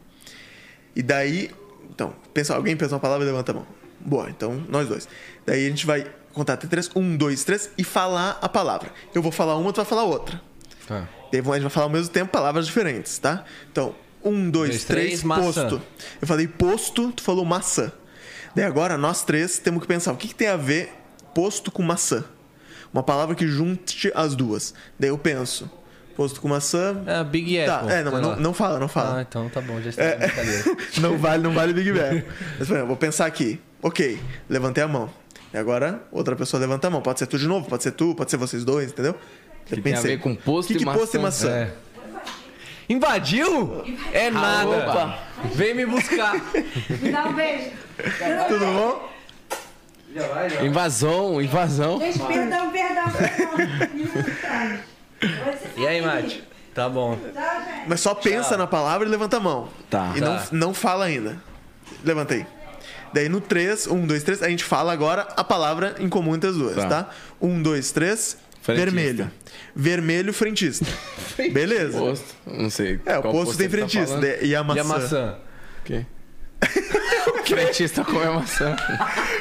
[SPEAKER 3] E daí. Então, pensa, alguém pensa uma palavra e levanta a mão. Boa, então nós dois. Daí a gente vai contar até três. Um, dois, três. E falar a palavra. Eu vou falar uma, tu vai falar outra.
[SPEAKER 2] Tá.
[SPEAKER 3] Daí vão- um, a gente vai falar ao mesmo tempo palavras diferentes, tá? Então, um, dois,
[SPEAKER 2] Dois,
[SPEAKER 3] três,
[SPEAKER 2] três, maçã.
[SPEAKER 3] posto. Eu falei posto, tu falou maçã. Daí agora nós três temos que pensar o que, que tem a ver posto com maçã. Uma palavra que junte as duas. Daí eu penso, posto com maçã.
[SPEAKER 2] É, Big
[SPEAKER 3] tá,
[SPEAKER 2] Apple.
[SPEAKER 3] é, não,
[SPEAKER 2] sei
[SPEAKER 3] não,
[SPEAKER 2] lá.
[SPEAKER 3] não fala, não fala. É.
[SPEAKER 2] Ah, então tá bom, já está na brincadeira.
[SPEAKER 3] Não vale, não vale Big Bang. Mas, por exemplo, vou pensar aqui. Ok, levantei a mão. E agora, outra pessoa levanta a mão. Pode ser tu de novo, pode ser tu, pode ser vocês dois, entendeu? Que
[SPEAKER 1] tem a ver com posto
[SPEAKER 3] que
[SPEAKER 1] e
[SPEAKER 3] que posto e
[SPEAKER 1] maçã?
[SPEAKER 3] maçã?
[SPEAKER 2] É. Invadiu? É
[SPEAKER 1] Ah,
[SPEAKER 2] nada. Vem me buscar.
[SPEAKER 4] Me dá um beijo.
[SPEAKER 3] Tudo bom?
[SPEAKER 1] Invasão, invasão.
[SPEAKER 4] Gente, perdão, um perdão, perdão. Me mostra.
[SPEAKER 2] E aí, Mate? Tá bom.
[SPEAKER 4] Tchau, gente.
[SPEAKER 3] Mas só pensa na palavra e levanta a mão.
[SPEAKER 1] Tá.
[SPEAKER 3] E
[SPEAKER 2] Tá.
[SPEAKER 3] Não, não fala ainda. Levantei. Daí no 3, 1, 2, 3, a gente fala agora a palavra em comum entre as duas,
[SPEAKER 1] Tá.
[SPEAKER 3] tá? 1, 2, 3,
[SPEAKER 1] Frentista.
[SPEAKER 3] vermelho. Vermelho, frentista. Beleza.
[SPEAKER 1] Posto, não sei.
[SPEAKER 3] É, o
[SPEAKER 1] qual
[SPEAKER 3] posto tem
[SPEAKER 1] ele tá
[SPEAKER 3] frentista. né?
[SPEAKER 1] falando.
[SPEAKER 3] daí- e a
[SPEAKER 2] E
[SPEAKER 3] maçã.
[SPEAKER 2] a maçã?
[SPEAKER 1] Ok. Frentista come a maçã.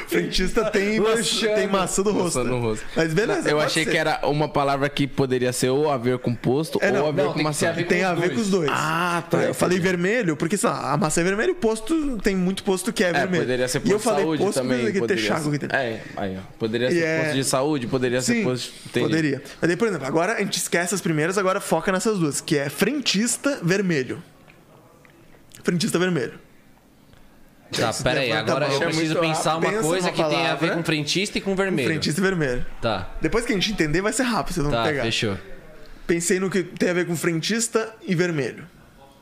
[SPEAKER 3] Frentista tem,
[SPEAKER 2] Luxando.
[SPEAKER 3] maçã, tem maçã do rosto.
[SPEAKER 1] Maçã no rosto.
[SPEAKER 3] Mas beleza.
[SPEAKER 1] Eu
[SPEAKER 3] pode
[SPEAKER 1] achei
[SPEAKER 3] ser.
[SPEAKER 1] que era uma palavra que poderia ser ou a ver com posto
[SPEAKER 3] É, não,
[SPEAKER 1] ou a ver
[SPEAKER 2] não,
[SPEAKER 1] com
[SPEAKER 2] tem que ser
[SPEAKER 1] maçã.
[SPEAKER 2] a ver
[SPEAKER 3] Tem
[SPEAKER 2] com
[SPEAKER 3] a
[SPEAKER 2] os
[SPEAKER 3] ver
[SPEAKER 2] dois.
[SPEAKER 3] com os dois.
[SPEAKER 1] Ah, tá.
[SPEAKER 3] Eu falei vermelho, porque sei lá, a maçã é vermelha e o posto tem muito posto que é, vermelho.
[SPEAKER 1] poderia ser
[SPEAKER 3] e
[SPEAKER 1] posto
[SPEAKER 3] eu
[SPEAKER 1] de
[SPEAKER 3] falei
[SPEAKER 1] saúde
[SPEAKER 3] posto
[SPEAKER 1] também.
[SPEAKER 3] que ter
[SPEAKER 1] poderia
[SPEAKER 3] chaco
[SPEAKER 1] ser.
[SPEAKER 3] aqui dentro.
[SPEAKER 1] É, aí, ó. Poderia ser
[SPEAKER 3] E é-
[SPEAKER 1] posto de saúde, poderia ser
[SPEAKER 3] Sim,
[SPEAKER 1] posto... Entendi.
[SPEAKER 3] poderia. Mas daí, por exemplo, agora a gente esquece as primeiras, agora foca nessas duas, que é frentista vermelho. Frentista vermelho.
[SPEAKER 2] Tá, pera aí.
[SPEAKER 3] levanta a
[SPEAKER 2] Agora
[SPEAKER 3] mão.
[SPEAKER 2] eu
[SPEAKER 3] Isso é
[SPEAKER 2] preciso
[SPEAKER 3] muito
[SPEAKER 2] pensar
[SPEAKER 3] rápido.
[SPEAKER 2] uma
[SPEAKER 3] Pensa
[SPEAKER 2] coisa
[SPEAKER 3] uma
[SPEAKER 2] que tem a ver
[SPEAKER 3] palavra.
[SPEAKER 2] com frentista e com vermelho.
[SPEAKER 3] Frentista vermelho.
[SPEAKER 2] Tá,
[SPEAKER 3] Depois que a gente entender, vai ser rápido, vocês vão
[SPEAKER 2] tá,
[SPEAKER 3] pegar.
[SPEAKER 2] fechou.
[SPEAKER 3] Pensei no que tem a ver com frentista e vermelho.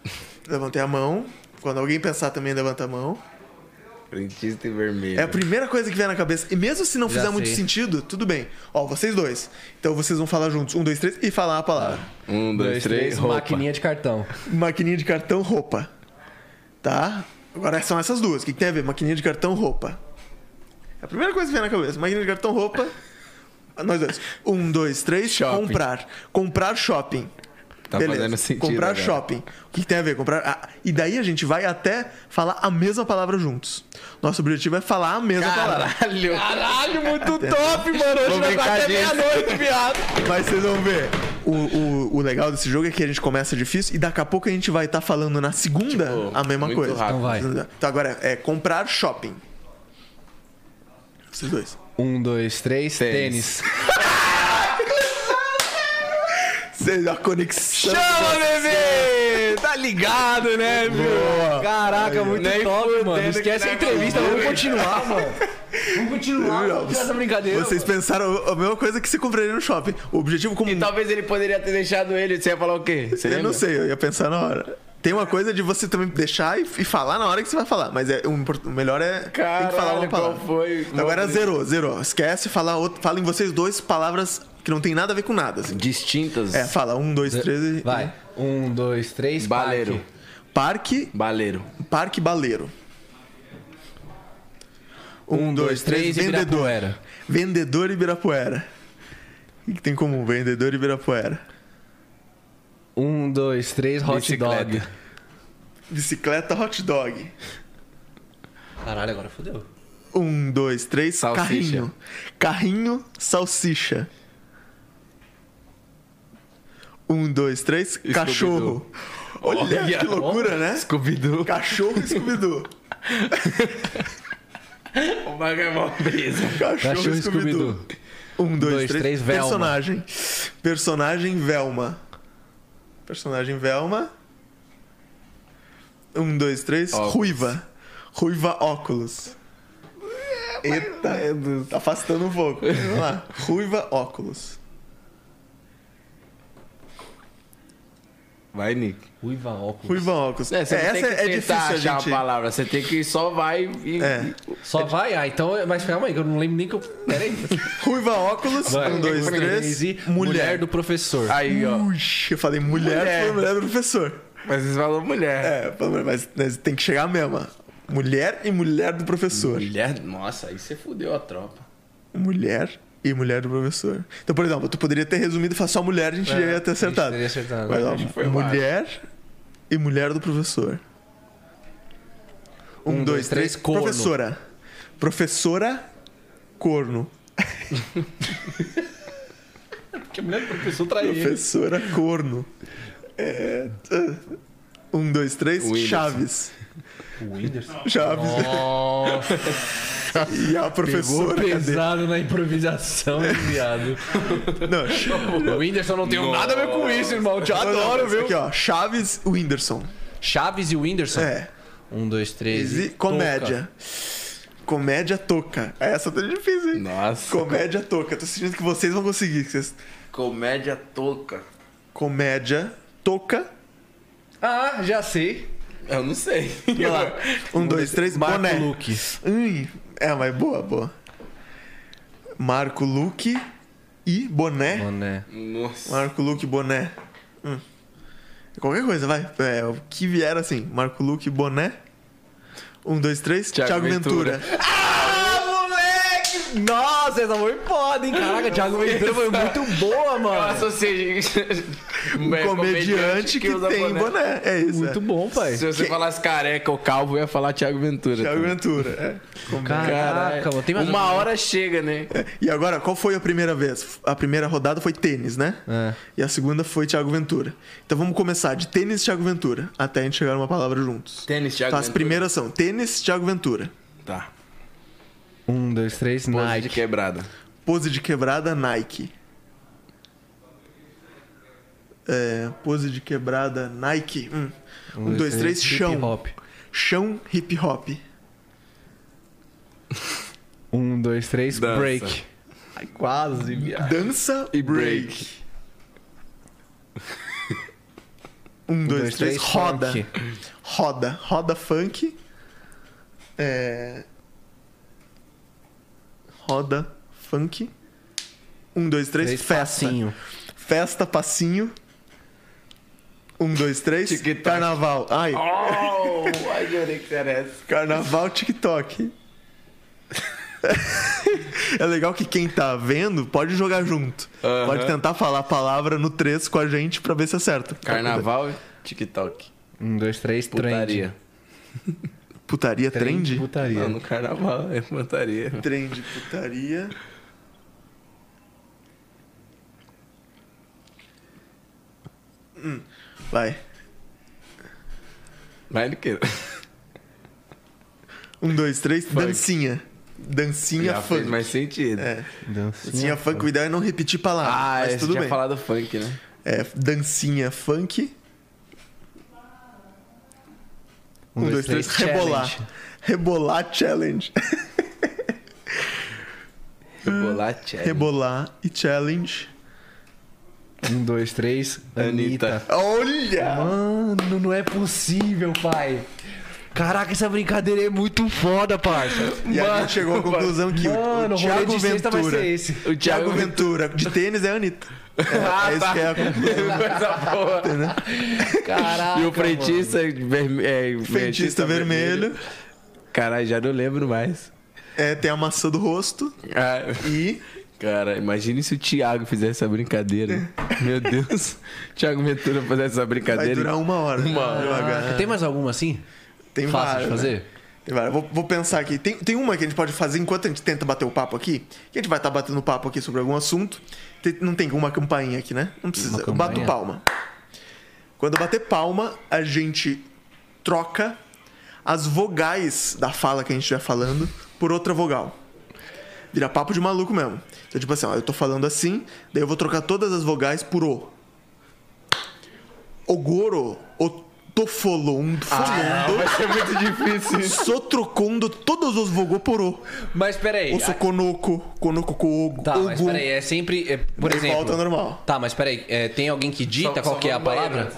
[SPEAKER 3] Levantei a mão. Quando alguém pensar também, levanta a mão.
[SPEAKER 1] Frentista e vermelho.
[SPEAKER 3] É a primeira coisa que vier na cabeça. E mesmo se não
[SPEAKER 2] Já
[SPEAKER 3] fizer muito
[SPEAKER 2] sei.
[SPEAKER 3] sentido, tudo bem. Ó, vocês dois. Então vocês vão falar juntos. Um, dois, três e falar a palavra.
[SPEAKER 1] Um, dois, três, roupa.
[SPEAKER 2] maquininha de cartão.
[SPEAKER 3] Maquininha de cartão, roupa. Tá? Agora são essas duas. O que, que tem a ver? Maquininha de cartão, roupa. É a primeira coisa que vem na cabeça. Maquininha de cartão, roupa. Nós dois. Um, dois, três.
[SPEAKER 1] Shopping.
[SPEAKER 3] Comprar. Comprar shopping.
[SPEAKER 1] Tá fazendo sentido
[SPEAKER 3] Comprar
[SPEAKER 1] agora.
[SPEAKER 3] shopping. O que, que tem a ver? Comprar. Ah, e daí a gente vai até falar a mesma palavra juntos. Nosso objetivo é falar a mesma palavra.
[SPEAKER 1] Caralho.
[SPEAKER 2] Caralho, muito top, mano. Hoje
[SPEAKER 1] vai ficar até
[SPEAKER 2] meia-noite, viado.
[SPEAKER 3] Mas vocês vão ver. O, o, o legal desse jogo é que a gente começa difícil e daqui a pouco a gente vai estar falando na segunda
[SPEAKER 1] Tipo,
[SPEAKER 3] a mesma
[SPEAKER 1] muito
[SPEAKER 3] coisa.
[SPEAKER 1] rápido.
[SPEAKER 2] Então vai.
[SPEAKER 3] Então agora é comprar shopping. Vocês dois.
[SPEAKER 2] Um, dois, três,
[SPEAKER 1] Tênis.
[SPEAKER 2] tênis.
[SPEAKER 3] Vocês, a conexão.
[SPEAKER 1] Chama, bebê! Tá ligado, né, meu?
[SPEAKER 2] Caraca, muito
[SPEAKER 1] Nem
[SPEAKER 2] top,
[SPEAKER 1] fudendo
[SPEAKER 2] mano.
[SPEAKER 1] que
[SPEAKER 2] Esquece a
[SPEAKER 1] tá
[SPEAKER 2] entrevista,
[SPEAKER 1] com
[SPEAKER 2] vamos
[SPEAKER 1] dois.
[SPEAKER 2] continuar, mano. Vamos continuar,
[SPEAKER 3] Viu?
[SPEAKER 2] vamos continuar essa brincadeira.
[SPEAKER 3] Vocês pensaram a mesma coisa que você compraria no shopping. O objetivo comum.
[SPEAKER 1] E tá talvez ele poderia ter deixado ele. Você ia falar o quê? Você
[SPEAKER 3] Eu
[SPEAKER 1] lembra?
[SPEAKER 3] não sei, eu ia pensar na hora. Tem uma coisa de você também deixar e, e falar na hora que você vai falar. Mas é, o, import- o melhor é tem
[SPEAKER 1] Caralho,
[SPEAKER 3] que falar uma
[SPEAKER 1] qual
[SPEAKER 3] palavra.
[SPEAKER 1] foi?
[SPEAKER 3] Então agora zerou, zerou. Esquece, fala, outra, fala em vocês dois palavras que não tem nada a ver com nada. assim.
[SPEAKER 1] Distintas.
[SPEAKER 3] É, fala um, dois, três e.
[SPEAKER 2] Vai. Um, dois, três,
[SPEAKER 1] Baleiro.
[SPEAKER 2] parque.
[SPEAKER 3] Parque.
[SPEAKER 1] Baleiro.
[SPEAKER 3] Parque Baleiro. Um, dois, três, vendedor.
[SPEAKER 2] Ibirapuera.
[SPEAKER 3] Vendedor Ibirapuera. O que tem em comum? Vendedor Ibirapuera.
[SPEAKER 2] Um, dois, três, hot
[SPEAKER 1] Bicicleta.
[SPEAKER 2] dog.
[SPEAKER 3] Bicicleta hot dog.
[SPEAKER 2] Caralho, agora fodeu.
[SPEAKER 3] Um, dois, três,
[SPEAKER 1] Salsicha.
[SPEAKER 3] carrinho. Carrinho, salsicha. Um, dois, três, cachorro. Olha,
[SPEAKER 1] Olha,
[SPEAKER 3] que loucura, né?
[SPEAKER 1] Scooby-Doo.
[SPEAKER 3] Cachorro e Scooby-Doo.
[SPEAKER 1] O bagulho é mó brisa.
[SPEAKER 3] Cachorro e Scooby-Doo. Um, dois,
[SPEAKER 2] Dois,
[SPEAKER 3] três,
[SPEAKER 2] três, Velma.
[SPEAKER 3] personagem. Personagem Velma. Personagem Velma. Um, dois, três,
[SPEAKER 1] Óculos.
[SPEAKER 3] ruiva. Ruiva óculos. Eita, tá afastando um pouco. Vamos lá. Ruiva óculos.
[SPEAKER 1] Vai, Nick.
[SPEAKER 2] Ruiva óculos.
[SPEAKER 3] Ruiva óculos. É,
[SPEAKER 1] É, você não
[SPEAKER 3] essa
[SPEAKER 1] tem que
[SPEAKER 3] é difícil
[SPEAKER 1] tentar
[SPEAKER 3] a
[SPEAKER 1] achar
[SPEAKER 3] gente.
[SPEAKER 1] uma palavra. Você tem que só vai e...
[SPEAKER 3] É.
[SPEAKER 2] Só vai, ah, então. Mas calma aí, que eu não lembro nem que eu. Pera aí.
[SPEAKER 3] Ruiva óculos.
[SPEAKER 2] Vai.
[SPEAKER 3] um, dois, três. Ah,
[SPEAKER 2] E mulher. do professor.
[SPEAKER 1] Aí, ó.
[SPEAKER 3] Puxa, eu falei mulher,
[SPEAKER 1] Mulher.
[SPEAKER 3] foi mulher do professor.
[SPEAKER 1] Mas você falou mulher.
[SPEAKER 3] É, falei, mas, mas tem que chegar mesmo. ó. Mulher e mulher do professor.
[SPEAKER 1] Mulher? Nossa, aí você fudeu a tropa.
[SPEAKER 3] Mulher e mulher do professor. Então, por exemplo, tu poderia ter resumido e falar só mulher, a gente
[SPEAKER 2] É,
[SPEAKER 3] já ia ter
[SPEAKER 2] a gente
[SPEAKER 3] acertado.
[SPEAKER 2] teria acertado.
[SPEAKER 3] Mas, ó,
[SPEAKER 1] A gente foi
[SPEAKER 3] mulher e mulher do professor. Um, dois, três,
[SPEAKER 2] corno.
[SPEAKER 3] professora. Professora, corno.
[SPEAKER 2] Porque a mulher do professor tá traiu.
[SPEAKER 3] Professora, corno. É, t- Um, dois, três,
[SPEAKER 1] Whindersson.
[SPEAKER 3] Chaves.
[SPEAKER 2] O Whindersson.
[SPEAKER 3] Chaves.
[SPEAKER 2] Nossa,
[SPEAKER 3] E a
[SPEAKER 2] pegou
[SPEAKER 3] professora. cadê?
[SPEAKER 2] pesado na improvisação, hein, viado.
[SPEAKER 3] Não, Ch-
[SPEAKER 2] O Whindersson não tem nada a ver com isso, irmão. Eu te
[SPEAKER 3] Não, não,
[SPEAKER 2] adoro,
[SPEAKER 3] mas
[SPEAKER 2] viu?
[SPEAKER 3] Aqui, é- ó. Chaves Whindersson.
[SPEAKER 2] Chaves e o Whindersson.
[SPEAKER 3] É.
[SPEAKER 2] Um, dois, três.
[SPEAKER 3] Exi-
[SPEAKER 2] e
[SPEAKER 3] Comédia. Comédia toca. Essa tá difícil, hein?
[SPEAKER 1] Nossa.
[SPEAKER 3] Comédia toca. Tô sentindo que vocês vão conseguir. que vocês-
[SPEAKER 1] Comédia toca.
[SPEAKER 3] Comédia toca.
[SPEAKER 2] toca. Ah, já sei.
[SPEAKER 1] Eu não sei.
[SPEAKER 3] Olha lá. Um, dois, três,
[SPEAKER 2] Marco
[SPEAKER 3] boné.
[SPEAKER 2] Luque.
[SPEAKER 3] Hum, é, mas boa, boa. Marco Luque e boné.
[SPEAKER 2] Boné.
[SPEAKER 1] Nossa.
[SPEAKER 3] Marco Luque boné. Hum. Qualquer coisa, vai. É, o que vier assim. Marco Luque boné. Um, dois, três,
[SPEAKER 1] Thiago
[SPEAKER 3] Thiago, Ventura.
[SPEAKER 2] Ah, moleque! Nossa, essa foi foda, hein? Caraca, Thiago Ventura foi muito boa, mano.
[SPEAKER 1] Associei. Um
[SPEAKER 3] Um comediante que,
[SPEAKER 1] usa
[SPEAKER 3] tem boné. É isso.
[SPEAKER 2] Muito
[SPEAKER 3] é.
[SPEAKER 2] bom, pai.
[SPEAKER 1] Se você falasse careca ou calvo, eu ia falar Thiago Ventura.
[SPEAKER 3] Thiago
[SPEAKER 1] também.
[SPEAKER 3] Ventura. é. Com-
[SPEAKER 2] Caraca, mano. Ah, Tem mais
[SPEAKER 1] Uma
[SPEAKER 2] alguma?
[SPEAKER 1] hora chega, né?
[SPEAKER 3] E agora, qual foi a primeira vez? A primeira rodada foi tênis, né?
[SPEAKER 2] É.
[SPEAKER 3] E a segunda foi Thiago Ventura. Então vamos começar de tênis Thiago Ventura, até a gente chegar numa palavra juntos.
[SPEAKER 1] Tênis, Thiago
[SPEAKER 2] Tá,
[SPEAKER 3] Então as
[SPEAKER 1] Ventura.
[SPEAKER 3] primeiras são tênis Thiago Ventura,
[SPEAKER 1] Tá.
[SPEAKER 2] Um, dois, três,
[SPEAKER 1] Pose de
[SPEAKER 2] Nike.
[SPEAKER 1] quebrada.
[SPEAKER 3] pose de quebrada Nike. É, pose de quebrada Nike. Hum. Um, dois, três,
[SPEAKER 2] hip
[SPEAKER 3] chão.
[SPEAKER 2] hop.
[SPEAKER 3] Chão hip hop.
[SPEAKER 2] Um, dois, três,
[SPEAKER 1] Dança.
[SPEAKER 2] break. Ai, quase, viado.
[SPEAKER 3] Dança
[SPEAKER 1] E
[SPEAKER 3] break.
[SPEAKER 1] break.
[SPEAKER 3] Um, dois,
[SPEAKER 2] dois,
[SPEAKER 3] três,
[SPEAKER 2] três,
[SPEAKER 3] roda.
[SPEAKER 2] funk.
[SPEAKER 3] Roda. Roda funk. É... Roda funk. Um, dois, três, festa.
[SPEAKER 2] passinho.
[SPEAKER 3] Festa, passinho. Um, dois, três,
[SPEAKER 1] Tic-tac.
[SPEAKER 3] carnaval. Ai,
[SPEAKER 1] Oh, adorei que era essa.
[SPEAKER 3] carnaval TikTok. é legal que quem tá vendo pode jogar junto.
[SPEAKER 1] Aham.
[SPEAKER 3] Pode tentar falar a palavra no 3 com a gente pra ver se acerta.
[SPEAKER 1] Carnaval, TikTok.
[SPEAKER 2] Um, dois, três,
[SPEAKER 1] Putaria.
[SPEAKER 2] trend.
[SPEAKER 3] Putaria trend?
[SPEAKER 1] Não,
[SPEAKER 2] Putaria.
[SPEAKER 1] no carnaval é putaria.
[SPEAKER 3] Trend, putaria. Hum, Vai.
[SPEAKER 1] Vai do que?
[SPEAKER 3] Um, dois, três,
[SPEAKER 1] Funk.
[SPEAKER 3] dancinha. Dancinha
[SPEAKER 1] Já fez
[SPEAKER 3] funk.
[SPEAKER 1] mais sentido.
[SPEAKER 3] É,
[SPEAKER 2] Dancinha.
[SPEAKER 3] dancinha funk, o ideal é não repetir palavras,
[SPEAKER 1] Ah,
[SPEAKER 3] mas
[SPEAKER 1] você
[SPEAKER 3] tudo
[SPEAKER 1] tinha
[SPEAKER 3] bem.
[SPEAKER 1] falado funk, né?
[SPEAKER 3] É, dancinha funk. Um, dois, três, rebolar.
[SPEAKER 2] challenge.
[SPEAKER 3] Rebolar challenge.
[SPEAKER 1] Rebolar, tchau.
[SPEAKER 3] Rebolar e challenge.
[SPEAKER 2] Um, dois, três,
[SPEAKER 1] Anitta.
[SPEAKER 2] Anitta.
[SPEAKER 3] Olha!
[SPEAKER 2] Mano, não é possível, pai. Caraca, essa brincadeira é muito foda, parça.
[SPEAKER 3] E a gente chegou à conclusão que o-
[SPEAKER 2] Mano,
[SPEAKER 3] o
[SPEAKER 2] o rolê
[SPEAKER 3] Thiago
[SPEAKER 2] de sexta vai
[SPEAKER 3] Ventura.
[SPEAKER 2] ser esse.
[SPEAKER 1] O
[SPEAKER 3] Thiago
[SPEAKER 1] Thiago Ventura.
[SPEAKER 3] Ventura, de tênis é a Anitta. É, é isso que é a conclusão.
[SPEAKER 1] Coisa boa.
[SPEAKER 2] Caraca,
[SPEAKER 1] E o é, frentista vermelho.
[SPEAKER 3] Frentista vermelho.
[SPEAKER 1] Caralho, já não lembro mais.
[SPEAKER 3] É, tem a maçã do rosto
[SPEAKER 1] Ah,
[SPEAKER 3] e.
[SPEAKER 1] Cara, imagine se o Thiago fizesse essa brincadeira. Meu Deus. Thiago Ventura fizesse essa
[SPEAKER 3] Vai
[SPEAKER 1] brincadeira.
[SPEAKER 3] durar uma hora.
[SPEAKER 1] Uma
[SPEAKER 3] né?
[SPEAKER 1] hora.
[SPEAKER 3] Devagar.
[SPEAKER 2] Ah, Tem mais alguma assim?
[SPEAKER 3] Tem
[SPEAKER 2] Fácil
[SPEAKER 3] várias,
[SPEAKER 2] de
[SPEAKER 3] né?
[SPEAKER 2] fazer?
[SPEAKER 3] Tem várias. Vou, vou pensar aqui. Tem, tem uma que a gente pode fazer enquanto a gente tenta bater o papo aqui. Que a gente vai estar batendo papo aqui sobre algum assunto. Tem- não tem uma campainha aqui, né? Não precisa.
[SPEAKER 2] Uma
[SPEAKER 3] Eu bato
[SPEAKER 2] campainha?
[SPEAKER 3] palma. Quando eu bater palma, a gente troca as vogais da fala que a gente estiver falando por outra vogal. Vira papo de maluco mesmo. Então, tipo assim, ó, eu tô falando assim, daí eu vou trocar todas as vogais por o. Ogoro, otofolondo,
[SPEAKER 2] Ah,
[SPEAKER 3] folondo.
[SPEAKER 1] Vai ser muito difícil.
[SPEAKER 3] Só trocando todos os vogoporô.
[SPEAKER 2] Mas peraí.
[SPEAKER 3] O soconoco, conoco com ogo.
[SPEAKER 2] Tá, mas
[SPEAKER 3] ogo,
[SPEAKER 2] peraí, é sempre. é, por
[SPEAKER 3] daí
[SPEAKER 2] exemplo.
[SPEAKER 3] volta ao normal.
[SPEAKER 2] Tá, mas peraí, é, tem alguém que dita qual que é a palavra?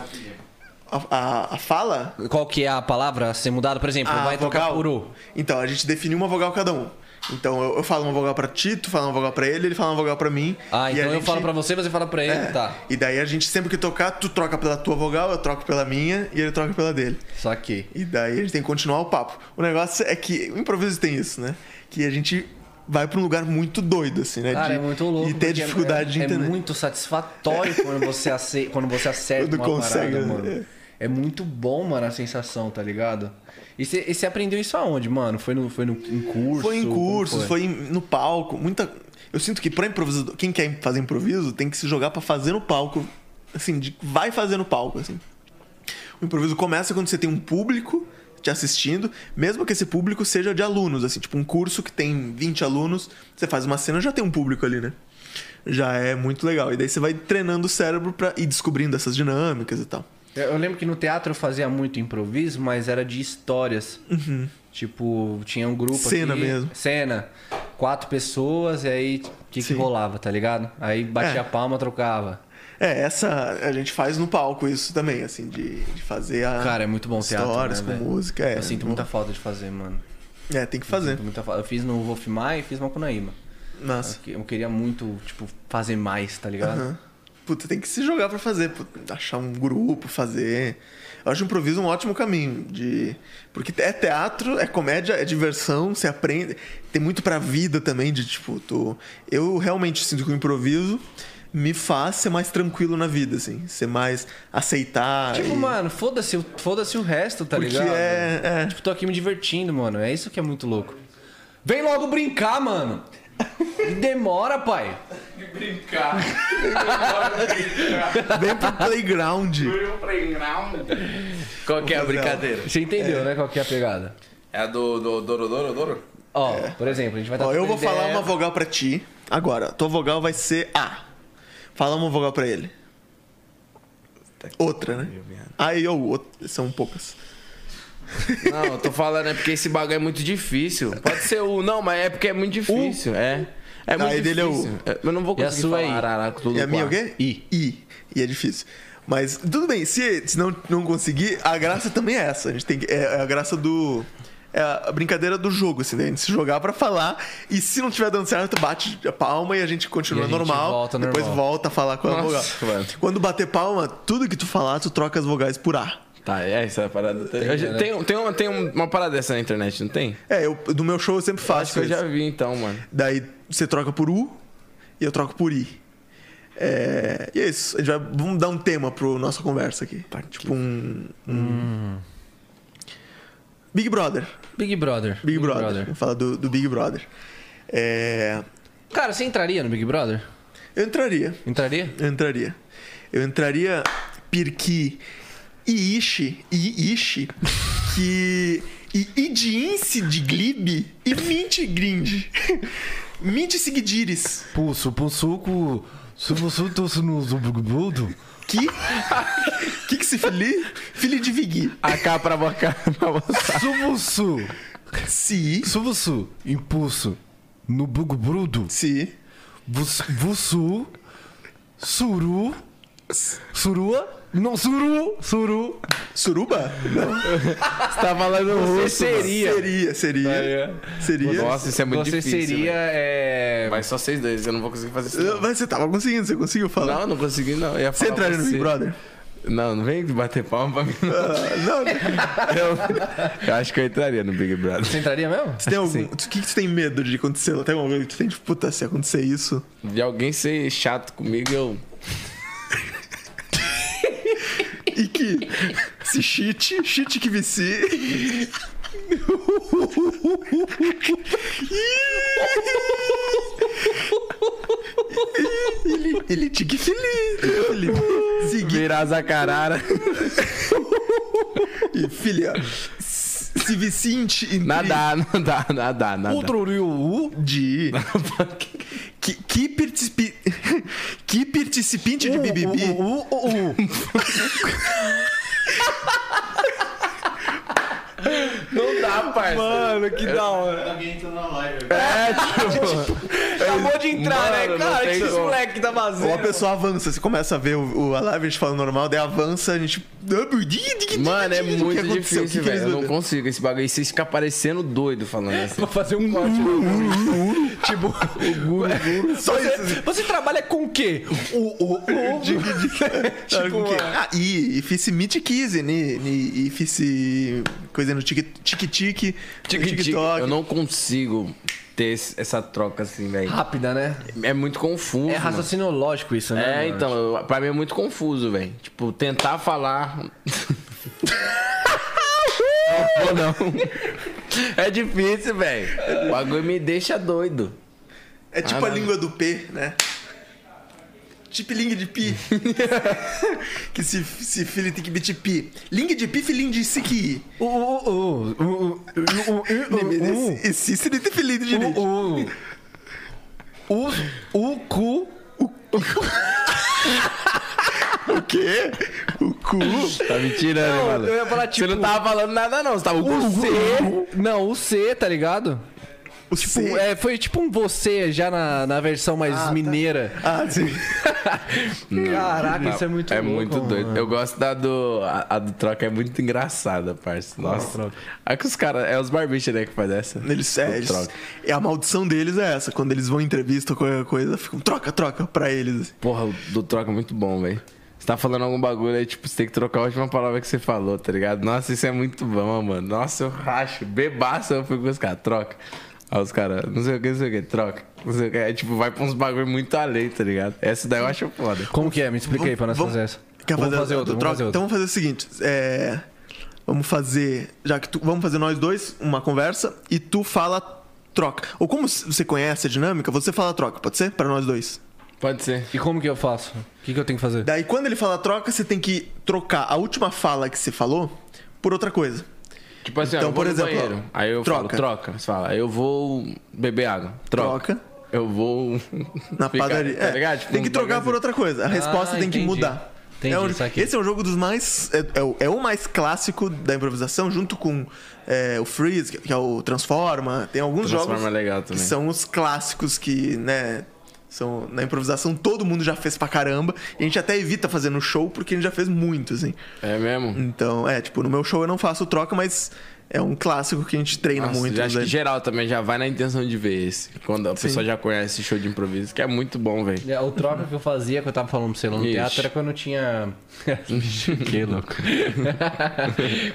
[SPEAKER 3] A, a- a fala?
[SPEAKER 2] Qual que é a palavra a ser mudada? Por exemplo,
[SPEAKER 3] a
[SPEAKER 2] vai trocar por o.
[SPEAKER 3] Então, a gente definiu uma vogal cada um. Então, eu, eu falo uma vogal pra ti, tu fala uma vogal pra ele, ele fala uma vogal pra mim.
[SPEAKER 2] Ah,
[SPEAKER 3] e
[SPEAKER 2] então
[SPEAKER 3] a
[SPEAKER 2] eu
[SPEAKER 3] gente-
[SPEAKER 2] falo pra você, você fala pra ele,
[SPEAKER 3] É,
[SPEAKER 2] tá.
[SPEAKER 3] E daí a gente sempre que tocar, tu troca pela tua vogal, eu troco pela minha e ele troca pela dele.
[SPEAKER 2] Saquei.
[SPEAKER 3] E daí a gente tem que continuar o papo. O negócio é que o improviso tem isso, né? Que a gente vai pra um lugar muito doido, assim, né?
[SPEAKER 2] Cara,
[SPEAKER 3] De-
[SPEAKER 2] é muito louco.
[SPEAKER 3] E ter
[SPEAKER 2] porque
[SPEAKER 3] dificuldade de
[SPEAKER 2] é,
[SPEAKER 3] entender.
[SPEAKER 2] É muito satisfatório quando você, ace... quando você acerta
[SPEAKER 3] Quando
[SPEAKER 2] uma
[SPEAKER 3] consegue,
[SPEAKER 2] parada,
[SPEAKER 3] né?
[SPEAKER 2] mano. É muito bom, mano, a sensação, tá ligado? E você e você aprendeu isso aonde, mano? Foi, no, foi no, em curso?
[SPEAKER 3] Foi em
[SPEAKER 2] Como
[SPEAKER 3] cursos, foi, em- no palco, muita. Eu sinto que pra improvisador, quem quer fazer improviso tem que se jogar pra fazer no palco, assim, de- vai fazer no palco, assim. O improviso começa quando você tem um público te assistindo, mesmo que esse público seja de alunos, assim, tipo um curso que tem 20 alunos, você faz uma cena, já tem um público ali, né? Já é muito legal. E daí você vai treinando o cérebro pra ir descobrindo essas dinâmicas e tal.
[SPEAKER 2] Eu eu lembro que no teatro eu fazia muito improviso, mas era de histórias. Tipo, tinha um grupo
[SPEAKER 3] Uhum. Cena
[SPEAKER 2] aqui,
[SPEAKER 3] mesmo.
[SPEAKER 2] Cena. Quatro pessoas, e aí o que, que
[SPEAKER 3] Sim.
[SPEAKER 2] rolava, tá ligado? Aí batia
[SPEAKER 3] É.
[SPEAKER 2] a palma, trocava.
[SPEAKER 3] É, essa a gente faz no palco isso também, assim, de, de fazer a.
[SPEAKER 2] Cara, é muito bom o teatro,
[SPEAKER 3] Histórias
[SPEAKER 2] né,
[SPEAKER 3] com
[SPEAKER 2] velho?
[SPEAKER 3] música, é.
[SPEAKER 2] eu sinto muita falta de fazer, mano.
[SPEAKER 3] É, tem que fazer.
[SPEAKER 2] Sinto muita falta. tá Eu fiz no Wolfmar e fiz Macunaíma.
[SPEAKER 3] Nossa.
[SPEAKER 2] Eu queria muito, tipo, fazer mais, tá ligado?
[SPEAKER 3] Aham. Puta, tem que se jogar pra fazer, puta, achar um grupo, fazer. Eu acho o improviso um ótimo caminho de porque é teatro, é comédia, é diversão, você aprende, tem muito pra vida também de tipo, tu... eu realmente sinto que o improviso me faz ser mais tranquilo na vida assim, ser mais aceitar.
[SPEAKER 2] Tipo,
[SPEAKER 3] e-
[SPEAKER 2] mano, foda-se o- foda-se o resto, tá
[SPEAKER 3] Porque
[SPEAKER 2] ligado?
[SPEAKER 3] é- é.
[SPEAKER 2] Tipo, tô aqui me divertindo, mano. É isso que é muito louco. Vem logo brincar, mano. Demora, pai.
[SPEAKER 1] Brincar.
[SPEAKER 3] Vem pro playground.
[SPEAKER 1] um- Qual que é a
[SPEAKER 3] um-
[SPEAKER 1] brincadeira?
[SPEAKER 2] Você entendeu, né, qual que é a pegada?
[SPEAKER 1] É a do, do Doro Doro Doro?
[SPEAKER 2] Ó, por exemplo, a gente vai estar
[SPEAKER 3] Ó, eu vou falar uma vogal pra ti agora. Tua vogal vai ser A. Fala uma vogal pra ele. Outra, né? A e ou outra. São poucas.
[SPEAKER 1] Não, eu tô falando é porque esse bagulho é muito difícil. Pode ser o. Não, mas é porque é muito difícil. É. É muito
[SPEAKER 3] Aí dele é o-
[SPEAKER 1] difícil. É, eu não vou
[SPEAKER 2] E a
[SPEAKER 1] conseguir
[SPEAKER 2] sua
[SPEAKER 1] falar
[SPEAKER 2] aí?
[SPEAKER 1] araraca tudo
[SPEAKER 3] E a minha é o
[SPEAKER 1] quatro.
[SPEAKER 3] quê? I. I. E é difícil. Mas tudo bem, se, se não, não conseguir, a graça também é essa. A gente tem que- é, é a graça do. É a brincadeira do jogo, assim, né? A gente se jogar pra falar. E se não tiver dando certo, bate a palma e a gente continua
[SPEAKER 2] E a gente
[SPEAKER 3] normal.
[SPEAKER 2] volta ao
[SPEAKER 3] depois
[SPEAKER 2] normal.
[SPEAKER 3] volta a falar com a vogal.
[SPEAKER 1] Nossa, mano.
[SPEAKER 3] Quando bater palma, tudo que tu falar, tu troca as vogais por A.
[SPEAKER 1] Tá, é essa parada. né? Tem, tem, tem, uma, tem uma parada dessa na internet, não tem?
[SPEAKER 3] É, eu, do meu show eu sempre faço.
[SPEAKER 1] Acho que eu
[SPEAKER 3] isso.
[SPEAKER 1] já vi então, mano.
[SPEAKER 3] Daí você troca por U e eu troco por I. É, e é isso. A gente vai, vamos dar um tema pro nossa conversa aqui. tipo um. um- Big Brother.
[SPEAKER 2] Big Brother.
[SPEAKER 3] Big, Brother. Vamos falar do, do Big Brother. É,
[SPEAKER 2] Cara, você entraria no Big Brother?
[SPEAKER 3] eu entraria.
[SPEAKER 2] Entraria?
[SPEAKER 3] Eu entraria. Eu entraria porque e Ishi, e Ishi, que. E Idiense de Glib e Mint Grind. Mint Seguidires.
[SPEAKER 5] Pulso, pulsuco. Se você trouxe no Zubugbudo,
[SPEAKER 3] Que? que que se fili? Fili de Ah, Vigui.
[SPEAKER 1] AK pra boca pra você.
[SPEAKER 5] Subusu,
[SPEAKER 3] Si.
[SPEAKER 5] Subusu, impulso, no Bugbrudo,
[SPEAKER 3] Si.
[SPEAKER 5] vus- Vusu, Suru, Surua, não, Suru, Suru,
[SPEAKER 3] Suruba? Não.
[SPEAKER 1] tá falando russo. mano.
[SPEAKER 3] Seria, seria. Seria.
[SPEAKER 1] Nossa, isso é muito
[SPEAKER 2] Você
[SPEAKER 1] difícil.
[SPEAKER 2] seria.
[SPEAKER 1] velho.
[SPEAKER 2] É...
[SPEAKER 1] Mas só vocês dois, eu não vou conseguir fazer isso.
[SPEAKER 3] Eu-
[SPEAKER 1] Não,
[SPEAKER 3] Mas você tava conseguindo, você conseguiu falar.
[SPEAKER 1] não, não consegui não. Eu ia
[SPEAKER 3] Você
[SPEAKER 1] falar
[SPEAKER 3] entraria no Big Brother?
[SPEAKER 1] Não, não vem bater palma pra mim. não.
[SPEAKER 3] Ah, não,
[SPEAKER 1] Eu, eu acho que eu entraria no Big Brother.
[SPEAKER 2] Você entraria mesmo?
[SPEAKER 3] tu tem algum. O que, que tu tem medo de acontecer? Tem alguma coisa que tu tem, tipo, puta, se acontecer isso.
[SPEAKER 1] De alguém ser chato comigo, eu.
[SPEAKER 3] E que se cheat, cheat que vici. ele, ele tique feliz, Felipe. Segui
[SPEAKER 1] Virar Zacarara.
[SPEAKER 3] E, filha, se vicinte em
[SPEAKER 1] Nadar, nadar, nadar, nadar.
[SPEAKER 3] Outro de que, que, participi... que participante de BBB
[SPEAKER 1] Não dá, parça. Mano, que da hora. É, tipo.
[SPEAKER 2] Acabou de
[SPEAKER 1] entrar, né? Mano, não Cara, o que tem esses como. moleque
[SPEAKER 2] tá
[SPEAKER 3] ou a
[SPEAKER 2] vazando.
[SPEAKER 3] pessoa avança, você começa a ver o, o- a live a gente fala normal, daí avança, a gente.
[SPEAKER 1] Mano, é
[SPEAKER 3] O que
[SPEAKER 1] muito
[SPEAKER 3] aconteceu? O
[SPEAKER 1] difícil,
[SPEAKER 3] que que eles
[SPEAKER 1] velho. Eu não
[SPEAKER 3] mudam?
[SPEAKER 1] consigo esse bagulho. Você fica parecendo doido falando assim.
[SPEAKER 2] Vou fazer um corte. tipo,
[SPEAKER 3] Só
[SPEAKER 2] você,
[SPEAKER 3] isso.
[SPEAKER 2] você trabalha com o quê? O, o, o,
[SPEAKER 3] Tipo,
[SPEAKER 2] tipo,
[SPEAKER 3] ah, e, e fiz Meet Kiss, né? E, e fiz coisa no tique-tique, TikTok.
[SPEAKER 1] Eu não consigo ter esse- essa troca assim, velho.
[SPEAKER 2] rápida, né?
[SPEAKER 1] É muito confuso.
[SPEAKER 2] É
[SPEAKER 1] mano.
[SPEAKER 2] raciocínio lógico isso, né?
[SPEAKER 1] É,
[SPEAKER 2] mano?
[SPEAKER 1] então, eu- pra mim é muito confuso, velho. Tipo, tentar falar. não, vou, não. É difícil, velho. O bagulho me deixa doido.
[SPEAKER 3] É tipo a língua do P, né? Tipo língua de pi. que se, se filho tem que bitir pi. Língua de pi, filhinho de siqui.
[SPEAKER 2] O, o, o, o, o, o, o, o,
[SPEAKER 3] E se se tem filhinho de direito.
[SPEAKER 2] O. O. O. O. Cu.
[SPEAKER 3] O quê? O cu.
[SPEAKER 1] Tá me tirando,
[SPEAKER 2] Não,
[SPEAKER 1] mano.
[SPEAKER 2] eu ia falar,
[SPEAKER 1] Você
[SPEAKER 2] tipo-
[SPEAKER 1] não tava falando nada, não. Você tava com
[SPEAKER 2] O
[SPEAKER 1] você.
[SPEAKER 2] C. Não, o C, tá ligado?
[SPEAKER 3] O
[SPEAKER 2] Tipo,
[SPEAKER 3] C.
[SPEAKER 2] é, foi tipo um você já na, na versão mais mineira.
[SPEAKER 3] Ah, sim.
[SPEAKER 2] Caraca, isso é muito
[SPEAKER 1] É
[SPEAKER 2] louco,
[SPEAKER 1] muito doido.
[SPEAKER 2] mano.
[SPEAKER 1] Eu gosto da do. A, a do troca é muito engraçada, parça. Nossa.
[SPEAKER 2] troca?
[SPEAKER 1] Aí que os caras. É os barbichos, né, que faz essa.
[SPEAKER 3] Eles, é, eles,
[SPEAKER 1] Troca.
[SPEAKER 3] é, a maldição deles é essa. Quando eles vão em entrevista ou qualquer coisa, ficam troca, troca pra eles.
[SPEAKER 1] Porra, o do troca é muito bom, velho. Você tá falando algum bagulho aí, tipo, você tem que trocar a última palavra que você falou, tá ligado? Nossa, isso é muito bom, mano. Nossa, eu racho. Bebaça, eu fico com os caras. Troca. Aí os caras, não sei o que, não sei o que, troca. Não sei o que. É, tipo, vai pra uns bagulho muito além, tá ligado? Essa daí eu acho foda.
[SPEAKER 2] Como que é? Me explica aí pra nós fazer essa.
[SPEAKER 3] Quer
[SPEAKER 2] Vamos
[SPEAKER 3] fazer,
[SPEAKER 2] fazer
[SPEAKER 3] a-
[SPEAKER 2] outra, vamos
[SPEAKER 3] do troca?
[SPEAKER 2] fazer outra.
[SPEAKER 3] Então vamos fazer o seguinte. é, vamos fazer. Já que tu, vamos fazer nós dois uma conversa e tu fala troca. Ou como s- você conhece a dinâmica, você fala troca, pode ser? Pra nós dois.
[SPEAKER 1] Pode ser.
[SPEAKER 2] E como que eu faço? O que, que eu tenho que fazer?
[SPEAKER 3] Daí quando ele fala troca, você tem que trocar a última fala que você falou por outra coisa.
[SPEAKER 1] Tipo assim,
[SPEAKER 3] Então,
[SPEAKER 1] ó, eu
[SPEAKER 3] por
[SPEAKER 1] vou
[SPEAKER 3] exemplo,
[SPEAKER 1] no banheiro. Aí eu
[SPEAKER 3] troca.
[SPEAKER 1] falo, troca. Você fala, eu vou beber água. Troca.
[SPEAKER 3] Troca.
[SPEAKER 1] Eu vou.
[SPEAKER 3] Na
[SPEAKER 1] ficar-
[SPEAKER 3] padaria.
[SPEAKER 1] Tá
[SPEAKER 3] É,
[SPEAKER 1] ligado? Tipo,
[SPEAKER 3] tem que
[SPEAKER 1] um
[SPEAKER 3] trocar
[SPEAKER 1] bagulho
[SPEAKER 3] por
[SPEAKER 1] Ah,
[SPEAKER 3] outra coisa. A resposta tem que
[SPEAKER 2] entendi.
[SPEAKER 3] mudar.
[SPEAKER 2] Entendi,
[SPEAKER 3] é um-
[SPEAKER 2] saquei.
[SPEAKER 3] esse é um jogo dos mais. É, é o, é o mais clássico da improvisação, junto com é, o Freeze, que que é o Transforma. Tem alguns
[SPEAKER 1] Transforma
[SPEAKER 3] jogos
[SPEAKER 1] é legal
[SPEAKER 3] que
[SPEAKER 1] também.
[SPEAKER 3] são os clássicos que, né? São, na improvisação todo mundo já fez pra caramba. E a gente até evita fazer no show porque a gente já fez muito, assim.
[SPEAKER 1] assim. É mesmo?
[SPEAKER 3] Então, é, tipo, no meu show eu não faço troca, mas é um clássico que a gente treina
[SPEAKER 1] Nossa,
[SPEAKER 3] muito.
[SPEAKER 1] já acho
[SPEAKER 3] né?
[SPEAKER 1] que geral também já vai na intenção de ver esse. Quando a pessoa já conhece show de improviso, que é muito bom, velho.
[SPEAKER 2] É, O troca que eu fazia, que eu tava falando pra você lá no
[SPEAKER 1] Ixi.
[SPEAKER 2] teatro, era quando eu tinha. que louco.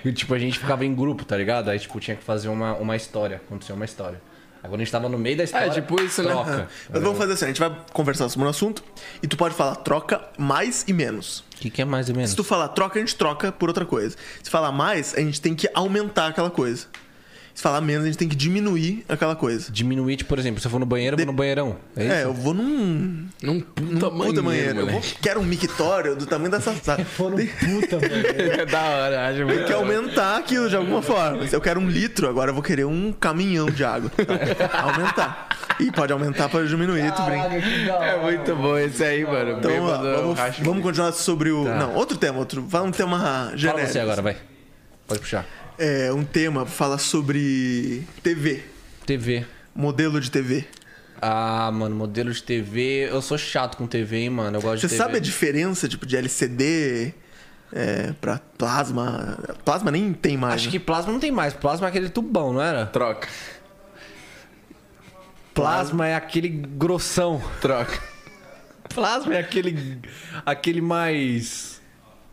[SPEAKER 2] E, tipo, a gente ficava em grupo, tá ligado? Aí, tipo, tinha que fazer uma, uma história, acontecer uma história. Aí quando a gente tava no meio da história.
[SPEAKER 1] É, tipo isso, né?
[SPEAKER 2] troca.
[SPEAKER 3] Mas vamos fazer assim, a gente vai conversar sobre um assunto e tu pode falar troca mais e menos.
[SPEAKER 2] O que, que é mais ou menos?
[SPEAKER 3] Se tu falar troca, a gente troca por outra coisa. Se falar mais, a gente tem que aumentar aquela coisa. Se falar menos, a gente tem que diminuir aquela coisa.
[SPEAKER 2] Diminuir, tipo, por exemplo, se eu for no banheiro, eu vou no banheirão. É isso? né?
[SPEAKER 3] É, eu vou num.
[SPEAKER 1] Num puta
[SPEAKER 3] num puta
[SPEAKER 1] maneiro,
[SPEAKER 3] banheiro. Eu vou,
[SPEAKER 1] moleque.
[SPEAKER 3] quero um mictório do tamanho dessa sala.
[SPEAKER 2] puta, mano.
[SPEAKER 1] É da hora, eu acho muito
[SPEAKER 3] Tem que
[SPEAKER 1] da hora.
[SPEAKER 3] aumentar aquilo de alguma forma. Se eu quero um litro, agora eu vou querer um caminhão de água. Tá? aumentar. E pode aumentar para diminuir, tu brinca.
[SPEAKER 1] É muito bom esse aí, mano.
[SPEAKER 3] Então vamos, lá,
[SPEAKER 1] Bêbado, eu
[SPEAKER 3] vamos,
[SPEAKER 1] racho
[SPEAKER 3] vamos continuar sobre o. Não, outro tema, outro. Fala um tema
[SPEAKER 2] Tá. Fala
[SPEAKER 3] genérico.
[SPEAKER 2] você agora, vai. Pode puxar.
[SPEAKER 3] É, um tema fala sobre TV.
[SPEAKER 2] TV.
[SPEAKER 3] Modelo de TV.
[SPEAKER 2] Ah, mano, modelo de TV. Eu sou chato com TV, hein, mano. Eu gosto
[SPEAKER 3] Você
[SPEAKER 2] de TV.
[SPEAKER 3] sabe a diferença, tipo, de LCD é, pra plasma? Plasma nem tem mais.
[SPEAKER 2] Acho
[SPEAKER 3] né?
[SPEAKER 2] que plasma não tem mais. Plasma é aquele tubão, não era?
[SPEAKER 1] Troca,
[SPEAKER 2] Plasma é aquele grossão.
[SPEAKER 1] troca.
[SPEAKER 2] Plasma é aquele. aquele mais.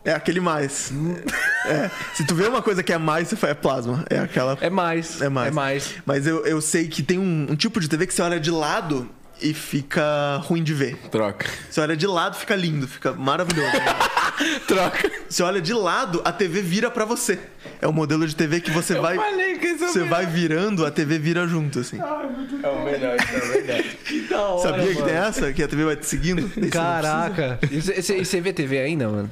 [SPEAKER 3] É aquele mais.
[SPEAKER 2] Hum.
[SPEAKER 3] É. Se tu vê uma coisa que é mais, você fala, é plasma. É aquela.
[SPEAKER 2] É mais.
[SPEAKER 3] É mais.
[SPEAKER 2] É mais.
[SPEAKER 3] Mas eu, eu sei que tem um, um tipo de TV que você olha de lado e fica ruim de ver.
[SPEAKER 1] Troca.
[SPEAKER 3] Você olha de lado, fica lindo, fica maravilhoso.
[SPEAKER 1] Troca.
[SPEAKER 3] você olha de lado, a TV vira pra você. É o modelo de TV que você vai.
[SPEAKER 1] falei que esse é o
[SPEAKER 3] Você
[SPEAKER 1] melhor.
[SPEAKER 3] vai virando, a TV vira junto, assim.
[SPEAKER 1] É o melhor, é o melhor.
[SPEAKER 3] Sabia que tem essa? Que a TV vai te seguindo? Daí você não
[SPEAKER 2] Caraca. E você- você você vê TV ainda, mano?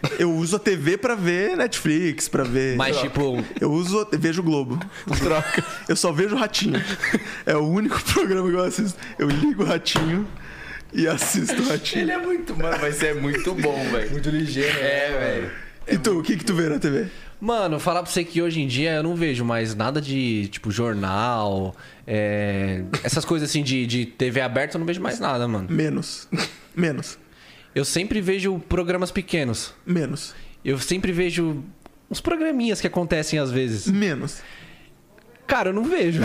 [SPEAKER 3] precisa- Eu uso a TV pra ver Netflix, pra ver.
[SPEAKER 2] Mas, tipo,
[SPEAKER 3] Eu uso. eu Vejo o Globo. Troca. Eu só vejo o Ratinho. É o único programa que eu assisto. Eu ligo o Ratinho e assisto o Ratinho.
[SPEAKER 1] Ele é muito, mano, mas você é muito bom, velho. Muito ligeiro. É, velho.
[SPEAKER 3] E tu, o que que tu vê na TV?
[SPEAKER 2] Mano, falar pra você que hoje em dia eu não vejo mais nada de, tipo, jornal, é, essas coisas assim de, de TV aberta, eu não vejo mais nada, mano.
[SPEAKER 3] Menos. Menos.
[SPEAKER 2] Eu sempre vejo programas pequenos.
[SPEAKER 3] Menos.
[SPEAKER 2] Eu sempre vejo uns programinhas que acontecem às vezes.
[SPEAKER 3] Menos.
[SPEAKER 2] Cara, eu não vejo.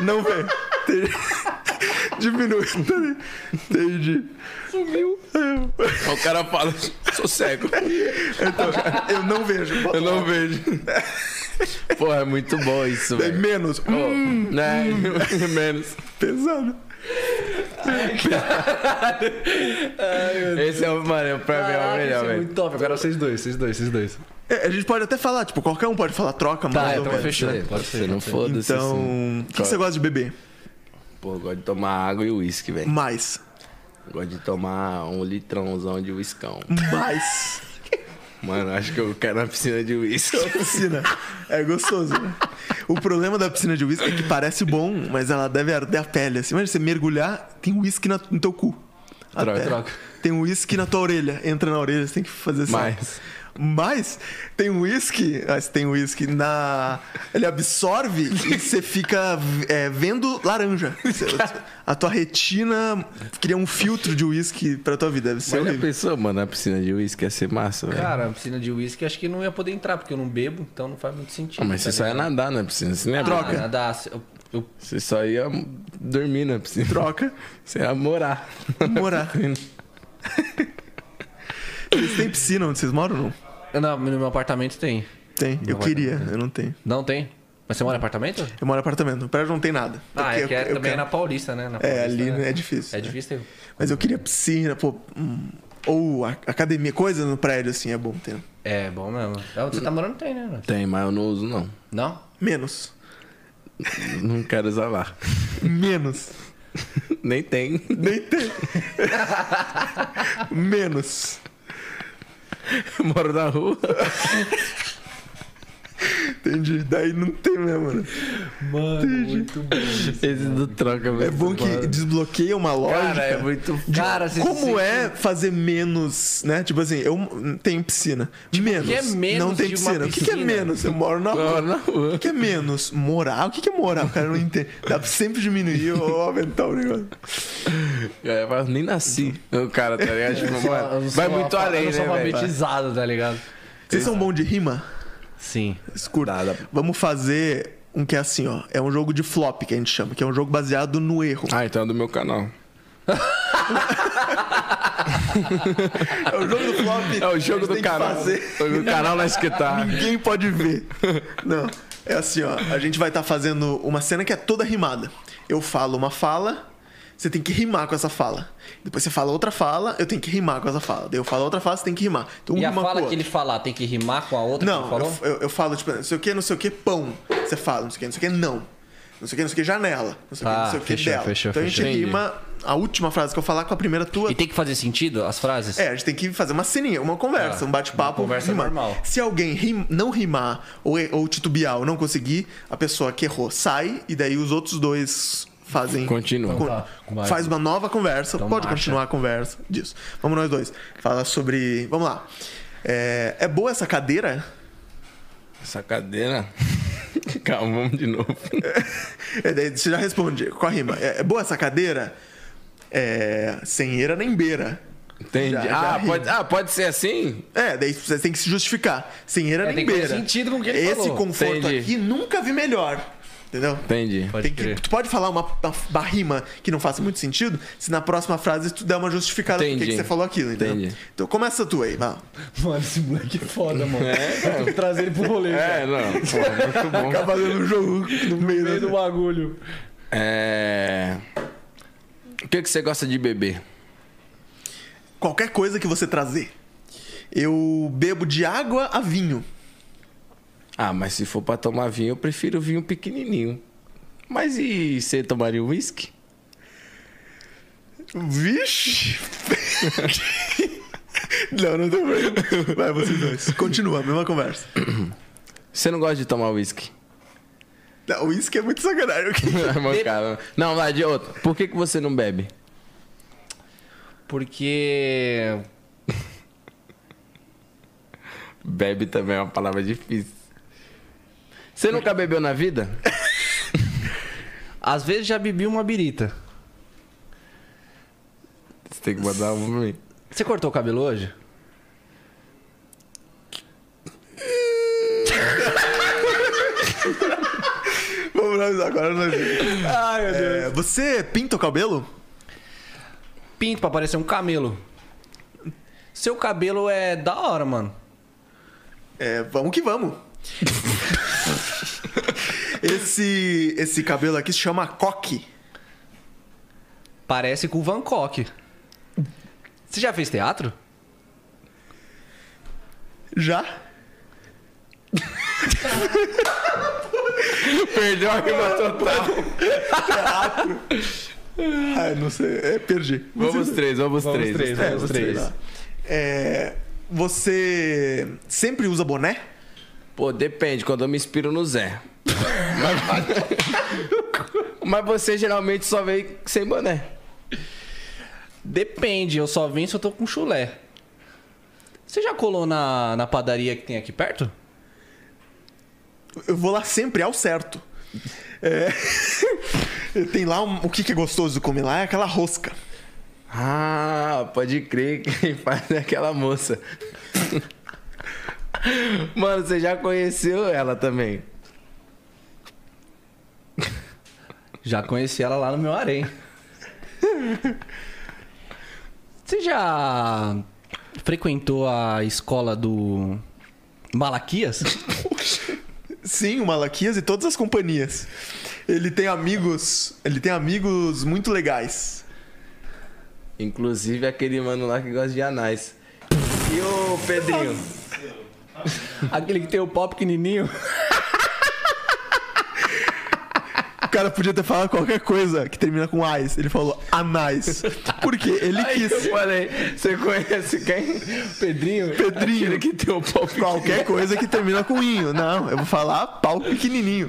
[SPEAKER 3] Não vê. Entendi. Diminui. Entendi.
[SPEAKER 1] O cara fala, sou cego.
[SPEAKER 3] Então, eu não vejo.
[SPEAKER 1] Eu não vejo. Porra, é muito bom isso,
[SPEAKER 3] É
[SPEAKER 1] velho.
[SPEAKER 3] menos.
[SPEAKER 1] Pô, né? Menos.
[SPEAKER 3] Pesado.
[SPEAKER 1] Esse é o, mano, pra mim é o melhor,
[SPEAKER 2] é
[SPEAKER 1] velho.
[SPEAKER 2] muito top. Agora vocês dois, vocês dois, vocês dois.
[SPEAKER 3] É, a gente pode até falar, tipo, qualquer um pode falar troca, mas.
[SPEAKER 2] Tá, então fechou. Pode
[SPEAKER 1] Você
[SPEAKER 2] ser.
[SPEAKER 1] não foda-se assim.
[SPEAKER 3] Então, o que, que você gosta de beber?
[SPEAKER 1] Pô, eu gosto de tomar água e uísque,
[SPEAKER 3] Hum.
[SPEAKER 1] velho.
[SPEAKER 3] Mais.
[SPEAKER 1] Eu Gosto de tomar um litrãozão de uiscão.
[SPEAKER 3] Mais.
[SPEAKER 1] Mano, acho que eu quero na piscina de uísque.
[SPEAKER 3] Piscina. É gostoso. né? O problema da piscina de uísque é que parece bom, mas ela deve arder a pele. Assim, imagina você mergulhar, tem uísque na- no teu cu.
[SPEAKER 1] Troca,
[SPEAKER 3] Até.
[SPEAKER 1] troca.
[SPEAKER 3] Tem uísque na tua orelha. Entra na orelha, você tem que fazer assim.
[SPEAKER 1] Mais.
[SPEAKER 3] Mas tem uísque. ah, se Tem uísque na. Ele absorve e você fica é, vendo laranja. Você- A tua retina cria um filtro de uísque pra tua vida. Deve ser
[SPEAKER 1] Você já
[SPEAKER 3] horrível.
[SPEAKER 1] pensou, mano, na piscina de uísque ia ser massa, velho.
[SPEAKER 2] Cara, piscina de uísque acho que não ia poder entrar, porque eu não bebo, então não faz muito sentido. tá
[SPEAKER 1] Ah, Mas você só ia nadar na piscina, você nem ia
[SPEAKER 3] Troca.
[SPEAKER 2] Ah, dá- eu- eu
[SPEAKER 1] Você só ia dormir na piscina.
[SPEAKER 3] Troca,
[SPEAKER 1] Você ia morar.
[SPEAKER 3] morar. Vocês têm piscina onde vocês moram ou não?
[SPEAKER 2] Não, no meu apartamento tem.
[SPEAKER 3] Tem. eu
[SPEAKER 2] vai
[SPEAKER 3] queria, eu não tenho.
[SPEAKER 2] Não tem? Mas você mora em apartamento?
[SPEAKER 3] Eu moro em apartamento. O prédio não tem nada.
[SPEAKER 2] Ah, é
[SPEAKER 3] É Eu-
[SPEAKER 2] que é,
[SPEAKER 3] eu- eu
[SPEAKER 2] também é
[SPEAKER 3] quero-
[SPEAKER 2] na Paulista, né? Na
[SPEAKER 3] É,
[SPEAKER 2] Paulista,
[SPEAKER 3] ali
[SPEAKER 2] né?
[SPEAKER 3] é
[SPEAKER 2] É
[SPEAKER 3] difícil. né?
[SPEAKER 2] difícil.
[SPEAKER 3] Mas eu queria piscina, pô. hum, Ou a- academia, coisa no prédio, assim, é bom ter.
[SPEAKER 2] É bom mesmo. É onde você tá morando tem, né?
[SPEAKER 1] Tem, mas eu não uso, não.
[SPEAKER 2] Não?
[SPEAKER 3] Menos.
[SPEAKER 1] Não quero usar lá.
[SPEAKER 3] Menos.
[SPEAKER 1] Nem tem.
[SPEAKER 3] Nem tem. Menos.
[SPEAKER 1] Moro na rua.
[SPEAKER 3] Entendi. Daí não tem mesmo, né?
[SPEAKER 2] Mano, muito bom.
[SPEAKER 1] Esse do troca mesmo.
[SPEAKER 3] É bom que desbloqueia uma lógica.
[SPEAKER 1] Cara, é muito.
[SPEAKER 2] Cara, você
[SPEAKER 3] Como
[SPEAKER 2] se
[SPEAKER 3] é fazer menos, né? Tipo assim, eu tenho piscina. menos.
[SPEAKER 2] que é menos
[SPEAKER 3] não tem
[SPEAKER 2] de uma
[SPEAKER 3] piscina. O que, que é
[SPEAKER 2] piscina?
[SPEAKER 3] menos? Eu moro na
[SPEAKER 1] Moro
[SPEAKER 3] rua.
[SPEAKER 1] na rua.
[SPEAKER 3] O que é menos? Morar? O que, que é morar? O cara não entende. Dá pra sempre diminuir ou aumentar o negócio.
[SPEAKER 1] É, mas nem nasci. O cara, tá ligado? Tipo,
[SPEAKER 2] Eu
[SPEAKER 1] mano,
[SPEAKER 2] não sou
[SPEAKER 1] vai
[SPEAKER 2] uma-
[SPEAKER 1] muito além,
[SPEAKER 2] Eu
[SPEAKER 1] né,
[SPEAKER 2] sou
[SPEAKER 1] velho?
[SPEAKER 2] alfabetizado, tá ligado?
[SPEAKER 3] Vocês são bons de rima?
[SPEAKER 2] Sim.
[SPEAKER 3] Escuta. Vamos fazer um que é assim, ó. É um jogo de flop que a gente chama, que é um jogo baseado no erro.
[SPEAKER 1] Ah, então é do meu canal.
[SPEAKER 3] É o jogo do flop.
[SPEAKER 1] É o jogo
[SPEAKER 3] que
[SPEAKER 1] do
[SPEAKER 3] a gente tem que
[SPEAKER 1] canal.
[SPEAKER 3] fazer.
[SPEAKER 1] O jogo do canal nós que tá.
[SPEAKER 3] Ninguém pode ver. Não. É assim, ó. A gente vai estar fazendo uma cena que é toda rimada. Eu falo uma fala, você tem que rimar com essa fala. Depois você fala outra fala, eu tenho que rimar com essa fala. Daí eu falo outra fala, você tem que rimar. Então um
[SPEAKER 2] E a
[SPEAKER 3] rima com o
[SPEAKER 2] fala que
[SPEAKER 3] outro.
[SPEAKER 2] ele falar tem que rimar com a outra que ele
[SPEAKER 3] Não,
[SPEAKER 2] falou?
[SPEAKER 3] eu, eu- eu falo, tipo, não sei o que, não sei o que, pão. Você fala, não sei o que, não sei o que, não. Não sei o que, não sei o que, janela. Não sei o que,
[SPEAKER 2] Tá,
[SPEAKER 3] não sei o que,
[SPEAKER 2] fechou,
[SPEAKER 3] dela.
[SPEAKER 2] fechou,
[SPEAKER 3] então a
[SPEAKER 2] fechou.
[SPEAKER 3] gente
[SPEAKER 2] Entendi.
[SPEAKER 3] rima a última frase que eu falar com a primeira tua.
[SPEAKER 2] E tem que fazer sentido as frases?
[SPEAKER 3] É, a gente tem que fazer uma sininha, uma conversa,
[SPEAKER 2] Tá.
[SPEAKER 3] um bate-papo.
[SPEAKER 2] Uma conversa
[SPEAKER 3] rimar.
[SPEAKER 2] normal.
[SPEAKER 3] Se alguém rim- não rimar ou, ou titubear ou não conseguir, a pessoa que errou sai e daí os outros dois fazem.
[SPEAKER 1] Continua.
[SPEAKER 3] con-
[SPEAKER 2] Então tá, vai.
[SPEAKER 3] Faz uma nova conversa.
[SPEAKER 2] Então
[SPEAKER 3] pode
[SPEAKER 2] marcha.
[SPEAKER 3] continuar a conversa disso. Vamos nós dois. Fala sobre. Vamos lá. É, é boa essa cadeira?
[SPEAKER 1] Essa cadeira. Calma, vamos de novo.
[SPEAKER 3] É, daí você já responde com a rima. É, é boa essa cadeira? É, sem eira nem beira.
[SPEAKER 1] Entendi.
[SPEAKER 3] Já- já
[SPEAKER 1] ah,
[SPEAKER 3] ri.
[SPEAKER 1] pode, ah, pode ser assim?
[SPEAKER 3] É, daí você tem que se justificar. Sem eira
[SPEAKER 2] É,
[SPEAKER 3] nem
[SPEAKER 2] tem que fazer
[SPEAKER 3] beira.
[SPEAKER 2] sentido com o que ele
[SPEAKER 3] Esse
[SPEAKER 2] falou.
[SPEAKER 3] conforto
[SPEAKER 1] Entendi.
[SPEAKER 3] aqui nunca vi melhor. Entendeu?
[SPEAKER 1] Entendi.
[SPEAKER 2] Pode
[SPEAKER 3] Tem que-
[SPEAKER 2] crer.
[SPEAKER 3] tu pode falar uma, uma barrima que não faça muito sentido, se na próxima frase tu der uma justificada por que
[SPEAKER 1] Entendi.
[SPEAKER 3] que você falou aquilo, entendeu?
[SPEAKER 1] Entendi.
[SPEAKER 3] Então começa tu aí, vai.
[SPEAKER 5] Mano, esse moleque é foda, mano. Eu tô trazendo ele pro rolê.
[SPEAKER 1] É, não. Pô, muito bom.
[SPEAKER 3] Acabando o jogo no meio,
[SPEAKER 5] No meio
[SPEAKER 3] da-
[SPEAKER 5] do bagulho.
[SPEAKER 1] É... O que, que você gosta de beber?
[SPEAKER 3] Qualquer coisa que você trazer. Eu bebo de água a vinho.
[SPEAKER 1] Ah, mas se for pra tomar vinho, eu prefiro vinho pequenininho. Mas e você tomaria um uísque?
[SPEAKER 3] Vixe! não, não tem problema. Vai, vocês dois. Continua, mesma conversa.
[SPEAKER 1] Você não gosta de tomar uísque?
[SPEAKER 3] Não, o uísque é muito sacanagem.
[SPEAKER 1] É mancada. não, vai de outro. Por que, que você não bebe?
[SPEAKER 2] Porque.
[SPEAKER 1] Bebe também é uma palavra difícil. Você nunca bebeu na vida?
[SPEAKER 2] Às vezes já bebi uma birita.
[SPEAKER 1] Você tem que mandar um pra mim.
[SPEAKER 2] Você cortou o cabelo hoje?
[SPEAKER 3] Vamos analisar agora. Nós... Ai, meu Deus. você pinta o cabelo?
[SPEAKER 2] Pinto pra parecer um camelo. Seu cabelo é da hora, mano.
[SPEAKER 3] É, vamos que vamos. esse, esse cabelo aqui se chama coque.
[SPEAKER 2] Parece com o Van Gogh. Você já fez teatro?
[SPEAKER 3] Já?
[SPEAKER 1] Perdeu a rima total.
[SPEAKER 3] Ah, não sei. É, perdi.
[SPEAKER 1] Vamos três, vamos, três.
[SPEAKER 2] três,
[SPEAKER 3] É,
[SPEAKER 2] vamos
[SPEAKER 3] você-
[SPEAKER 2] três.
[SPEAKER 3] É, você sempre usa boné?
[SPEAKER 1] Pô, depende, quando eu me inspiro no Zé. Mas, mas você geralmente só vem sem boné.
[SPEAKER 2] Depende, eu só venho se eu tô com chulé. Você já colou na, na padaria que tem aqui perto?
[SPEAKER 3] Eu vou lá sempre ao certo. É, tem lá um- o que, que é gostoso de comer lá é aquela rosca.
[SPEAKER 1] Ah, pode crer que quem faz é aquela moça. Mano, você já conheceu ela também.
[SPEAKER 2] Já conheci ela lá no meu harém. Você já frequentou a escola do Malaquias?
[SPEAKER 3] Sim, o Malaquias e todas as companhias. Ele tem amigos, ele tem amigos muito legais.
[SPEAKER 1] Inclusive aquele mano lá que gosta de anais. E o Pedrinho?
[SPEAKER 2] Aquele que tem o pau pequenininho?
[SPEAKER 3] O cara podia ter falado qualquer coisa que termina com ais. Ele falou anais. Por quê? Ele quis.
[SPEAKER 1] Eu falei, você conhece quem?
[SPEAKER 2] Pedrinho?
[SPEAKER 3] Pedrinho.
[SPEAKER 1] Que tem o pau pequeno.
[SPEAKER 3] Qualquer coisa que termina com inho. Não, eu vou falar pau pequenininho.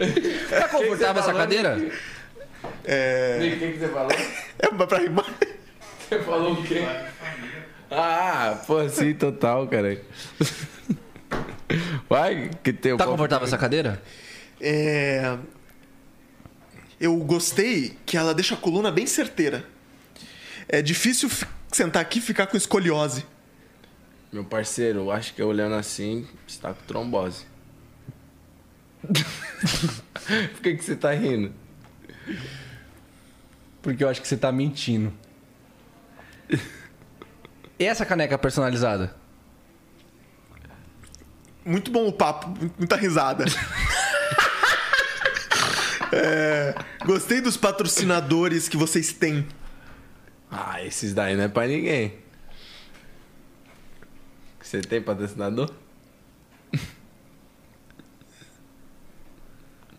[SPEAKER 2] Tá confortável essa cadeira?
[SPEAKER 3] É.
[SPEAKER 1] O que que você falou?
[SPEAKER 3] É pra rimar.
[SPEAKER 1] Você falou o quê? Ah, pô, sim, total, cara. Vai, que tem o
[SPEAKER 2] Tá
[SPEAKER 1] pau
[SPEAKER 2] confortável essa cadeira?
[SPEAKER 3] É. Eu gostei que ela deixa a coluna bem certeira. É difícil fi- sentar aqui e ficar com escoliose.
[SPEAKER 1] Meu parceiro, eu acho que olhando assim, você tá com trombose. Por que, que você tá rindo?
[SPEAKER 2] Porque eu acho que você tá mentindo. E essa caneca personalizada?
[SPEAKER 3] Muito bom o papo, mu- muita risada. É, gostei dos patrocinadores que vocês têm.
[SPEAKER 1] Ah, esses daí não é pra ninguém. Você tem patrocinador?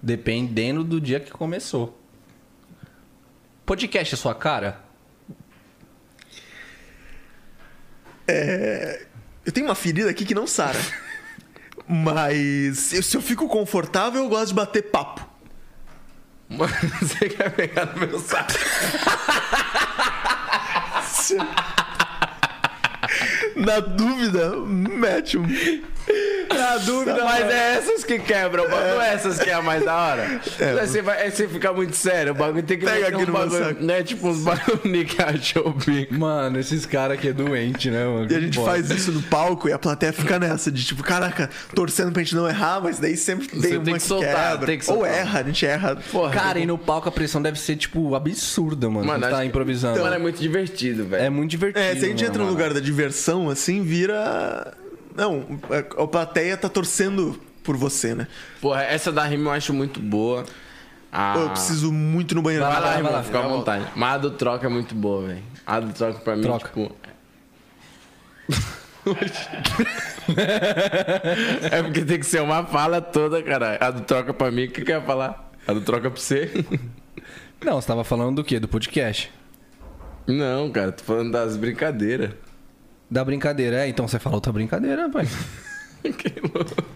[SPEAKER 2] Dependendo do dia que começou. Podcast é sua cara?
[SPEAKER 3] Eu tenho uma ferida aqui que não sara. Mas eu- se eu fico confortável, eu gosto de bater papo.
[SPEAKER 1] Mano, você quer pegar no meu saco?
[SPEAKER 3] Na dúvida, mete um.
[SPEAKER 2] Na dúvida,
[SPEAKER 1] Mas é essas que quebram, não é essas que é a mais da hora. Aí você, vai, aí você fica muito sério, o bagulho tem que
[SPEAKER 3] Pega
[SPEAKER 1] meter
[SPEAKER 3] aqui no meu
[SPEAKER 1] bagulho,
[SPEAKER 3] saco.
[SPEAKER 1] Não é tipo uns bagulho que achou o bico.
[SPEAKER 2] Mano, esses caras aqui é doente, né, mano?
[SPEAKER 3] E a gente
[SPEAKER 2] Foda.
[SPEAKER 3] faz isso no palco e a plateia fica nessa de tipo, caraca, torcendo pra gente não errar, mas daí sempre tem
[SPEAKER 1] tem
[SPEAKER 3] uma
[SPEAKER 1] que soltar,
[SPEAKER 3] quebra.
[SPEAKER 1] tem que
[SPEAKER 3] Ou
[SPEAKER 1] soltar.
[SPEAKER 3] erra, a gente erra.
[SPEAKER 1] Porra,
[SPEAKER 2] Cara, e no palco a pressão deve ser, tipo, absurda, mano.
[SPEAKER 1] Mano,
[SPEAKER 2] Mano,
[SPEAKER 1] acho
[SPEAKER 2] tá
[SPEAKER 1] que-
[SPEAKER 2] improvisando.
[SPEAKER 1] mano, é muito divertido, velho.
[SPEAKER 2] é muito divertido.
[SPEAKER 3] Então, É, se a gente
[SPEAKER 2] mano.
[SPEAKER 3] entra no lugar da diversão, assim, vira. Não, é, a, a plateia tá torcendo por você, né?
[SPEAKER 1] Porra, essa da rima eu acho muito boa. Ah,
[SPEAKER 3] Pô, eu preciso muito no banheiro.
[SPEAKER 2] Vai lá,
[SPEAKER 1] Vai
[SPEAKER 2] vai
[SPEAKER 1] lá,
[SPEAKER 2] lá.
[SPEAKER 1] fica à vontade. Mas a do troca é muito boa, velho. A do troca pra mim,
[SPEAKER 2] Troca.
[SPEAKER 1] tipo. é porque tem que ser uma fala toda, cara. A do troca pra mim, o que que eu ia falar? A do troca pra você?
[SPEAKER 2] Não, você tava falando do quê? Do podcast.
[SPEAKER 1] Não, cara, tô falando das brincadeiras.
[SPEAKER 2] Da brincadeira. É, então você falou outra brincadeira, pai.
[SPEAKER 1] que louco.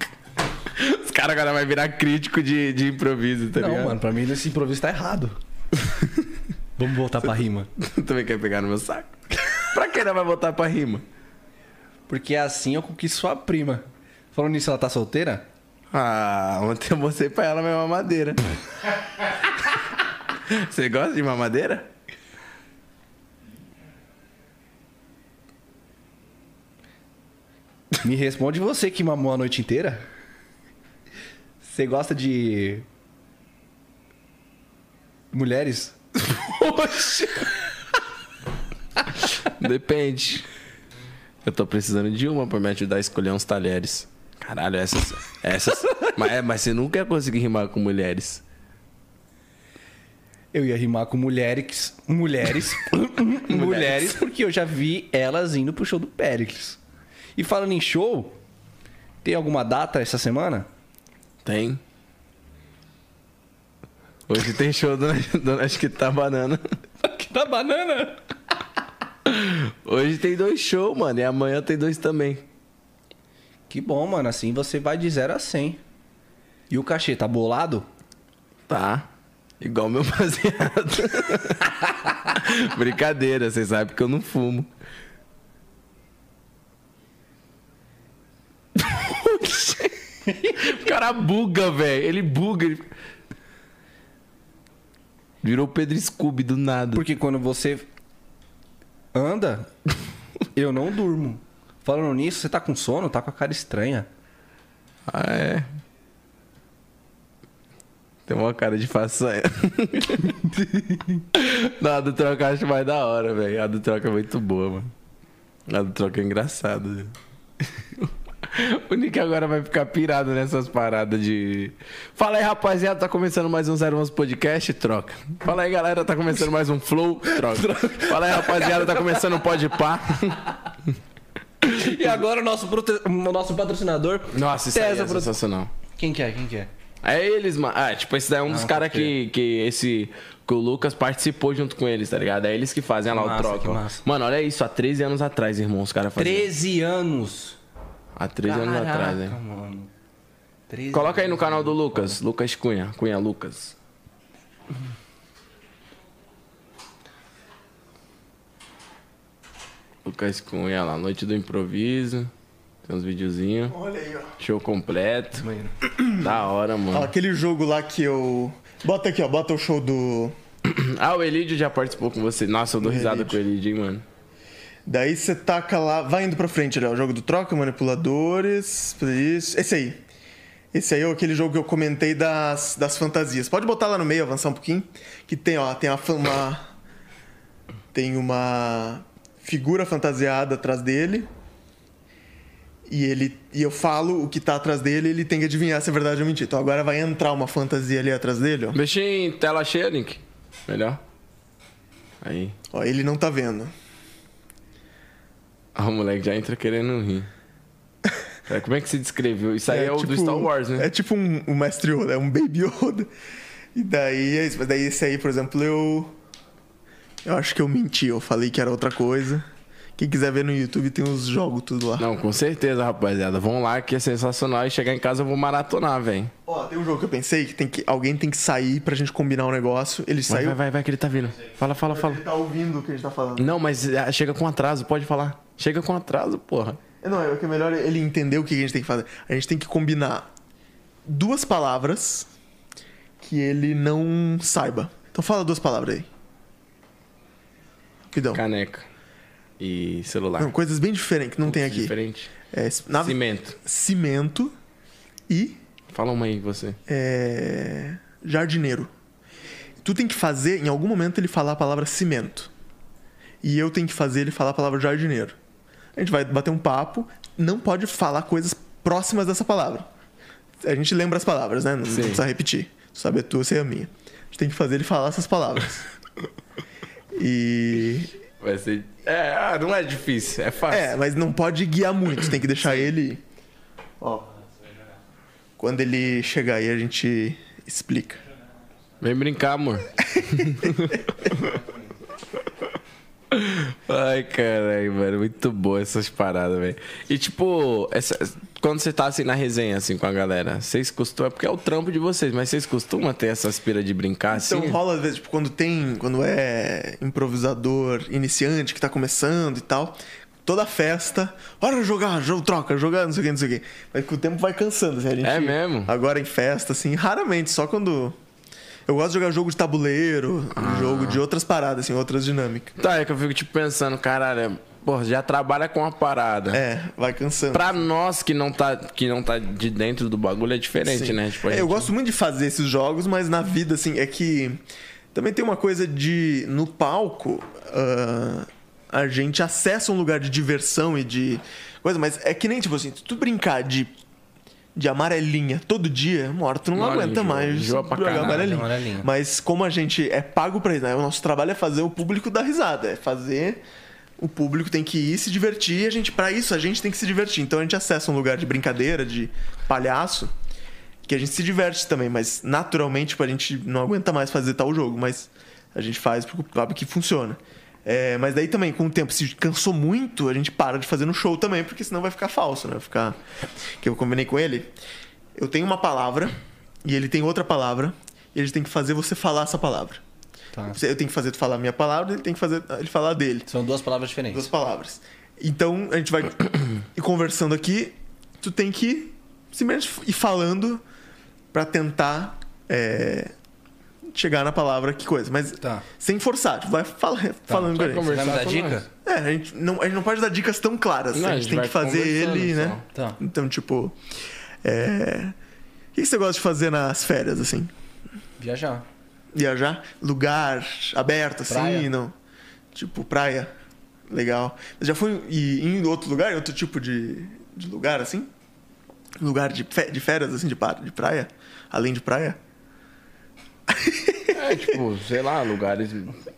[SPEAKER 1] Os caras agora vai virar crítico de, de improviso, tá
[SPEAKER 2] não,
[SPEAKER 1] ligado?
[SPEAKER 2] mano, pra mim esse improviso tá errado. Vamos voltar pra rima.
[SPEAKER 1] Também quer pegar no meu saco. pra né, que não vai voltar pra rima?
[SPEAKER 2] Porque assim eu conquisto sua prima. Falando nisso, ela tá solteira?
[SPEAKER 1] Ah, ontem eu mostrei pra ela minha mamadeira. Você gosta de mamadeira?
[SPEAKER 2] Me responde você que mamou a noite inteira. Você gosta de. Mulheres?
[SPEAKER 1] Poxa! Depende. Eu tô precisando de uma pra me ajudar a escolher uns talheres. Caralho, essas. essas mas, é, mas você nunca ia conseguir rimar com mulheres.
[SPEAKER 2] Eu ia rimar com mulheres. Mulheres. mulheres, porque eu já vi elas indo pro show do Péricles. E falando em show, tem alguma data essa semana?
[SPEAKER 1] Tem? Hoje tem show do, do Acho que tá banana.
[SPEAKER 2] Que da banana!
[SPEAKER 1] Hoje tem dois shows, mano. E amanhã tem dois também.
[SPEAKER 2] Que bom, mano. Assim você vai de 0 a 100. E o cachê tá bolado?
[SPEAKER 1] Tá. Igual meu baseado. Brincadeira, vocês sabem que eu não fumo. o cara buga, velho. Ele buga. Ele... Virou Pedro Scooby do nada.
[SPEAKER 2] Porque quando você anda, eu não durmo. Falando nisso, você tá com sono? Tá com a cara estranha.
[SPEAKER 1] Ah, é. Tem uma cara de façanha. Não, a do troca eu acho mais da hora, velho. A do troca é muito boa, mano. A do troca é engraçado. né? O Nick agora vai ficar pirado nessas paradas de. Fala aí, rapaziada, tá começando mais um 011 Podcast? Troca. Fala aí, galera, tá começando mais um Flow? Troca. Fala aí, rapaziada, tá começando um Pode Pá?
[SPEAKER 2] E agora o nosso, prote- o nosso patrocinador.
[SPEAKER 1] Nossa, isso aí
[SPEAKER 2] Tesa
[SPEAKER 1] é
[SPEAKER 2] Pro-
[SPEAKER 1] sensacional.
[SPEAKER 2] Quem que é? Quem que é?
[SPEAKER 1] É eles, mano. Ah, tipo, esse daí é um dos caras que, que esse. Que o Lucas participou junto com eles, tá ligado? É eles que fazem olha lá
[SPEAKER 2] Massa,
[SPEAKER 1] o troca.
[SPEAKER 2] que
[SPEAKER 1] ó.
[SPEAKER 2] massa.
[SPEAKER 1] Mano, olha isso, há 13 anos atrás, irmão, os caras faziam.
[SPEAKER 2] 13 anos.
[SPEAKER 1] Há 13 anos atrás, hein?
[SPEAKER 2] mano. 13
[SPEAKER 1] Coloca aí no canal do Lucas, Lucas Cunha, Cunha Lucas. Lucas Cunha lá, Noite do Improviso. Tem uns videozinhos.
[SPEAKER 3] Olha aí, ó.
[SPEAKER 1] Show completo. Da hora,
[SPEAKER 3] Ó,
[SPEAKER 1] mano.
[SPEAKER 3] Aquele jogo lá que eu. Bota aqui, ó. Bota o show do.
[SPEAKER 1] Ah, o Elidio já participou com você. Nossa, eu dou
[SPEAKER 3] O
[SPEAKER 1] risada
[SPEAKER 3] Elidio.
[SPEAKER 1] com o Elidio, hein, mano.
[SPEAKER 3] Daí você taca lá. Vai indo pra frente, né? O jogo do troca, manipuladores. Isso. Esse aí. Esse aí é aquele jogo que eu comentei das, das fantasias. Pode botar lá no meio, avançar um pouquinho. Que tem, ó, tem uma. fa- uma- tem uma figura fantasiada atrás dele. E, ele, e eu falo o que tá atrás dele ele tem que adivinhar se é verdade ou mentira. Então agora vai entrar uma fantasia ali atrás dele, ó.
[SPEAKER 1] Deixa em tela cheia, Nick. Melhor. Aí.
[SPEAKER 3] Ó, ele não tá vendo.
[SPEAKER 1] Ah, o moleque já entra querendo rir. Cara, como é que se descreveu? Isso aí é, o do
[SPEAKER 3] tipo-
[SPEAKER 1] Star Wars, né?
[SPEAKER 3] É tipo um, um mestre Yoda, é um Baby Yoda. E daí, é isso. mas daí esse aí, por exemplo, eu... Eu acho que eu menti, eu falei que era outra coisa. Quem quiser ver no YouTube tem os jogos tudo lá.
[SPEAKER 1] Não, com certeza, rapaziada. Vão lá que é sensacional. E chegar em casa eu vou maratonar, velho.
[SPEAKER 3] Ó, tem um jogo que eu pensei que, tem que alguém tem que sair pra gente combinar um negócio. Ele
[SPEAKER 1] Vai,
[SPEAKER 3] saiu...
[SPEAKER 1] vai, vai, vai, que ele tá vindo. Fala, fala, fala.
[SPEAKER 3] Ele tá ouvindo o que a gente tá falando.
[SPEAKER 1] Não, mas ah, chega com atraso, pode falar. Chega com atraso, porra.
[SPEAKER 3] Não, é que é melhor ele entender o que a gente tem que fazer. A gente tem que combinar duas palavras que ele não saiba. Então fala duas palavras aí. Rapidão.
[SPEAKER 1] Caneca. E celular.
[SPEAKER 3] Não, Ah, coisas bem diferentes que não tem aqui.
[SPEAKER 1] Diferente.
[SPEAKER 3] É, s- nave-
[SPEAKER 1] Cimento.
[SPEAKER 3] cimento e
[SPEAKER 1] Fala uma aí, você.
[SPEAKER 3] é, jardineiro. Tu tem que fazer, em algum momento, ele falar a palavra cimento. E eu tenho que fazer ele falar a palavra jardineiro. A gente vai bater um papo, não pode falar coisas próximas dessa palavra. A gente lembra as palavras, né? Não, não
[SPEAKER 1] Sim.
[SPEAKER 3] precisa repetir. Tu sabe a tua, eu sei a minha. A gente tem que fazer ele falar essas palavras. E.
[SPEAKER 1] Vai ser. É, ah, não é difícil, é fácil.
[SPEAKER 3] É, mas não pode guiar muito, tem que deixar ele. Ó. Quando ele chegar aí, a gente explica.
[SPEAKER 1] Vem brincar, amor. Ai, caralho, mano. Muito boa essas paradas, velho. E, tipo, essa- quando você tá assim na resenha, assim, com a galera, vocês costumam. É porque é o trampo de vocês, mas vocês costumam ter essa aspira de brincar assim?
[SPEAKER 3] Então rola, às vezes, tipo, quando tem, quando é improvisador iniciante que tá começando e tal, toda festa, bora jogar, jogo, troca, jogar, não sei o que, não sei o que. Mas com o tempo vai cansando, assim, a gente-
[SPEAKER 1] É mesmo?
[SPEAKER 3] Agora em festa, assim, raramente, só quando. Eu gosto de jogar jogo de tabuleiro,
[SPEAKER 1] Ah.
[SPEAKER 3] jogo de outras paradas, assim, outras dinâmicas.
[SPEAKER 1] Tá, é que eu fico, tipo, pensando, caralho, porra, já trabalha com uma parada.
[SPEAKER 3] É, vai cansando.
[SPEAKER 1] Pra nós que não, tá, que não tá de dentro do bagulho é diferente,
[SPEAKER 3] Sim.
[SPEAKER 1] né? Tipo, a
[SPEAKER 3] É,
[SPEAKER 1] gente-
[SPEAKER 3] Eu gosto muito de fazer esses jogos, mas na vida, assim, é que também tem uma coisa de. No palco, ah, a gente acessa um lugar de diversão e de coisa, mas é que nem, tipo assim, se tu brincar de. De amarelinha todo dia, uma hora tu não
[SPEAKER 1] Uma hora
[SPEAKER 3] aguenta
[SPEAKER 1] enjoa,
[SPEAKER 3] mais
[SPEAKER 1] enjoa pra caralho,
[SPEAKER 2] amarelinha.
[SPEAKER 3] Mas como a gente é pago pra isso, né? O nosso trabalho é fazer o público dar risada. É fazer. O público tem que ir se divertir e a gente, pra isso, a gente tem que se divertir. Então a gente acessa um lugar de brincadeira, de palhaço, que a gente se diverte também, mas naturalmente, tipo, a gente não aguenta mais fazer tal jogo, mas a gente faz porque sabe que funciona. É, mas daí também, com o tempo, se cansou muito, a gente para de fazer no show também, porque senão vai ficar falso, né? Vai ficar. Que eu combinei com ele. Eu tenho uma palavra e ele tem outra palavra, e ele tem que fazer você falar essa palavra.
[SPEAKER 2] Tá.
[SPEAKER 3] Eu tenho que fazer tu falar a minha palavra, ele tem que fazer ele falar a dele.
[SPEAKER 2] São duas palavras diferentes.
[SPEAKER 3] Duas palavras. Então, a gente vai ir conversando aqui. Tu tem que simplesmente ir falando pra tentar é, chegar na palavra que coisa. Mas
[SPEAKER 2] Tá.
[SPEAKER 3] sem forçar. Tu vai fala- falando com a
[SPEAKER 1] Tá. Vai
[SPEAKER 3] gente.
[SPEAKER 2] Você vai me dar
[SPEAKER 1] com
[SPEAKER 2] dica?
[SPEAKER 1] nós.
[SPEAKER 3] É, a gente, não, a gente não pode dar dicas tão claras.
[SPEAKER 1] Não,
[SPEAKER 3] a, gente
[SPEAKER 1] a gente
[SPEAKER 3] tem
[SPEAKER 1] vai
[SPEAKER 3] que fazer
[SPEAKER 1] conversando
[SPEAKER 3] ele, né?
[SPEAKER 1] só.
[SPEAKER 2] Tá.
[SPEAKER 3] Então, tipo... é, O que que você gosta de fazer nas férias, assim?
[SPEAKER 2] Viajar.
[SPEAKER 3] viajar, lugar aberto, assim,
[SPEAKER 2] Praia.
[SPEAKER 3] não. Tipo, praia. Legal. Mas já foi e, em outro lugar, em outro tipo de, de lugar, assim? Lugar de, fe- de férias, assim, de, pa- de praia? Além de praia?
[SPEAKER 1] É, tipo, sei lá, lugares.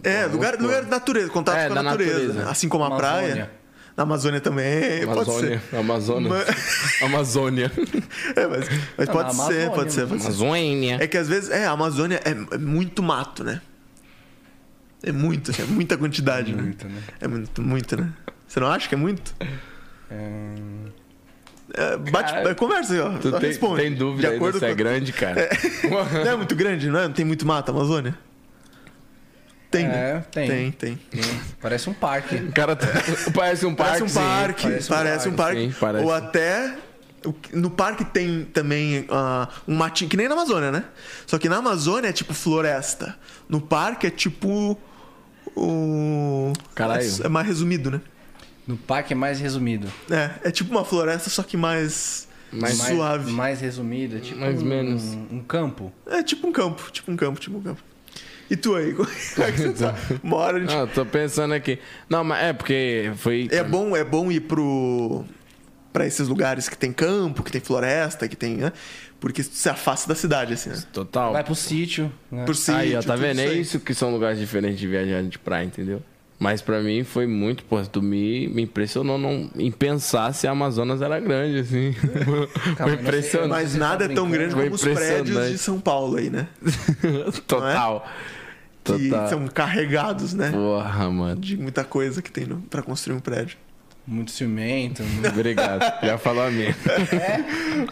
[SPEAKER 3] É,
[SPEAKER 1] Vamos
[SPEAKER 3] lugar,
[SPEAKER 1] supor.
[SPEAKER 3] lugar da natureza, contato
[SPEAKER 1] É,
[SPEAKER 3] com a
[SPEAKER 1] da
[SPEAKER 3] natureza.
[SPEAKER 1] natureza.
[SPEAKER 3] Assim como a
[SPEAKER 2] Amazônia.
[SPEAKER 3] praia. Na Amazônia também, pode
[SPEAKER 1] Amazônia.
[SPEAKER 3] ser.
[SPEAKER 1] Amazônia.
[SPEAKER 3] Mas-
[SPEAKER 1] Amazônia.
[SPEAKER 3] É, mas mas
[SPEAKER 2] Não,
[SPEAKER 3] pode
[SPEAKER 2] na
[SPEAKER 3] ser,
[SPEAKER 2] Amazônia,
[SPEAKER 3] pode ser,
[SPEAKER 2] né?
[SPEAKER 3] pode ser.
[SPEAKER 1] Amazônia.
[SPEAKER 3] É que às vezes, é, a Amazônia é, é muito mato, né? É muito, é muita quantidade, né?
[SPEAKER 2] Muito, né?
[SPEAKER 3] É muito, muito, né? Você não acha que é muito?
[SPEAKER 2] É,
[SPEAKER 3] É, bate,
[SPEAKER 1] Cara,
[SPEAKER 3] é, conversa aí, ó.
[SPEAKER 1] Tu
[SPEAKER 3] Só
[SPEAKER 1] tem,
[SPEAKER 3] responde.
[SPEAKER 1] tem dúvida aí se é grande, cara?
[SPEAKER 3] Não é muito grande, não é? Não tem muito mata, Amazônia? Tem, né?
[SPEAKER 2] É, tem.
[SPEAKER 3] Tem, tem.
[SPEAKER 2] Parece um parque.
[SPEAKER 1] O cara tá- parece um
[SPEAKER 3] Parece
[SPEAKER 1] parque.
[SPEAKER 3] um
[SPEAKER 1] sim.
[SPEAKER 3] parque,
[SPEAKER 2] parece
[SPEAKER 3] parece,
[SPEAKER 2] um
[SPEAKER 3] um
[SPEAKER 1] parque,
[SPEAKER 3] parque.
[SPEAKER 1] sim, parece.
[SPEAKER 3] Ou até. o que- No parque tem também ah, um matinho, que nem na Amazônia, né? Só que na Amazônia é tipo floresta. No parque é tipo. O.
[SPEAKER 1] Caralho.
[SPEAKER 3] É, mais resumido, né?
[SPEAKER 2] No parque é mais resumido.
[SPEAKER 3] É, é tipo uma floresta, só que mais.
[SPEAKER 1] Mais-
[SPEAKER 3] suave.
[SPEAKER 2] Mais resumido. é tipo
[SPEAKER 1] Mais
[SPEAKER 2] um,
[SPEAKER 1] menos.
[SPEAKER 2] um campo.
[SPEAKER 3] É tipo um campo, tipo um campo, tipo um campo. E tu aí, como é que você tá? Uma hora a gente
[SPEAKER 1] Ah, eu tô pensando aqui. Não, mas é porque foi.
[SPEAKER 3] É bom, é bom ir pro para esses lugares que tem campo, que tem floresta, que tem, né? Porque se afasta da cidade assim, né?
[SPEAKER 1] Total.
[SPEAKER 2] Vai pro sítio. Né?
[SPEAKER 3] Por sítio,
[SPEAKER 1] aí, ó, tá
[SPEAKER 3] tudo
[SPEAKER 1] vendo?
[SPEAKER 3] isso
[SPEAKER 1] É
[SPEAKER 3] aí.
[SPEAKER 1] isso que são lugares diferentes de viajar de praia, entendeu? Mas pra mim foi muito, pô, tu me, me impressionou não, em pensar se a Amazonas era grande, assim.
[SPEAKER 2] Calma,
[SPEAKER 1] foi
[SPEAKER 2] eu não sei- eu não
[SPEAKER 1] impressionante.
[SPEAKER 3] É. Mas
[SPEAKER 2] Você tá
[SPEAKER 3] nada é
[SPEAKER 2] brincando?
[SPEAKER 3] tão grande
[SPEAKER 1] Foi
[SPEAKER 3] como os prédios
[SPEAKER 1] impressionante.
[SPEAKER 3] de São Paulo aí, né?
[SPEAKER 1] Total.
[SPEAKER 3] é? Que
[SPEAKER 1] Total.
[SPEAKER 3] são carregados, né?
[SPEAKER 1] Porra, mano.
[SPEAKER 3] De muita coisa que tem no, pra construir um prédio.
[SPEAKER 6] muito ciumento. né? muito-
[SPEAKER 1] Obrigado. Já falou a minha.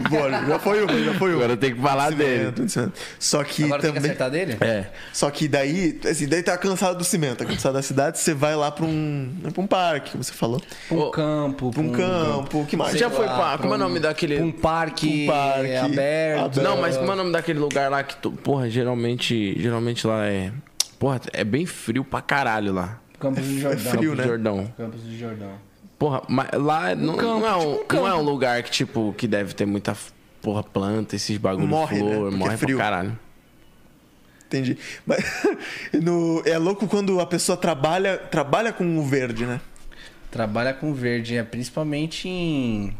[SPEAKER 3] Bora, já foi um, já foi um.
[SPEAKER 1] Agora tem que falar dele.
[SPEAKER 3] Cimento, cimento. É, Só que
[SPEAKER 6] Agora tem que
[SPEAKER 3] também.
[SPEAKER 6] acertar dele?
[SPEAKER 1] É.
[SPEAKER 3] Só que daí, assim, daí tá cansado do cimento, tá cansado da cidade, você vai lá pra um, pra um parque, como você falou.
[SPEAKER 1] É.
[SPEAKER 6] Pra um campo.
[SPEAKER 3] Pra um campo, o que mais?
[SPEAKER 6] Sei
[SPEAKER 1] Já foi
[SPEAKER 6] lá,
[SPEAKER 1] pra. Como é o
[SPEAKER 6] pra um-
[SPEAKER 1] nome daquele.
[SPEAKER 6] pra Um parque,
[SPEAKER 3] Um parque
[SPEAKER 6] aberto.
[SPEAKER 3] aberto.
[SPEAKER 1] Não, mas como é o nome daquele lugar lá que tu. Porra, geralmente. Geralmente lá é. Porra, é bem frio pra caralho lá.
[SPEAKER 6] Campos
[SPEAKER 1] é
[SPEAKER 6] do Jordão.
[SPEAKER 3] frio,
[SPEAKER 1] Campos
[SPEAKER 3] né?
[SPEAKER 1] do Jordão.
[SPEAKER 6] Campos do Jordão.
[SPEAKER 1] Porra, mas lá não, não, é um, não é um lugar que, tipo, que deve ter muita porra planta, esses bagulho
[SPEAKER 3] Morre, né?
[SPEAKER 1] flor,
[SPEAKER 3] Porque é
[SPEAKER 1] morre
[SPEAKER 3] frio.
[SPEAKER 1] pra caralho.
[SPEAKER 3] Entendi. Mas no- é louco quando a pessoa trabalha, trabalha com o verde, né?
[SPEAKER 6] Trabalha com verde, é principalmente em.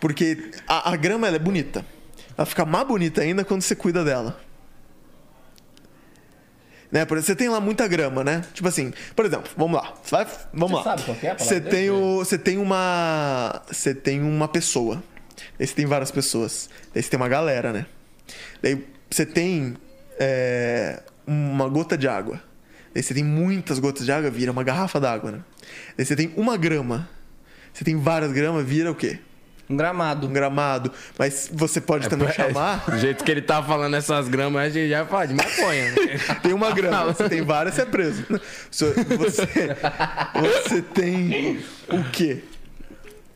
[SPEAKER 3] Porque a, a grama ela é bonita. Ela fica mais bonita ainda quando você cuida dela. Né? Por exemplo, você tem lá muita grama, né? Tipo assim, por exemplo, vamos lá. Você vai- vamos
[SPEAKER 6] Você
[SPEAKER 3] lá.
[SPEAKER 6] sabe qual que é a palavra
[SPEAKER 3] você
[SPEAKER 6] dele?
[SPEAKER 3] tem o, você tem uma, você tem uma pessoa. Aí você tem várias pessoas. Aí você tem uma galera, né? Daí você tem é, uma gota de água. Daí você tem muitas gotas de água, vira uma garrafa d'água, né? Daí você tem uma grama. Você tem várias gramas, vira o quê?
[SPEAKER 6] Um gramado.
[SPEAKER 3] um gramado, mas você pode
[SPEAKER 1] É
[SPEAKER 3] também chamar.
[SPEAKER 1] Do jeito que ele tá falando essas gramas, a gente já fala de maconha.
[SPEAKER 3] Tem uma grama, você tem várias, você é preso. Você, você- você tem o quê?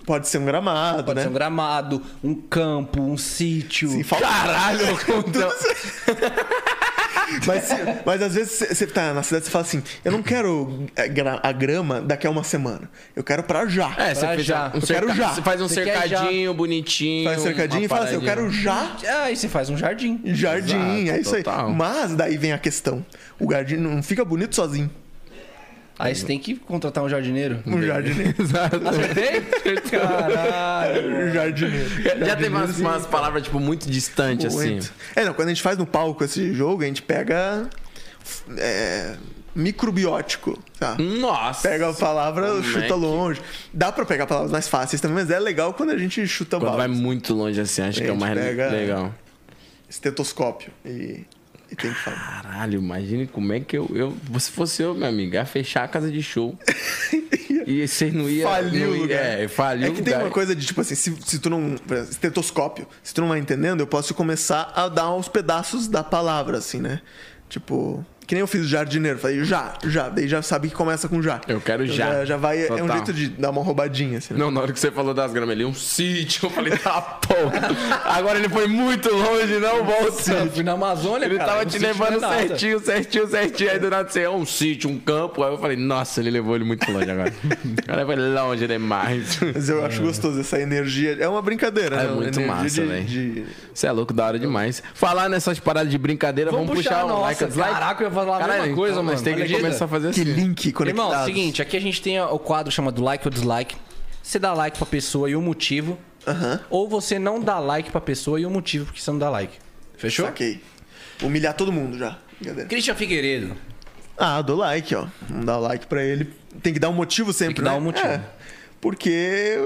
[SPEAKER 3] Pode ser um gramado,
[SPEAKER 6] Pode
[SPEAKER 3] né?
[SPEAKER 6] ser um gramado, um campo, um sítio.
[SPEAKER 3] Sim, falta-
[SPEAKER 1] Caralho, então,
[SPEAKER 3] mas, se- mas às vezes você- você tá na cidade e fala assim: eu não quero a gra- a grama daqui a uma semana. Eu quero pra já.
[SPEAKER 1] É, você
[SPEAKER 6] Pra
[SPEAKER 1] fez
[SPEAKER 6] já.
[SPEAKER 1] um
[SPEAKER 6] Eu
[SPEAKER 1] cerca-
[SPEAKER 3] quero já.
[SPEAKER 1] Você faz um
[SPEAKER 6] Você quer já.
[SPEAKER 1] cercadinho bonitinho.
[SPEAKER 3] Faz um cercadinho
[SPEAKER 1] uma
[SPEAKER 3] e fala assim: eu
[SPEAKER 1] paradinha.
[SPEAKER 3] quero já.
[SPEAKER 6] Ah, e você faz um jardim.
[SPEAKER 3] Jardim,
[SPEAKER 1] Exato,
[SPEAKER 3] é isso
[SPEAKER 1] total.
[SPEAKER 3] aí. Mas daí vem a questão: o jardim não fica bonito sozinho.
[SPEAKER 6] Aí você tem que contratar um jardineiro.
[SPEAKER 3] Um jardineiro.
[SPEAKER 6] Acertei? Caralho.
[SPEAKER 3] Um jardineiro.
[SPEAKER 1] Já teve umas, umas palavras, tipo, muito distante, assim.
[SPEAKER 3] Muito. É, não, quando a gente faz no palco esse jogo, a gente pega. é, microbiótico, tá?
[SPEAKER 1] Nossa.
[SPEAKER 3] Pega a palavra,
[SPEAKER 1] Hum. Como é
[SPEAKER 3] chuta
[SPEAKER 1] que-
[SPEAKER 3] longe. Dá pra pegar palavras mais fáceis também, mas é legal quando a gente chuta
[SPEAKER 1] Quando vai
[SPEAKER 3] balas.
[SPEAKER 1] muito longe, assim, acho que é o
[SPEAKER 3] Gente,
[SPEAKER 1] mais
[SPEAKER 3] pega-
[SPEAKER 1] legal.
[SPEAKER 3] Estetoscópio. E, e tem que falar.
[SPEAKER 1] Caralho, imagine como é que eu, eu. Se fosse eu, meu amigo, ia fechar a casa de show. e vocês não iam.
[SPEAKER 3] Faliu
[SPEAKER 1] não
[SPEAKER 3] o
[SPEAKER 1] ia-
[SPEAKER 3] lugar.
[SPEAKER 1] É, faliu
[SPEAKER 3] É
[SPEAKER 1] o
[SPEAKER 3] que
[SPEAKER 1] lugar.
[SPEAKER 3] tem uma coisa de, tipo assim, se, se tu não... por exemplo, Estetoscópio. Se tu não vai entendendo, eu posso começar a dar uns pedaços da palavra, assim, né? Tipo... Que nem eu fiz jardineiro. Falei já, já. Daí já sabe que começa com já.
[SPEAKER 1] Eu quero já.
[SPEAKER 3] Já, vai... É um
[SPEAKER 1] Total.
[SPEAKER 3] jeito de dar uma roubadinha, assim. né?
[SPEAKER 1] Não, na hora que você falou das gramas ali, um sítio. Eu falei, tá porra. Agora ele foi muito longe, não
[SPEAKER 6] Eu
[SPEAKER 1] volta.
[SPEAKER 6] fui na Amazônia,
[SPEAKER 1] Ele
[SPEAKER 6] cara.
[SPEAKER 1] tava
[SPEAKER 6] Um
[SPEAKER 1] te
[SPEAKER 6] sítio
[SPEAKER 1] levando
[SPEAKER 6] não é nada.
[SPEAKER 1] certinho, certinho, certinho. Aí do nada você é um sítio, um campo. Aí eu falei, nossa, ele levou ele muito longe agora. O cara foi longe demais.
[SPEAKER 3] Mas eu acho gostoso essa energia. É uma brincadeira,
[SPEAKER 1] É
[SPEAKER 3] né? Uma
[SPEAKER 1] muito
[SPEAKER 3] energia
[SPEAKER 1] massa,
[SPEAKER 3] de-
[SPEAKER 1] velho.
[SPEAKER 3] de-
[SPEAKER 1] Você é louco, da hora demais. Falar nessas paradas de brincadeira, vamos, puxar, o
[SPEAKER 6] nossa,
[SPEAKER 1] like and dislike.
[SPEAKER 6] Caraca, eu ia falar a mesma
[SPEAKER 1] Caralho,
[SPEAKER 6] coisa,
[SPEAKER 1] então,
[SPEAKER 6] mano.
[SPEAKER 1] Mas tem que
[SPEAKER 6] Acredita?
[SPEAKER 1] começar a fazer
[SPEAKER 3] Que
[SPEAKER 1] assim.
[SPEAKER 3] link conectado.
[SPEAKER 6] Irmão, é seguinte, aqui a gente tem o quadro chamado like ou dislike. Você dá like pra pessoa e o motivo. Ou você não dá like pra pessoa e o motivo porque você não dá like. Fechou?
[SPEAKER 3] Saquei. Humilhar todo mundo já. Brincadeira.
[SPEAKER 6] Christian Figueiredo.
[SPEAKER 3] Ah, dou like, ó. Vamos dar like pra ele. Tem que dar um motivo sempre,
[SPEAKER 6] que
[SPEAKER 3] né?
[SPEAKER 6] dar um motivo.
[SPEAKER 3] É, porque...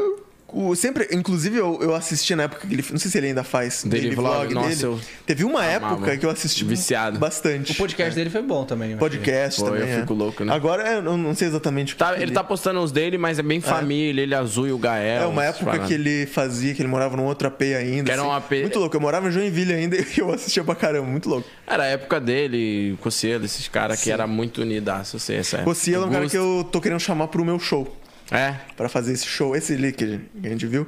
[SPEAKER 3] o- sempre, inclusive, eu, eu assisti na época que ele. Não sei se ele ainda faz.
[SPEAKER 1] Daily vlog, nossa,
[SPEAKER 3] dele.
[SPEAKER 1] eu
[SPEAKER 3] Teve uma
[SPEAKER 1] amava.
[SPEAKER 3] época que eu assisti
[SPEAKER 1] Viciado.
[SPEAKER 3] bastante.
[SPEAKER 6] O podcast dele foi bom também. eu
[SPEAKER 3] Podcast
[SPEAKER 1] Pô, eu
[SPEAKER 3] também. é.
[SPEAKER 1] fico louco, né?
[SPEAKER 3] Agora, eu não não sei exatamente o é que
[SPEAKER 1] Tá,
[SPEAKER 3] que
[SPEAKER 1] ele tá postando os dele, mas é bem família, ele azul e o Gael.
[SPEAKER 3] É uma
[SPEAKER 1] essas
[SPEAKER 3] época
[SPEAKER 1] paradas.
[SPEAKER 3] que ele fazia, que ele morava num outro AP ainda. assim.
[SPEAKER 1] Que era um AP.
[SPEAKER 3] Muito louco, eu morava em Joinville ainda e eu assistia pra caramba, muito louco.
[SPEAKER 1] Era a época dele, o Cossielo, esses caras que era muito unidaço, eu sei, essa época.
[SPEAKER 3] Você é um cara que eu tô querendo chamar pro meu show,
[SPEAKER 1] É,
[SPEAKER 3] Pra fazer esse show, esse ali que a gente- que a gente viu,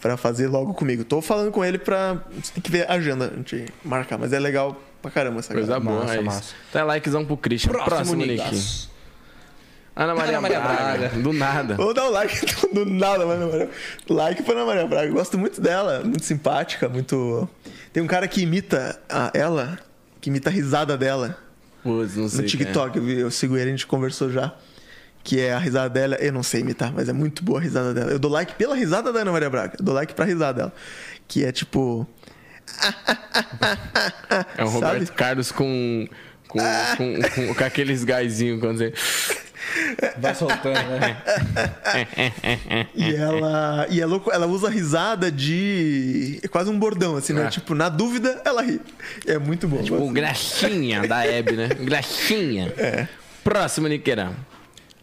[SPEAKER 3] Pra fazer logo comigo. Tô falando com ele pra. Você tem que ver a agenda, a gente marcar, mas é legal pra caramba essa
[SPEAKER 1] coisa
[SPEAKER 3] galera.
[SPEAKER 1] boa.
[SPEAKER 6] massa,
[SPEAKER 1] é isso.
[SPEAKER 6] massa.
[SPEAKER 1] Então é likezão pro Christian.
[SPEAKER 6] Próximo,
[SPEAKER 1] Próximo,
[SPEAKER 6] Nicolas.
[SPEAKER 1] Nick. Ana Maria,
[SPEAKER 6] Ana Maria
[SPEAKER 1] Braga.
[SPEAKER 6] Braga.
[SPEAKER 1] Do nada.
[SPEAKER 3] Vou dar o like então, do nada, mano. Maria. Like pra Ana Maria Braga. Eu Gosto muito dela, muito simpática, muito. Tem um cara que imita a ela, que imita a risada dela.
[SPEAKER 1] Putz, não sei.
[SPEAKER 3] No
[SPEAKER 1] quem é.
[SPEAKER 3] TikTok, eu, vi- eu sigo ele, a gente conversou já. Que é a risada dela, eu não sei imitar, mas é muito boa a risada dela. Eu dou like pela risada da Ana Maria Braga. Eu dou like pra risada dela. Que é tipo.
[SPEAKER 1] É o Roberto
[SPEAKER 3] Sabe? Ah.
[SPEAKER 1] Carlos com. Com, com, com, com aqueles gaizinhos quando você.
[SPEAKER 6] Vai soltando, né?
[SPEAKER 3] E ela. E é louco, ela usa a risada de. É quase um bordão, assim, né?
[SPEAKER 1] É.
[SPEAKER 3] Tipo, na dúvida, ela ri. É muito bom.
[SPEAKER 1] O graxinha da Hebe, né? Graxinha. É. Próximo, Niqueirão.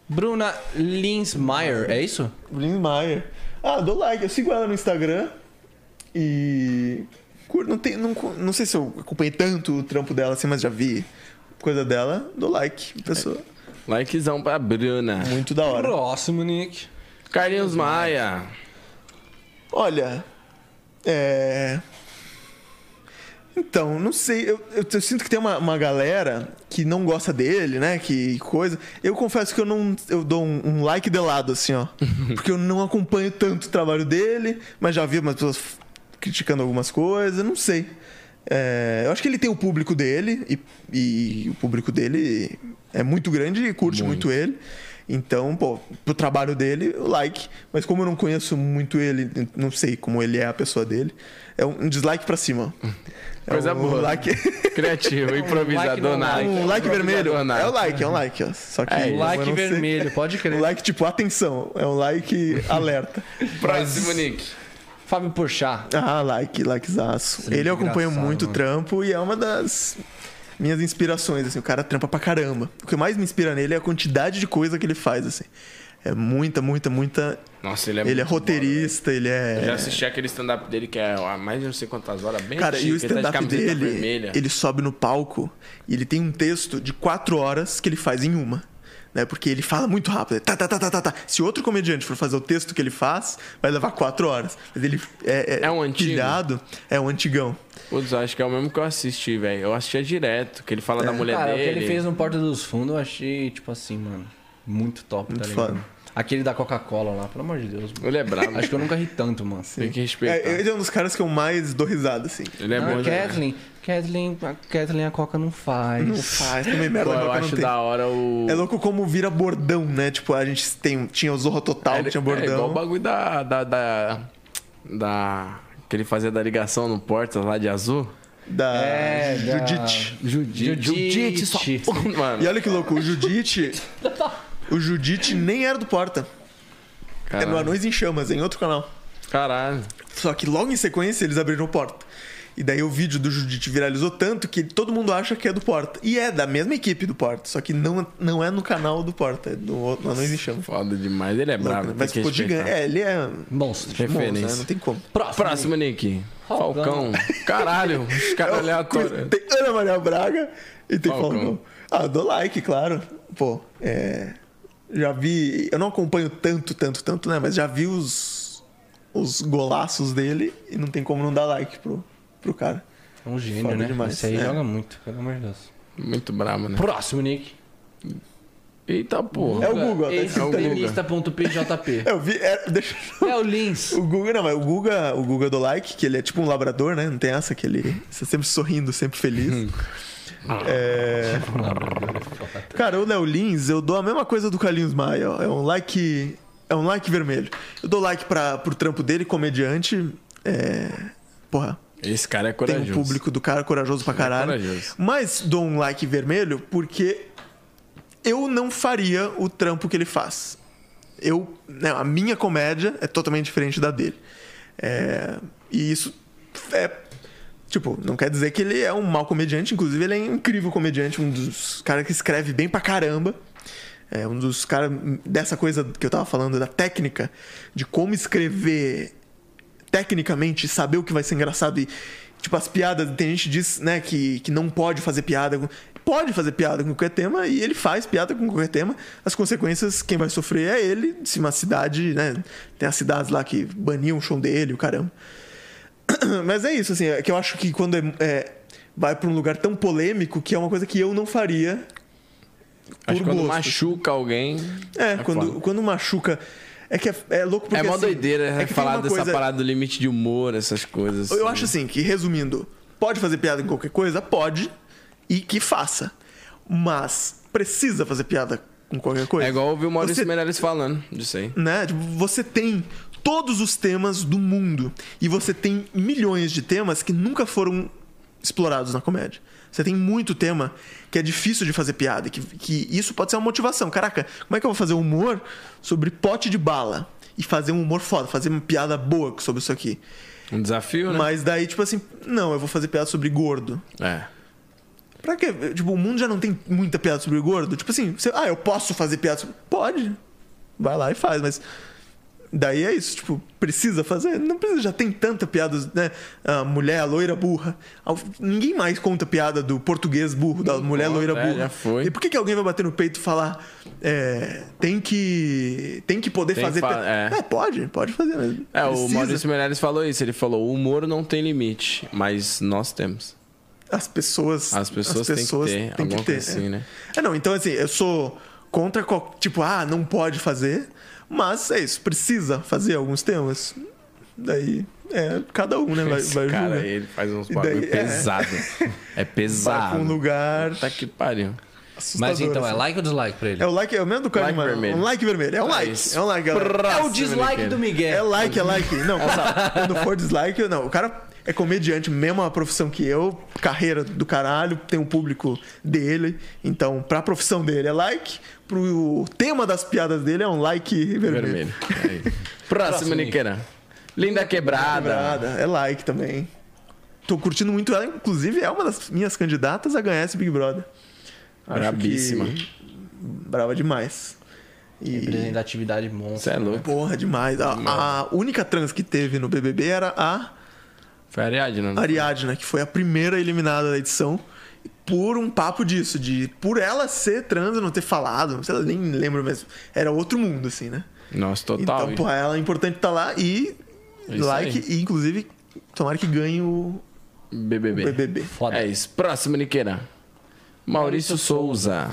[SPEAKER 6] Bruna Linsmeyer, é isso?
[SPEAKER 3] Lin Maia. Ah, dou like. Eu sigo ela no Instagram. E. cur- Não, tem, não, cu- não sei se eu acompanhei tanto o trampo dela assim, mas já vi coisa dela. Dou like. Pessoa.
[SPEAKER 1] Likezão pra Bruna.
[SPEAKER 3] Muito da hora.
[SPEAKER 6] Próximo, Nick.
[SPEAKER 1] Carlinhos Maia.
[SPEAKER 3] Olha. É. Então, não sei. Eu, eu- eu sinto que tem uma, uma galera que não gosta dele, né? Que coisa. Eu confesso que eu não. Eu dou um, um like de lado, assim, ó. Porque eu não acompanho tanto o trabalho dele, mas já vi umas pessoas f- criticando algumas coisas, não sei. É, eu acho que ele tem o público dele, e, e o público dele é muito grande e curte muito, ele. Então, pô, pro trabalho dele, o like. Mas como eu não conheço muito ele, não sei como ele é a pessoa dele, é um um dislike pra cima. É
[SPEAKER 1] Coisa
[SPEAKER 3] um
[SPEAKER 1] boa.
[SPEAKER 3] Like...
[SPEAKER 1] Criativo, improvisador na
[SPEAKER 3] É um like vermelho. É o like, é um like. ó. Só que
[SPEAKER 1] né? É,
[SPEAKER 3] eu
[SPEAKER 6] like
[SPEAKER 3] não sei-
[SPEAKER 6] vermelho, pode crer.
[SPEAKER 3] Um like tipo atenção. É um like alerta.
[SPEAKER 1] Próximo, Nick.
[SPEAKER 6] Fábio Porchat.
[SPEAKER 3] Ah, like, likezaço. Ele eu acompanho
[SPEAKER 2] engraçado,
[SPEAKER 3] muito o
[SPEAKER 6] né?
[SPEAKER 2] mano.
[SPEAKER 3] trampo e é uma das minhas inspirações, assim. O cara trampa pra caramba. O que mais me inspira nele é a quantidade de coisa que ele faz, assim. É muita, muita, muita...
[SPEAKER 1] Nossa, ele é
[SPEAKER 3] Ele é
[SPEAKER 1] muito bom,
[SPEAKER 3] roteirista, ele é...
[SPEAKER 1] Eu já assisti aquele stand-up dele que é há mais de não sei quantas horas, bem
[SPEAKER 3] Cara, e
[SPEAKER 1] antigo,
[SPEAKER 3] o
[SPEAKER 1] ele tá de
[SPEAKER 3] stand-up
[SPEAKER 1] camiseta
[SPEAKER 3] dele,
[SPEAKER 1] vermelha.
[SPEAKER 3] ele sobe no palco e ele tem um texto de quatro horas que ele faz em uma. Né? Porque ele fala muito rápido. é Tá, tá, tá, tá, tá, tá. Se outro comediante for fazer o texto que ele faz, vai levar quatro horas. Mas ele é,
[SPEAKER 1] É um antigo?
[SPEAKER 3] pilhado, é um antigão.
[SPEAKER 1] Putz, eu acho que é o mesmo que eu assisti, velho. Eu assistia direto, que ele fala da mulher
[SPEAKER 6] Cara,
[SPEAKER 1] dele.
[SPEAKER 6] o que ele fez no Porta dos Fundos eu achei, tipo assim, mano, muito top, tá
[SPEAKER 3] Muito
[SPEAKER 6] ligado?
[SPEAKER 3] foda.
[SPEAKER 6] Aquele da Coca-Cola lá, pelo amor de Deus, mano.
[SPEAKER 1] Ele é brabo.
[SPEAKER 6] Acho que eu nunca ri tanto, mano.
[SPEAKER 1] Tem que respeitar.
[SPEAKER 3] É, ele é um dos caras que eu mais dou risada, assim.
[SPEAKER 1] Ele é
[SPEAKER 6] Ah,
[SPEAKER 1] bom demais.
[SPEAKER 6] Kathleen, Kathleen, a Kathleen a Coca não faz.
[SPEAKER 3] Não faz é também merda,
[SPEAKER 1] Pô,
[SPEAKER 3] agora
[SPEAKER 1] eu
[SPEAKER 3] que eu
[SPEAKER 1] acho
[SPEAKER 3] não tenho.
[SPEAKER 1] da hora o...
[SPEAKER 3] É louco como vira bordão, né? Tipo, a gente tem, tinha o Zorro Total,
[SPEAKER 1] Ele-
[SPEAKER 3] tinha
[SPEAKER 1] É igual o
[SPEAKER 3] bordão.
[SPEAKER 1] bagulho da. da. da. da- que ele fazia da ligação no porta lá de azul.
[SPEAKER 3] da
[SPEAKER 6] É, da-
[SPEAKER 3] Judite.
[SPEAKER 6] Judite.
[SPEAKER 1] Judite, só. Mano,
[SPEAKER 3] E olha que louco, o Judite. o Judite nem era do Porta. É no
[SPEAKER 1] caralho.
[SPEAKER 3] Anões em Chamas, é em outro canal.
[SPEAKER 1] Caralho.
[SPEAKER 3] Só que logo em sequência eles abriram o Porta. E daí o vídeo do Judite viralizou tanto que todo mundo acha que é do Porta. E é da mesma equipe do Porta, só que não, não é no canal do Porta, é do outro- no Anões em Chamas.
[SPEAKER 1] Foda demais. Ele é brabo.
[SPEAKER 3] Mas
[SPEAKER 1] tem que
[SPEAKER 3] ficou gigante.
[SPEAKER 1] respeitar.
[SPEAKER 3] É, ele é.
[SPEAKER 6] Monstro.
[SPEAKER 3] monstro, né?
[SPEAKER 1] Referência.
[SPEAKER 3] Não tem como.
[SPEAKER 1] Próximo, Nick. Falcão. Caralho, os
[SPEAKER 3] É
[SPEAKER 1] caras aleatórios.
[SPEAKER 3] Tem Ana Maria Braga e tem
[SPEAKER 1] Falcão.
[SPEAKER 3] Falcão. Ah, dou like, claro. Pô, é. Já vi. Eu não acompanho tanto, tanto, tanto, né? Mas já vi os. Os golaços dele e não tem como não dar like pro, pro cara.
[SPEAKER 6] É um gênio,
[SPEAKER 3] Foda
[SPEAKER 6] né?
[SPEAKER 3] demais.
[SPEAKER 6] Esse aí
[SPEAKER 3] É.
[SPEAKER 6] joga muito, pelo amor de Deus.
[SPEAKER 1] Muito brabo, né?
[SPEAKER 6] Próximo, Nick.
[SPEAKER 1] Eita porra.
[SPEAKER 3] É o Google, tá
[SPEAKER 6] Esse
[SPEAKER 1] é o
[SPEAKER 3] escrito ali.
[SPEAKER 1] Google.
[SPEAKER 6] tenista.pjp.
[SPEAKER 3] Eu vi. é, deixa eu-
[SPEAKER 6] É o Lins.
[SPEAKER 3] O Guga, não, mas o Guga, o Guga do like, que ele é tipo um labrador, né? Não tem essa que ele está sempre sorrindo, sempre feliz. É... Cara, o Léo Lins, eu dou a mesma coisa do Carlinhos Maia, ó. É um like. É um like vermelho. Eu dou like pra, pro trampo dele, comediante. É. Porra,
[SPEAKER 1] Esse cara é
[SPEAKER 3] tem
[SPEAKER 1] corajoso. É
[SPEAKER 3] um público do cara corajoso pra caralho.
[SPEAKER 1] corajoso.
[SPEAKER 3] Mas dou um like vermelho porque eu não faria o trampo que ele faz. Eu, né, a minha comédia é totalmente diferente da dele. É, e isso é tipo, não quer dizer que ele é um mau comediante, inclusive ele é um incrível comediante, um dos caras que escreve bem pra caramba. É um dos caras dessa coisa que eu tava falando da técnica, de como escrever tecnicamente saber o que vai ser engraçado e tipo as piadas tem gente que diz né que, que não pode fazer piada com- pode fazer piada com qualquer tema e ele faz piada com qualquer tema as consequências quem vai sofrer é ele se uma cidade né tem as cidades lá que baniam o show dele o caramba mas é isso assim é que eu acho que quando é, é- vai pra um lugar tão polêmico que é uma coisa que eu não faria
[SPEAKER 1] Acho que
[SPEAKER 3] por
[SPEAKER 1] quando
[SPEAKER 3] gosto.
[SPEAKER 1] machuca alguém.
[SPEAKER 3] é,
[SPEAKER 1] foda.
[SPEAKER 3] quando, quando machuca é que é, é louco porque
[SPEAKER 1] É mó
[SPEAKER 3] assim,
[SPEAKER 1] doideira
[SPEAKER 3] é que tem
[SPEAKER 1] falar
[SPEAKER 3] uma
[SPEAKER 1] dessa
[SPEAKER 3] coisa-
[SPEAKER 1] parada do limite de humor, essas coisas.
[SPEAKER 3] Eu
[SPEAKER 1] assim.
[SPEAKER 3] acho assim, que resumindo, pode fazer piada em qualquer coisa? Pode. E que faça. Mas precisa fazer piada com qualquer coisa?
[SPEAKER 1] É igual ouvir o Maurício
[SPEAKER 3] Você-
[SPEAKER 1] Meirelles falando disso aí.
[SPEAKER 3] né? Tipo, você tem todos os temas do mundo e você tem milhões de temas que nunca foram explorados na comédia. Você tem muito tema que é difícil de fazer piada, que, que isso pode ser uma motivação. Caraca, como é que eu vou fazer humor sobre pote de bala e fazer um humor foda, fazer uma piada boa sobre isso aqui?
[SPEAKER 1] Um desafio, né?
[SPEAKER 3] Mas daí, tipo assim, não, eu vou fazer piada sobre gordo.
[SPEAKER 1] É.
[SPEAKER 3] Pra quê? Tipo, o mundo já não tem muita piada sobre gordo? Tipo assim, você, ah, eu posso fazer piada sobre. Pode. Vai lá e faz, mas. Daí é isso, tipo, precisa fazer? Não precisa, já tem tanta piada, né? Ah, mulher loira burra. Al- Ninguém mais conta piada do português burro, da mulher
[SPEAKER 1] conta,
[SPEAKER 3] loira
[SPEAKER 1] é,
[SPEAKER 3] burra.
[SPEAKER 1] já foi.
[SPEAKER 3] E por que, que alguém vai bater no peito e falar, é, tem que. tem que poder
[SPEAKER 1] Tem que
[SPEAKER 3] fazer.
[SPEAKER 1] fa-
[SPEAKER 3] piada?
[SPEAKER 1] é.
[SPEAKER 3] é, pode, pode fazer, mas.
[SPEAKER 1] É, o
[SPEAKER 3] precisa.
[SPEAKER 1] Maurício Meirelles falou isso. Ele falou: o humor não tem limite, mas nós temos.
[SPEAKER 3] As pessoas.
[SPEAKER 1] As pessoas têm que ter
[SPEAKER 3] têm
[SPEAKER 1] alguma coisa assim,
[SPEAKER 3] é.
[SPEAKER 1] né?
[SPEAKER 3] É, não, então assim, eu sou contra qual, tipo, ah, não pode fazer, mas é isso, precisa fazer alguns temas. Daí é cada um, né, vai,
[SPEAKER 1] Esse
[SPEAKER 3] vai
[SPEAKER 1] cara
[SPEAKER 3] julgar.
[SPEAKER 1] aí, ele faz uns
[SPEAKER 3] E
[SPEAKER 1] bagulho
[SPEAKER 3] daí, é.
[SPEAKER 1] pesado. É,
[SPEAKER 3] Vai pra
[SPEAKER 1] pesado.
[SPEAKER 3] um lugar
[SPEAKER 1] Tá que pariu.
[SPEAKER 3] assustador.
[SPEAKER 6] Mas então, é
[SPEAKER 3] assim.
[SPEAKER 6] like ou dislike pra ele?
[SPEAKER 3] É o like, é o mesmo do cara,
[SPEAKER 1] Like
[SPEAKER 3] mano.
[SPEAKER 1] vermelho.
[SPEAKER 3] Um like vermelho. É um like.
[SPEAKER 1] isso.
[SPEAKER 3] É um like, galera.
[SPEAKER 1] É o
[SPEAKER 6] dislike do
[SPEAKER 3] É
[SPEAKER 6] Miguel.
[SPEAKER 3] like, é like. Não, quando for dislike, eu não. O cara é comediante, mesma profissão que eu, carreira do caralho, tem um público dele. Então, pra profissão dele é like, pro tema das piadas dele é um like vermelho.
[SPEAKER 1] Vermelho. Aí. Próximo, Niqueira. Linda quebrada.
[SPEAKER 3] Quebrada, é like também. Tô curtindo muito ela, inclusive é uma das minhas candidatas a ganhar esse Big Brother. Acho
[SPEAKER 1] Brabíssima.
[SPEAKER 3] que- Brava demais. E,
[SPEAKER 6] Representatividade
[SPEAKER 1] Você
[SPEAKER 6] monstro.
[SPEAKER 1] é louco.
[SPEAKER 3] porra, demais. A, a única trans que teve no BBB era a
[SPEAKER 1] Foi a Ariadna. não foi?
[SPEAKER 3] Ariadna, né, que foi a primeira eliminada da edição, por um papo disso, de por ela ser trans, eu não ter falado, não sei, nem lembro mesmo. Era outro mundo, assim, né?
[SPEAKER 1] Nossa, total.
[SPEAKER 3] então, pô, ela é importante estar lá e
[SPEAKER 1] É isso
[SPEAKER 3] like,
[SPEAKER 1] aí.
[SPEAKER 3] e inclusive, tomara que ganhe o
[SPEAKER 1] BBB.
[SPEAKER 3] BBB.
[SPEAKER 6] Foda.
[SPEAKER 1] É isso. Próximo, Niqueira. Maurício Souza.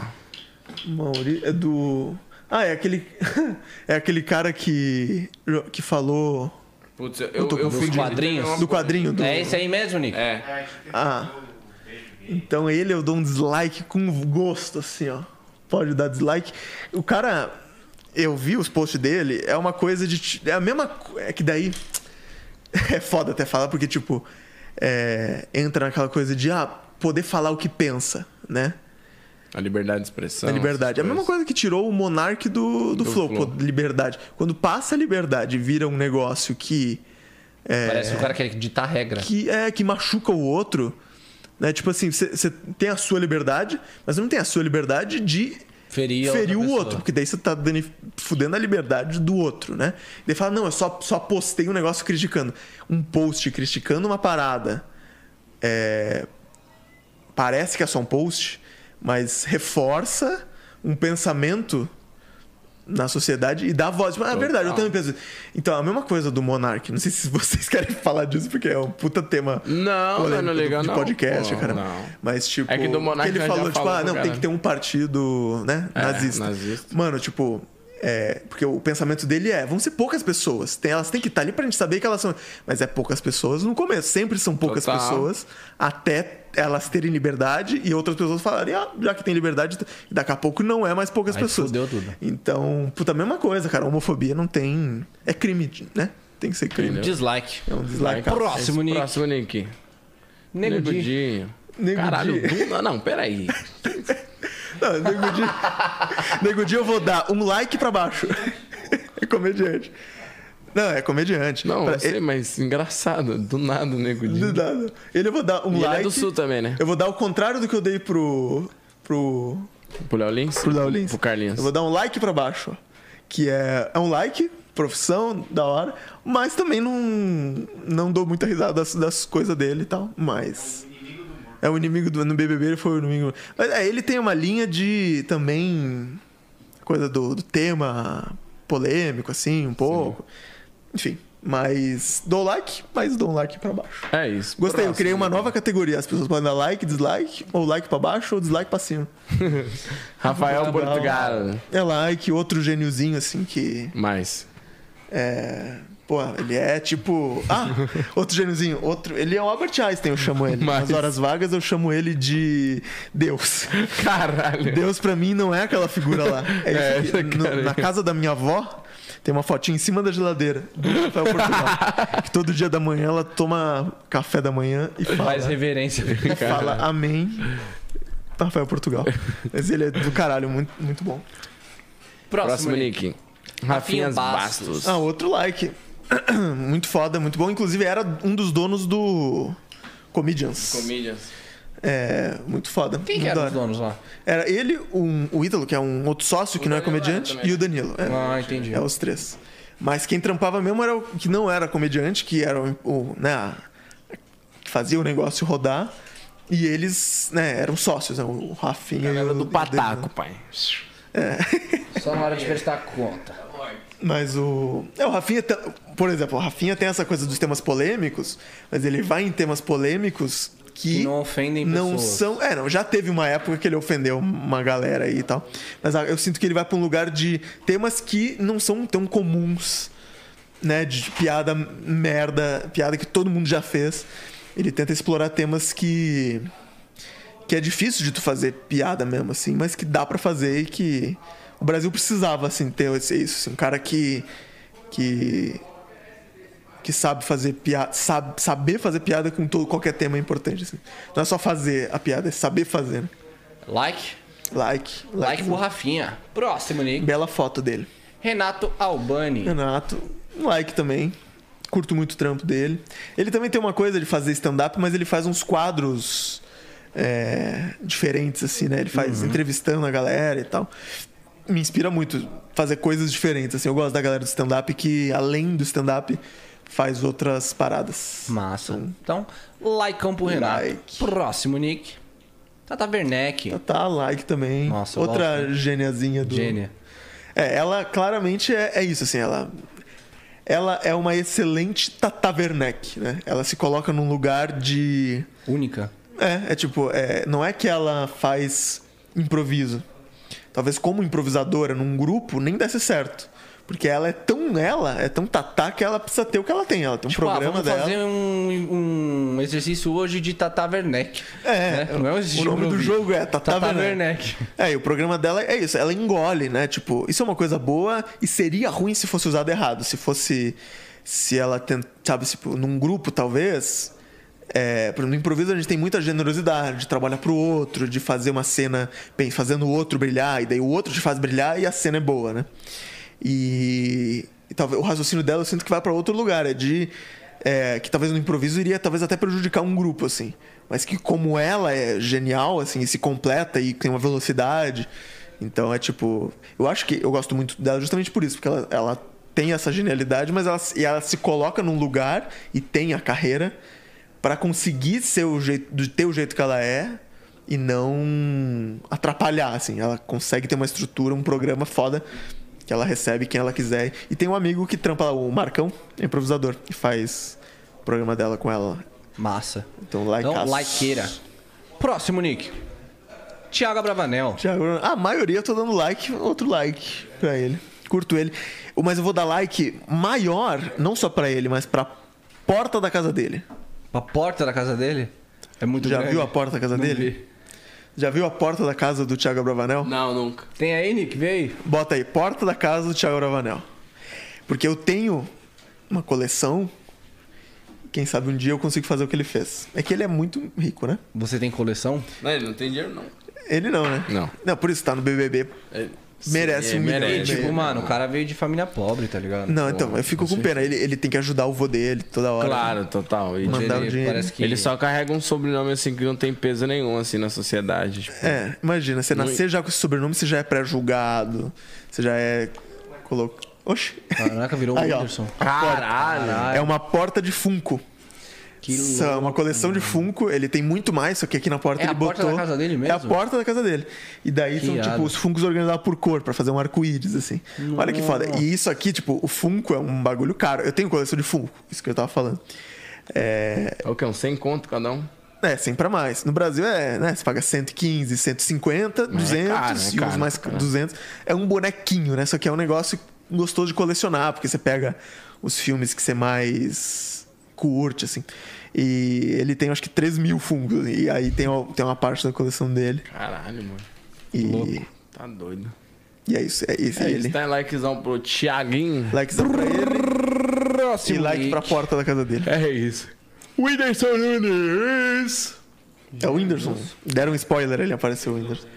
[SPEAKER 3] Mauri, é do. Ah, é aquele. é aquele cara que. que falou.
[SPEAKER 1] Putz, eu,
[SPEAKER 3] tô
[SPEAKER 1] eu
[SPEAKER 3] com
[SPEAKER 1] fui
[SPEAKER 3] os
[SPEAKER 1] de-
[SPEAKER 6] quadrinhos.
[SPEAKER 3] do quadrinho do.
[SPEAKER 6] É esse aí mesmo, Nico?
[SPEAKER 1] É.
[SPEAKER 3] Ah. Então ele eu dou um dislike com gosto, assim, ó. Pode dar dislike. O cara. Eu vi os posts dele, é uma coisa de. ti- É a mesma. co- É que daí. É foda até falar, porque, tipo. é, entra naquela coisa de. Ah, poder falar o que pensa, né?
[SPEAKER 1] A liberdade de expressão.
[SPEAKER 3] Na liberdade. É a
[SPEAKER 1] essas
[SPEAKER 3] mesma
[SPEAKER 1] coisas.
[SPEAKER 3] coisa que tirou o Monark do, do,
[SPEAKER 1] Do
[SPEAKER 3] Flow.
[SPEAKER 1] Flow.
[SPEAKER 3] pô, liberdade. Quando passa a liberdade e vira um negócio que. é,
[SPEAKER 6] Parece que o cara quer ditar regra.
[SPEAKER 3] que é que machuca o outro, né? Tipo assim, você tem a sua liberdade, mas não tem a sua liberdade de
[SPEAKER 6] Ferir a outra
[SPEAKER 3] ferir o
[SPEAKER 6] pessoa.
[SPEAKER 3] outro, porque daí você tá dani- fudendo a liberdade do outro, né? Daí fala, não, eu só, só postei um negócio criticando. Um post criticando uma parada. é, Parece que é só um post, mas reforça um pensamento na sociedade e dá voz. Mas é verdade, eu também penso. Então, a mesma coisa do Monark. Não sei se vocês querem falar disso, porque é um puta tema.
[SPEAKER 1] Não,
[SPEAKER 3] polêmico
[SPEAKER 1] não é
[SPEAKER 3] do-
[SPEAKER 1] legal,
[SPEAKER 3] de
[SPEAKER 1] não,
[SPEAKER 3] podcast,
[SPEAKER 1] pô,
[SPEAKER 3] cara.
[SPEAKER 1] não.
[SPEAKER 3] Mas, tipo.
[SPEAKER 1] É que do Monark
[SPEAKER 3] ele
[SPEAKER 1] nós já
[SPEAKER 3] falou, tipo,
[SPEAKER 1] falamos,
[SPEAKER 3] ah, não, tem
[SPEAKER 1] cara.
[SPEAKER 3] que ter um partido, né?
[SPEAKER 1] É,
[SPEAKER 3] nazista.
[SPEAKER 1] nazista.
[SPEAKER 3] Mano, tipo. é, porque o pensamento dele é, vão ser poucas pessoas. Tem- elas têm que estar ali pra gente saber que elas são. Mas é poucas pessoas no começo. Sempre são poucas
[SPEAKER 1] Total.
[SPEAKER 3] pessoas até elas terem liberdade e outras pessoas falarem, ah, já que tem liberdade, daqui a pouco não é mais poucas
[SPEAKER 6] Aí
[SPEAKER 3] pessoas.
[SPEAKER 6] fudeu tudo.
[SPEAKER 3] Então, puta, a mesma coisa, cara. Homofobia não tem. É crime, né? Tem que ser crime.
[SPEAKER 6] Dislike.
[SPEAKER 3] É um dislike.
[SPEAKER 6] Próximo, Nick.
[SPEAKER 1] Próximo, Nick.
[SPEAKER 6] Nego Di.
[SPEAKER 1] Negudinho.
[SPEAKER 3] Nego
[SPEAKER 1] Caralho,
[SPEAKER 3] Di.
[SPEAKER 1] do... não, não, peraí.
[SPEAKER 3] Não, nego dia. nego dia eu vou dar um like pra baixo. É comediante. Não, é comediante.
[SPEAKER 1] Não,
[SPEAKER 3] Pra-
[SPEAKER 1] eu sei, mas engraçado. Do nada,
[SPEAKER 3] Ele,
[SPEAKER 1] Negudinho.
[SPEAKER 3] dá- ele eu vou dar um
[SPEAKER 1] E ele
[SPEAKER 3] like.
[SPEAKER 1] é do Sul também, né?
[SPEAKER 3] Eu vou dar o contrário do que eu dei pro. pro.
[SPEAKER 1] Pro Léo Lins?
[SPEAKER 3] pro Léo Lins.
[SPEAKER 1] Pro Carlinhos.
[SPEAKER 3] Eu vou dar um like pra baixo. ó. Que é, é um like, profissão, da hora. Mas também não, não dou muita risada das, das coisas dele e tal. Mas. É o inimigo do. No BBB ele foi o inimigo. Mas é, ele tem uma linha de. Também. Coisa do, do tema polêmico, assim, um pouco. Enfim. Mas. Dou like, mas dou um like pra baixo.
[SPEAKER 1] É isso.
[SPEAKER 3] Gostei, eu
[SPEAKER 1] Próximo.
[SPEAKER 3] criei uma nova categoria. As pessoas podem dar like, dislike, ou like pra baixo, ou dislike pra cima.
[SPEAKER 1] Rafael
[SPEAKER 3] Tá bom.
[SPEAKER 1] Portugal.
[SPEAKER 3] É like, outro gêniozinho assim que.
[SPEAKER 1] Mais.
[SPEAKER 3] É. Pô, ele é tipo. Ah, outro gêniozinho. Outro... Ele é o Albert Einstein, eu chamo ele.
[SPEAKER 1] Mas-
[SPEAKER 3] Nas horas vagas eu chamo ele de Deus.
[SPEAKER 1] Caralho.
[SPEAKER 3] Deus pra mim não é aquela figura lá. É,
[SPEAKER 1] É,
[SPEAKER 3] isso aqui.
[SPEAKER 1] cara
[SPEAKER 3] No-
[SPEAKER 1] aí.
[SPEAKER 3] na casa da minha avó tem uma fotinha em cima da geladeira do Rafael Portugal. que todo dia da manhã ela toma café da manhã e fala,
[SPEAKER 6] Faz reverência.
[SPEAKER 3] fala amém. Rafael Portugal. Mas ele é do caralho, muito, muito bom.
[SPEAKER 1] Próximo, Nick. Rafinha
[SPEAKER 6] Rafinha Bastos.
[SPEAKER 1] Bastos.
[SPEAKER 3] Ah, outro like. muito foda, muito bom. Inclusive, era um dos donos do Comedians.
[SPEAKER 1] Comedians.
[SPEAKER 3] É, muito foda.
[SPEAKER 6] Quem que
[SPEAKER 3] muito
[SPEAKER 6] eram
[SPEAKER 3] da hora.
[SPEAKER 6] os donos lá?
[SPEAKER 3] Era ele, um, o Ítalo, que é um outro sócio que não é
[SPEAKER 1] Danilo era
[SPEAKER 3] comediante,
[SPEAKER 1] também,
[SPEAKER 3] e o
[SPEAKER 1] né?
[SPEAKER 3] Danilo. É.
[SPEAKER 6] Ah, entendi.
[SPEAKER 3] É os três. Mas quem trampava mesmo era o que não era comediante, que era o, o- né, a- que fazia o negócio rodar. E eles, né, eram sócios, né, o Rafinha e
[SPEAKER 1] Galera
[SPEAKER 3] o
[SPEAKER 1] do
[SPEAKER 3] e o
[SPEAKER 1] pataco,
[SPEAKER 3] Danilo.
[SPEAKER 1] pai.
[SPEAKER 6] Só na hora de prestar conta.
[SPEAKER 3] Mas o. É, o Rafinha. tá- Por exemplo, o Rafinha tem essa coisa dos temas polêmicos, mas ele vai em temas polêmicos que.
[SPEAKER 6] Que não ofendem
[SPEAKER 3] não
[SPEAKER 6] pessoas.
[SPEAKER 3] são. É, não. Já teve uma época que ele ofendeu uma galera aí e tal. Mas ah, eu sinto que ele vai pra um lugar de temas que não são tão comuns, né? De piada merda, piada que todo mundo já fez. Ele tenta explorar temas que. que é difícil de tu fazer piada mesmo, assim, mas que dá pra fazer e que o Brasil precisava, assim, ter esse- isso. assim, um cara que. que. que sabe fazer piada. Sabe, saber fazer piada com todo, qualquer tema é importante, assim. Não é só fazer a piada, é saber fazer. né?
[SPEAKER 6] Like.
[SPEAKER 3] Like.
[SPEAKER 6] Like pro Rafinha. Próximo, Nick.
[SPEAKER 3] Bela foto dele.
[SPEAKER 6] Renato Albani.
[SPEAKER 3] Renato, um like também. Curto muito o trampo dele. Ele também tem uma coisa de fazer stand-up, mas ele faz uns quadros é, diferentes, assim, né?
[SPEAKER 6] Uhum.
[SPEAKER 3] Ele faz entrevistando a galera e tal. Me inspira muito fazer coisas diferentes, assim. Eu gosto da galera do stand-up que, além do stand-up, faz outras paradas.
[SPEAKER 6] Massa. Então, likeão pro Renato.
[SPEAKER 3] Like.
[SPEAKER 6] Próximo, Nick. Tata Werneck.
[SPEAKER 3] Tá, like também.
[SPEAKER 6] Nossa, eu
[SPEAKER 3] Outra
[SPEAKER 6] gosto, né?
[SPEAKER 3] gêniazinha do.
[SPEAKER 6] Gênia.
[SPEAKER 3] É, ela claramente é, é isso, assim, ela. Ela é uma excelente Tata Werneck, né? Ela se coloca num lugar de.
[SPEAKER 6] Única.
[SPEAKER 3] É, é tipo, é, não é que ela faz improviso. Talvez como improvisadora num grupo nem desse certo. Porque ela é tão ela, é tão tatá que ela precisa ter o que ela tem. Ela tem um
[SPEAKER 6] Tipo, ah,
[SPEAKER 3] programa
[SPEAKER 6] vamos
[SPEAKER 3] dela.
[SPEAKER 6] fazer um, um exercício hoje de Tata Werneck.
[SPEAKER 3] É,
[SPEAKER 6] né? Não é um exercício
[SPEAKER 3] o nome do
[SPEAKER 6] improviso.
[SPEAKER 3] jogo é Tata,
[SPEAKER 6] Tata
[SPEAKER 3] Werneck.
[SPEAKER 6] Werneck.
[SPEAKER 3] É, e o programa dela é isso, ela engole, né? Tipo, isso é uma coisa boa e seria ruim se fosse usado errado. Se fosse. Se ela tenta, sabe, tipo, num grupo, talvez. É, por exemplo, no improviso a gente tem muita generosidade, de trabalhar pro outro, de fazer uma cena bem, fazendo o outro brilhar, e daí o outro te faz brilhar e a cena é boa, né? E, e talvez o raciocínio dela eu sinto que vai pra outro lugar, é de. é, que talvez no improviso iria talvez até prejudicar um grupo, assim. Mas que como ela é genial, assim, e se completa e tem uma velocidade. Então é tipo. Eu acho que eu gosto muito dela justamente por isso, porque ela, ela tem essa genialidade, mas ela, e ela se coloca num lugar e tem a carreira pra conseguir ser o jeito, do- ter o jeito que ela é e não atrapalhar, assim. Ela consegue ter uma estrutura, um programa foda que ela recebe quem ela quiser. E tem um amigo que trampa lá, o Marcão, é improvisador, que faz o programa dela com ela.
[SPEAKER 6] Massa.
[SPEAKER 3] Então, like
[SPEAKER 6] Então, likeira. Próximo, Nick. Tiago Bravanel.
[SPEAKER 3] A maioria eu tô dando like, outro like pra ele. Curto ele. Mas eu vou dar like maior, não só pra ele, mas pra porta da casa dele.
[SPEAKER 6] A porta da casa dele é muito
[SPEAKER 3] Já
[SPEAKER 6] grande.
[SPEAKER 3] viu a porta da casa
[SPEAKER 6] Não
[SPEAKER 3] dele?
[SPEAKER 6] vi.
[SPEAKER 3] Já viu a porta da casa do Thiago Bravanel?
[SPEAKER 1] Não, nunca.
[SPEAKER 6] Tem aí, Nick? Vê aí.
[SPEAKER 3] Bota aí, porta da casa do Thiago Ravanel. Porque eu tenho uma coleção. Quem sabe um dia eu consigo fazer o que ele fez. É que ele é muito rico, né?
[SPEAKER 6] Você tem coleção?
[SPEAKER 1] Não, ele não tem dinheiro, não.
[SPEAKER 3] Ele não, né?
[SPEAKER 1] Não.
[SPEAKER 3] Não, por isso tá no BBB.
[SPEAKER 1] Ele-
[SPEAKER 3] Merece
[SPEAKER 1] Sim,
[SPEAKER 3] um milhão
[SPEAKER 1] merece.
[SPEAKER 3] e meio.
[SPEAKER 6] Tipo,
[SPEAKER 3] Ele-
[SPEAKER 6] mano, o cara veio de família pobre, tá ligado?
[SPEAKER 1] É
[SPEAKER 3] Não, então, eu fico com pena. Ele, ele tem que ajudar o vô dele toda hora.
[SPEAKER 1] Claro, total. E
[SPEAKER 3] Mandar
[SPEAKER 1] ele,
[SPEAKER 3] o dinheiro.
[SPEAKER 6] parece que-
[SPEAKER 1] ele só carrega um sobrenome assim que não tem peso nenhum assim na sociedade. Tipo,
[SPEAKER 3] É, imagina, você nascer já com esse sobrenome, você já é pré-julgado. Você já é. Colo... Oxi.
[SPEAKER 6] Caraca, virou o
[SPEAKER 3] Aí, ó.
[SPEAKER 6] Whindersson.
[SPEAKER 1] Caralho!
[SPEAKER 3] É uma porta de Funko.
[SPEAKER 6] Que
[SPEAKER 3] Isso, é uma coleção de Funko. Ele tem muito mais, só que aqui na porta
[SPEAKER 6] É
[SPEAKER 3] ele
[SPEAKER 6] a porta
[SPEAKER 3] botou.
[SPEAKER 6] da casa dele mesmo?
[SPEAKER 3] É a porta da casa dele. E daí
[SPEAKER 6] Que
[SPEAKER 3] são,
[SPEAKER 6] irado.
[SPEAKER 3] tipo, os Funkos organizados por cor, pra fazer um arco-íris, assim. Olha que foda. E isso aqui, tipo, o Funko é um bagulho caro. Eu tenho coleção de Funko, isso que eu tava falando. É,
[SPEAKER 1] É o que? Um 100 conto cada um?
[SPEAKER 3] é sempre pra mais. No Brasil é, né? Você paga 115, 150,
[SPEAKER 1] Mas é
[SPEAKER 3] 200
[SPEAKER 1] caro, é
[SPEAKER 3] e uns
[SPEAKER 1] caro,
[SPEAKER 3] mais
[SPEAKER 1] cara.
[SPEAKER 3] 200. É um bonequinho, né? Só que é um negócio gostoso de colecionar, porque você pega os filmes que você mais curte, assim. E ele tem, acho que, 3 mil fungos. E aí tem, o- tem uma parte da coleção dele.
[SPEAKER 1] Caralho, mano.
[SPEAKER 3] E,
[SPEAKER 1] Tá doido.
[SPEAKER 3] e é isso. É, esse é,
[SPEAKER 1] É,
[SPEAKER 3] ele.
[SPEAKER 1] isso tá em likezão pro Thiaguinho.
[SPEAKER 3] Likezão pra ele e
[SPEAKER 6] Próximo,
[SPEAKER 3] like
[SPEAKER 6] Nick.
[SPEAKER 3] pra porta da casa dele.
[SPEAKER 1] É isso. Whindersson Nunes!
[SPEAKER 3] É o Whindersson. Deram um spoiler, ele apareceu o Whindersson.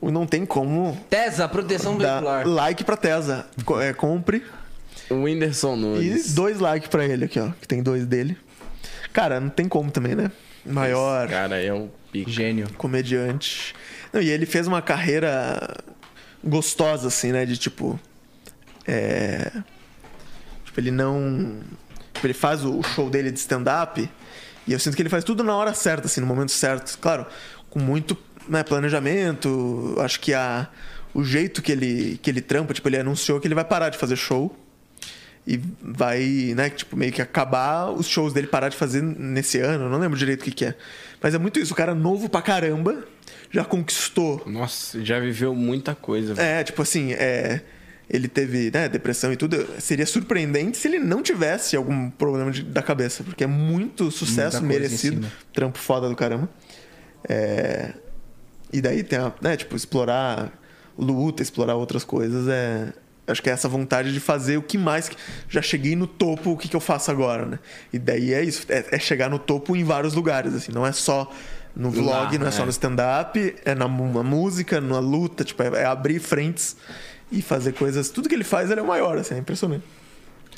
[SPEAKER 3] O- Não tem como
[SPEAKER 6] Tesa, proteção
[SPEAKER 3] Dá
[SPEAKER 6] veicular.
[SPEAKER 3] like pra Tesa. Co- é, compre.
[SPEAKER 1] O Whindersson
[SPEAKER 3] E
[SPEAKER 1] Nunes.
[SPEAKER 3] dois likes pra ele aqui, ó. Que tem dois dele. Cara, não tem como também, né? Maior.
[SPEAKER 1] Esse cara é um pica.
[SPEAKER 2] Gênio.
[SPEAKER 3] comediante. Não, e ele fez uma carreira gostosa, assim, né? De tipo. É. Tipo, ele não. Tipo, ele faz o show dele de stand-up. E eu sinto que ele faz tudo na hora certa, assim, no momento certo. Claro, com muito né, planejamento. Acho que a, o jeito que ele, que ele trampa, tipo, ele anunciou que ele vai parar de fazer show. E vai, né, tipo, meio que acabar os shows dele parar de fazer nesse ano, não lembro direito o que, que é. Mas é muito isso, o cara novo pra caramba, já conquistou
[SPEAKER 1] Nossa, já viveu muita coisa. velho.
[SPEAKER 3] é, tipo assim, é, ele teve né, depressão e tudo. Seria surpreendente se ele não tivesse algum problema de- da cabeça, porque é muito
[SPEAKER 2] Muita
[SPEAKER 3] sucesso
[SPEAKER 2] coisa em
[SPEAKER 3] merecido.
[SPEAKER 2] cima.
[SPEAKER 3] Trampo foda do caramba. É, e daí tem a, né, tipo, explorar luta, explorar outras coisas. É, acho que é essa vontade de fazer o que mais. que- Já cheguei no topo, o que, que eu faço agora, né? E daí é isso, é, é chegar no topo em vários lugares, assim, não é só. No vlog, não é só
[SPEAKER 1] é.
[SPEAKER 3] no stand-up, é na, mu- na música, na luta, tipo, é, é abrir frentes e fazer coisas. Tudo que ele faz, ele é o maior, assim, é impressionante.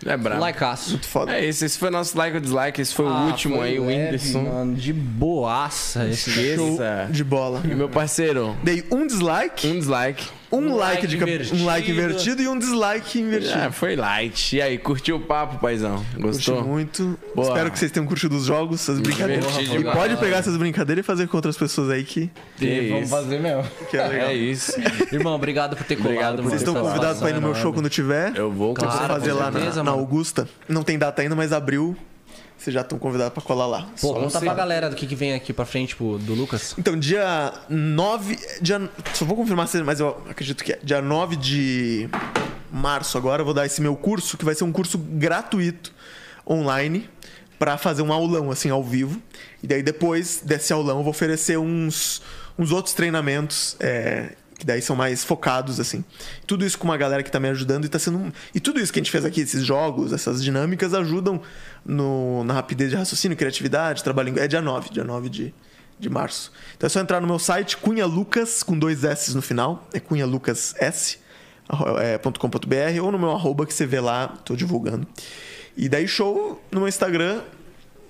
[SPEAKER 1] É brabo.
[SPEAKER 2] Likeaço. Ah,
[SPEAKER 3] Muito foda.
[SPEAKER 1] É isso, esse foi nosso like ou dislike. Esse foi
[SPEAKER 3] Ah,
[SPEAKER 1] o último
[SPEAKER 2] foi
[SPEAKER 1] aí, o
[SPEAKER 2] leve,
[SPEAKER 1] Whindersson.
[SPEAKER 2] Mano, de boaça esse
[SPEAKER 3] Show
[SPEAKER 1] Esqueça.
[SPEAKER 3] de bola.
[SPEAKER 1] E meu parceiro,
[SPEAKER 3] Dei um dislike,
[SPEAKER 1] um dislike.
[SPEAKER 3] um, like,
[SPEAKER 2] like
[SPEAKER 3] de cap- um
[SPEAKER 2] invertido.
[SPEAKER 3] like invertido e um dislike invertido.
[SPEAKER 1] Ah, foi light. E aí, curtiu o papo, paizão?
[SPEAKER 3] Curti
[SPEAKER 1] Gostou?
[SPEAKER 3] muito.
[SPEAKER 1] Boa.
[SPEAKER 3] Espero que vocês tenham curtido os jogos, essas brincadeiras.
[SPEAKER 1] diverti
[SPEAKER 3] E
[SPEAKER 1] demais.
[SPEAKER 3] pode pegar essas brincadeiras e fazer com outras pessoas aí que,
[SPEAKER 1] Que isso.
[SPEAKER 2] mesmo.
[SPEAKER 3] que é legal.
[SPEAKER 1] É isso.
[SPEAKER 2] Irmão, obrigado por ter colado.
[SPEAKER 1] Obrigado por
[SPEAKER 2] ter
[SPEAKER 3] Vocês estão
[SPEAKER 2] participado.
[SPEAKER 3] convidados pra ir no meu show quando tiver.
[SPEAKER 1] Eu vou
[SPEAKER 3] Eu vou
[SPEAKER 2] Claro,
[SPEAKER 3] fazer
[SPEAKER 2] com
[SPEAKER 3] lá na-
[SPEAKER 2] certeza,
[SPEAKER 3] na,
[SPEAKER 2] mano.
[SPEAKER 3] Augusta. Não tem data ainda, mas abril. Vocês já estão convidados pra colar lá. tá
[SPEAKER 2] Pô, conta
[SPEAKER 1] você.
[SPEAKER 2] pra galera do que, que vem aqui pra frente, tipo, do Lucas.
[SPEAKER 3] Então, dia 9. Dia, só vou confirmar, se- mas eu acredito que é. Dia 9 de março agora, eu vou dar esse meu curso, que vai ser um curso gratuito online pra fazer um aulão, assim, ao vivo. E daí depois desse aulão eu vou oferecer uns, uns outros treinamentos. é, que daí são mais focados, assim. Tudo isso com uma galera que tá me ajudando e tá sendo. um- E tudo isso que a gente fez aqui, esses jogos, essas dinâmicas, ajudam no, na rapidez de raciocínio, criatividade, trabalho. em- É dia 9, dia 9 de, de março. Então é só entrar no meu site, Cunha Lucas, com dois S no final, é cunhalucass.com.br ou no meu arroba que você vê lá, tô divulgando. E daí show no meu Instagram,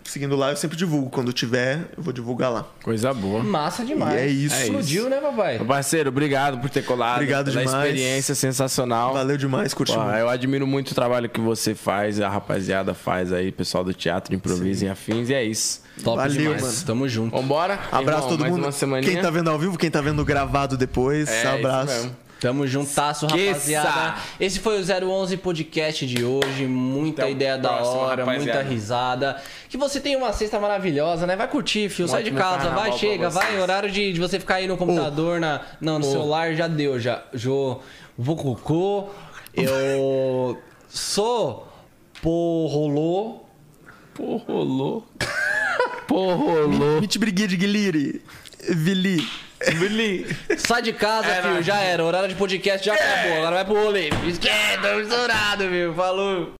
[SPEAKER 3] seguindo lá eu sempre divulgo, quando tiver eu vou divulgar lá.
[SPEAKER 1] Coisa boa.
[SPEAKER 2] Massa demais.
[SPEAKER 3] E é isso.
[SPEAKER 2] Explodiu, né, papai?
[SPEAKER 1] Meu parceiro, obrigado por ter colado.
[SPEAKER 3] Obrigado
[SPEAKER 1] pela
[SPEAKER 3] demais.
[SPEAKER 1] experiência sensacional.
[SPEAKER 3] Valeu demais, curti
[SPEAKER 1] Pô,
[SPEAKER 3] muito.
[SPEAKER 1] eu admiro muito o trabalho que você faz, a rapaziada faz aí, pessoal do teatro, improvisa e afins, e é isso.
[SPEAKER 2] Top
[SPEAKER 3] Valeu,
[SPEAKER 2] demais.
[SPEAKER 3] mano.
[SPEAKER 2] Tamo junto.
[SPEAKER 1] Vambora?
[SPEAKER 3] Abraço
[SPEAKER 1] Irmão,
[SPEAKER 3] todo
[SPEAKER 1] mais
[SPEAKER 3] mundo.
[SPEAKER 1] Uma semaninha.
[SPEAKER 3] Quem tá vendo ao vivo, quem tá vendo gravado depois,
[SPEAKER 1] É, isso
[SPEAKER 3] abraço.
[SPEAKER 1] mesmo.
[SPEAKER 2] Tamo juntasso,
[SPEAKER 1] Esqueça!
[SPEAKER 2] rapaziada. Esse foi o 011 Podcast de hoje. Muita
[SPEAKER 1] Até o
[SPEAKER 2] ideia da
[SPEAKER 1] próximo,
[SPEAKER 2] hora,
[SPEAKER 1] rapaziada.
[SPEAKER 2] muita risada. Que você tenha uma sexta maravilhosa, né? Vai curtir, fio.
[SPEAKER 1] Um
[SPEAKER 2] Sai de
[SPEAKER 1] ótimo
[SPEAKER 2] casa,
[SPEAKER 1] carnaval
[SPEAKER 2] vai,
[SPEAKER 1] pra
[SPEAKER 2] chega,
[SPEAKER 1] vocês.
[SPEAKER 2] vai. Horário de, de você ficar aí no computador, na, não, no celular, já deu, já. Jo, vou cocô. Eu sou porrolô.
[SPEAKER 1] Pô, rolou. Pô, rolou.
[SPEAKER 3] Meet Brigade Guilherme, Vili.
[SPEAKER 2] Sai de casa,
[SPEAKER 1] É
[SPEAKER 2] fio. Já era. Horário de podcast já acabou. Agora vai pro rolê. Esquenta, estourado, meu. Falou.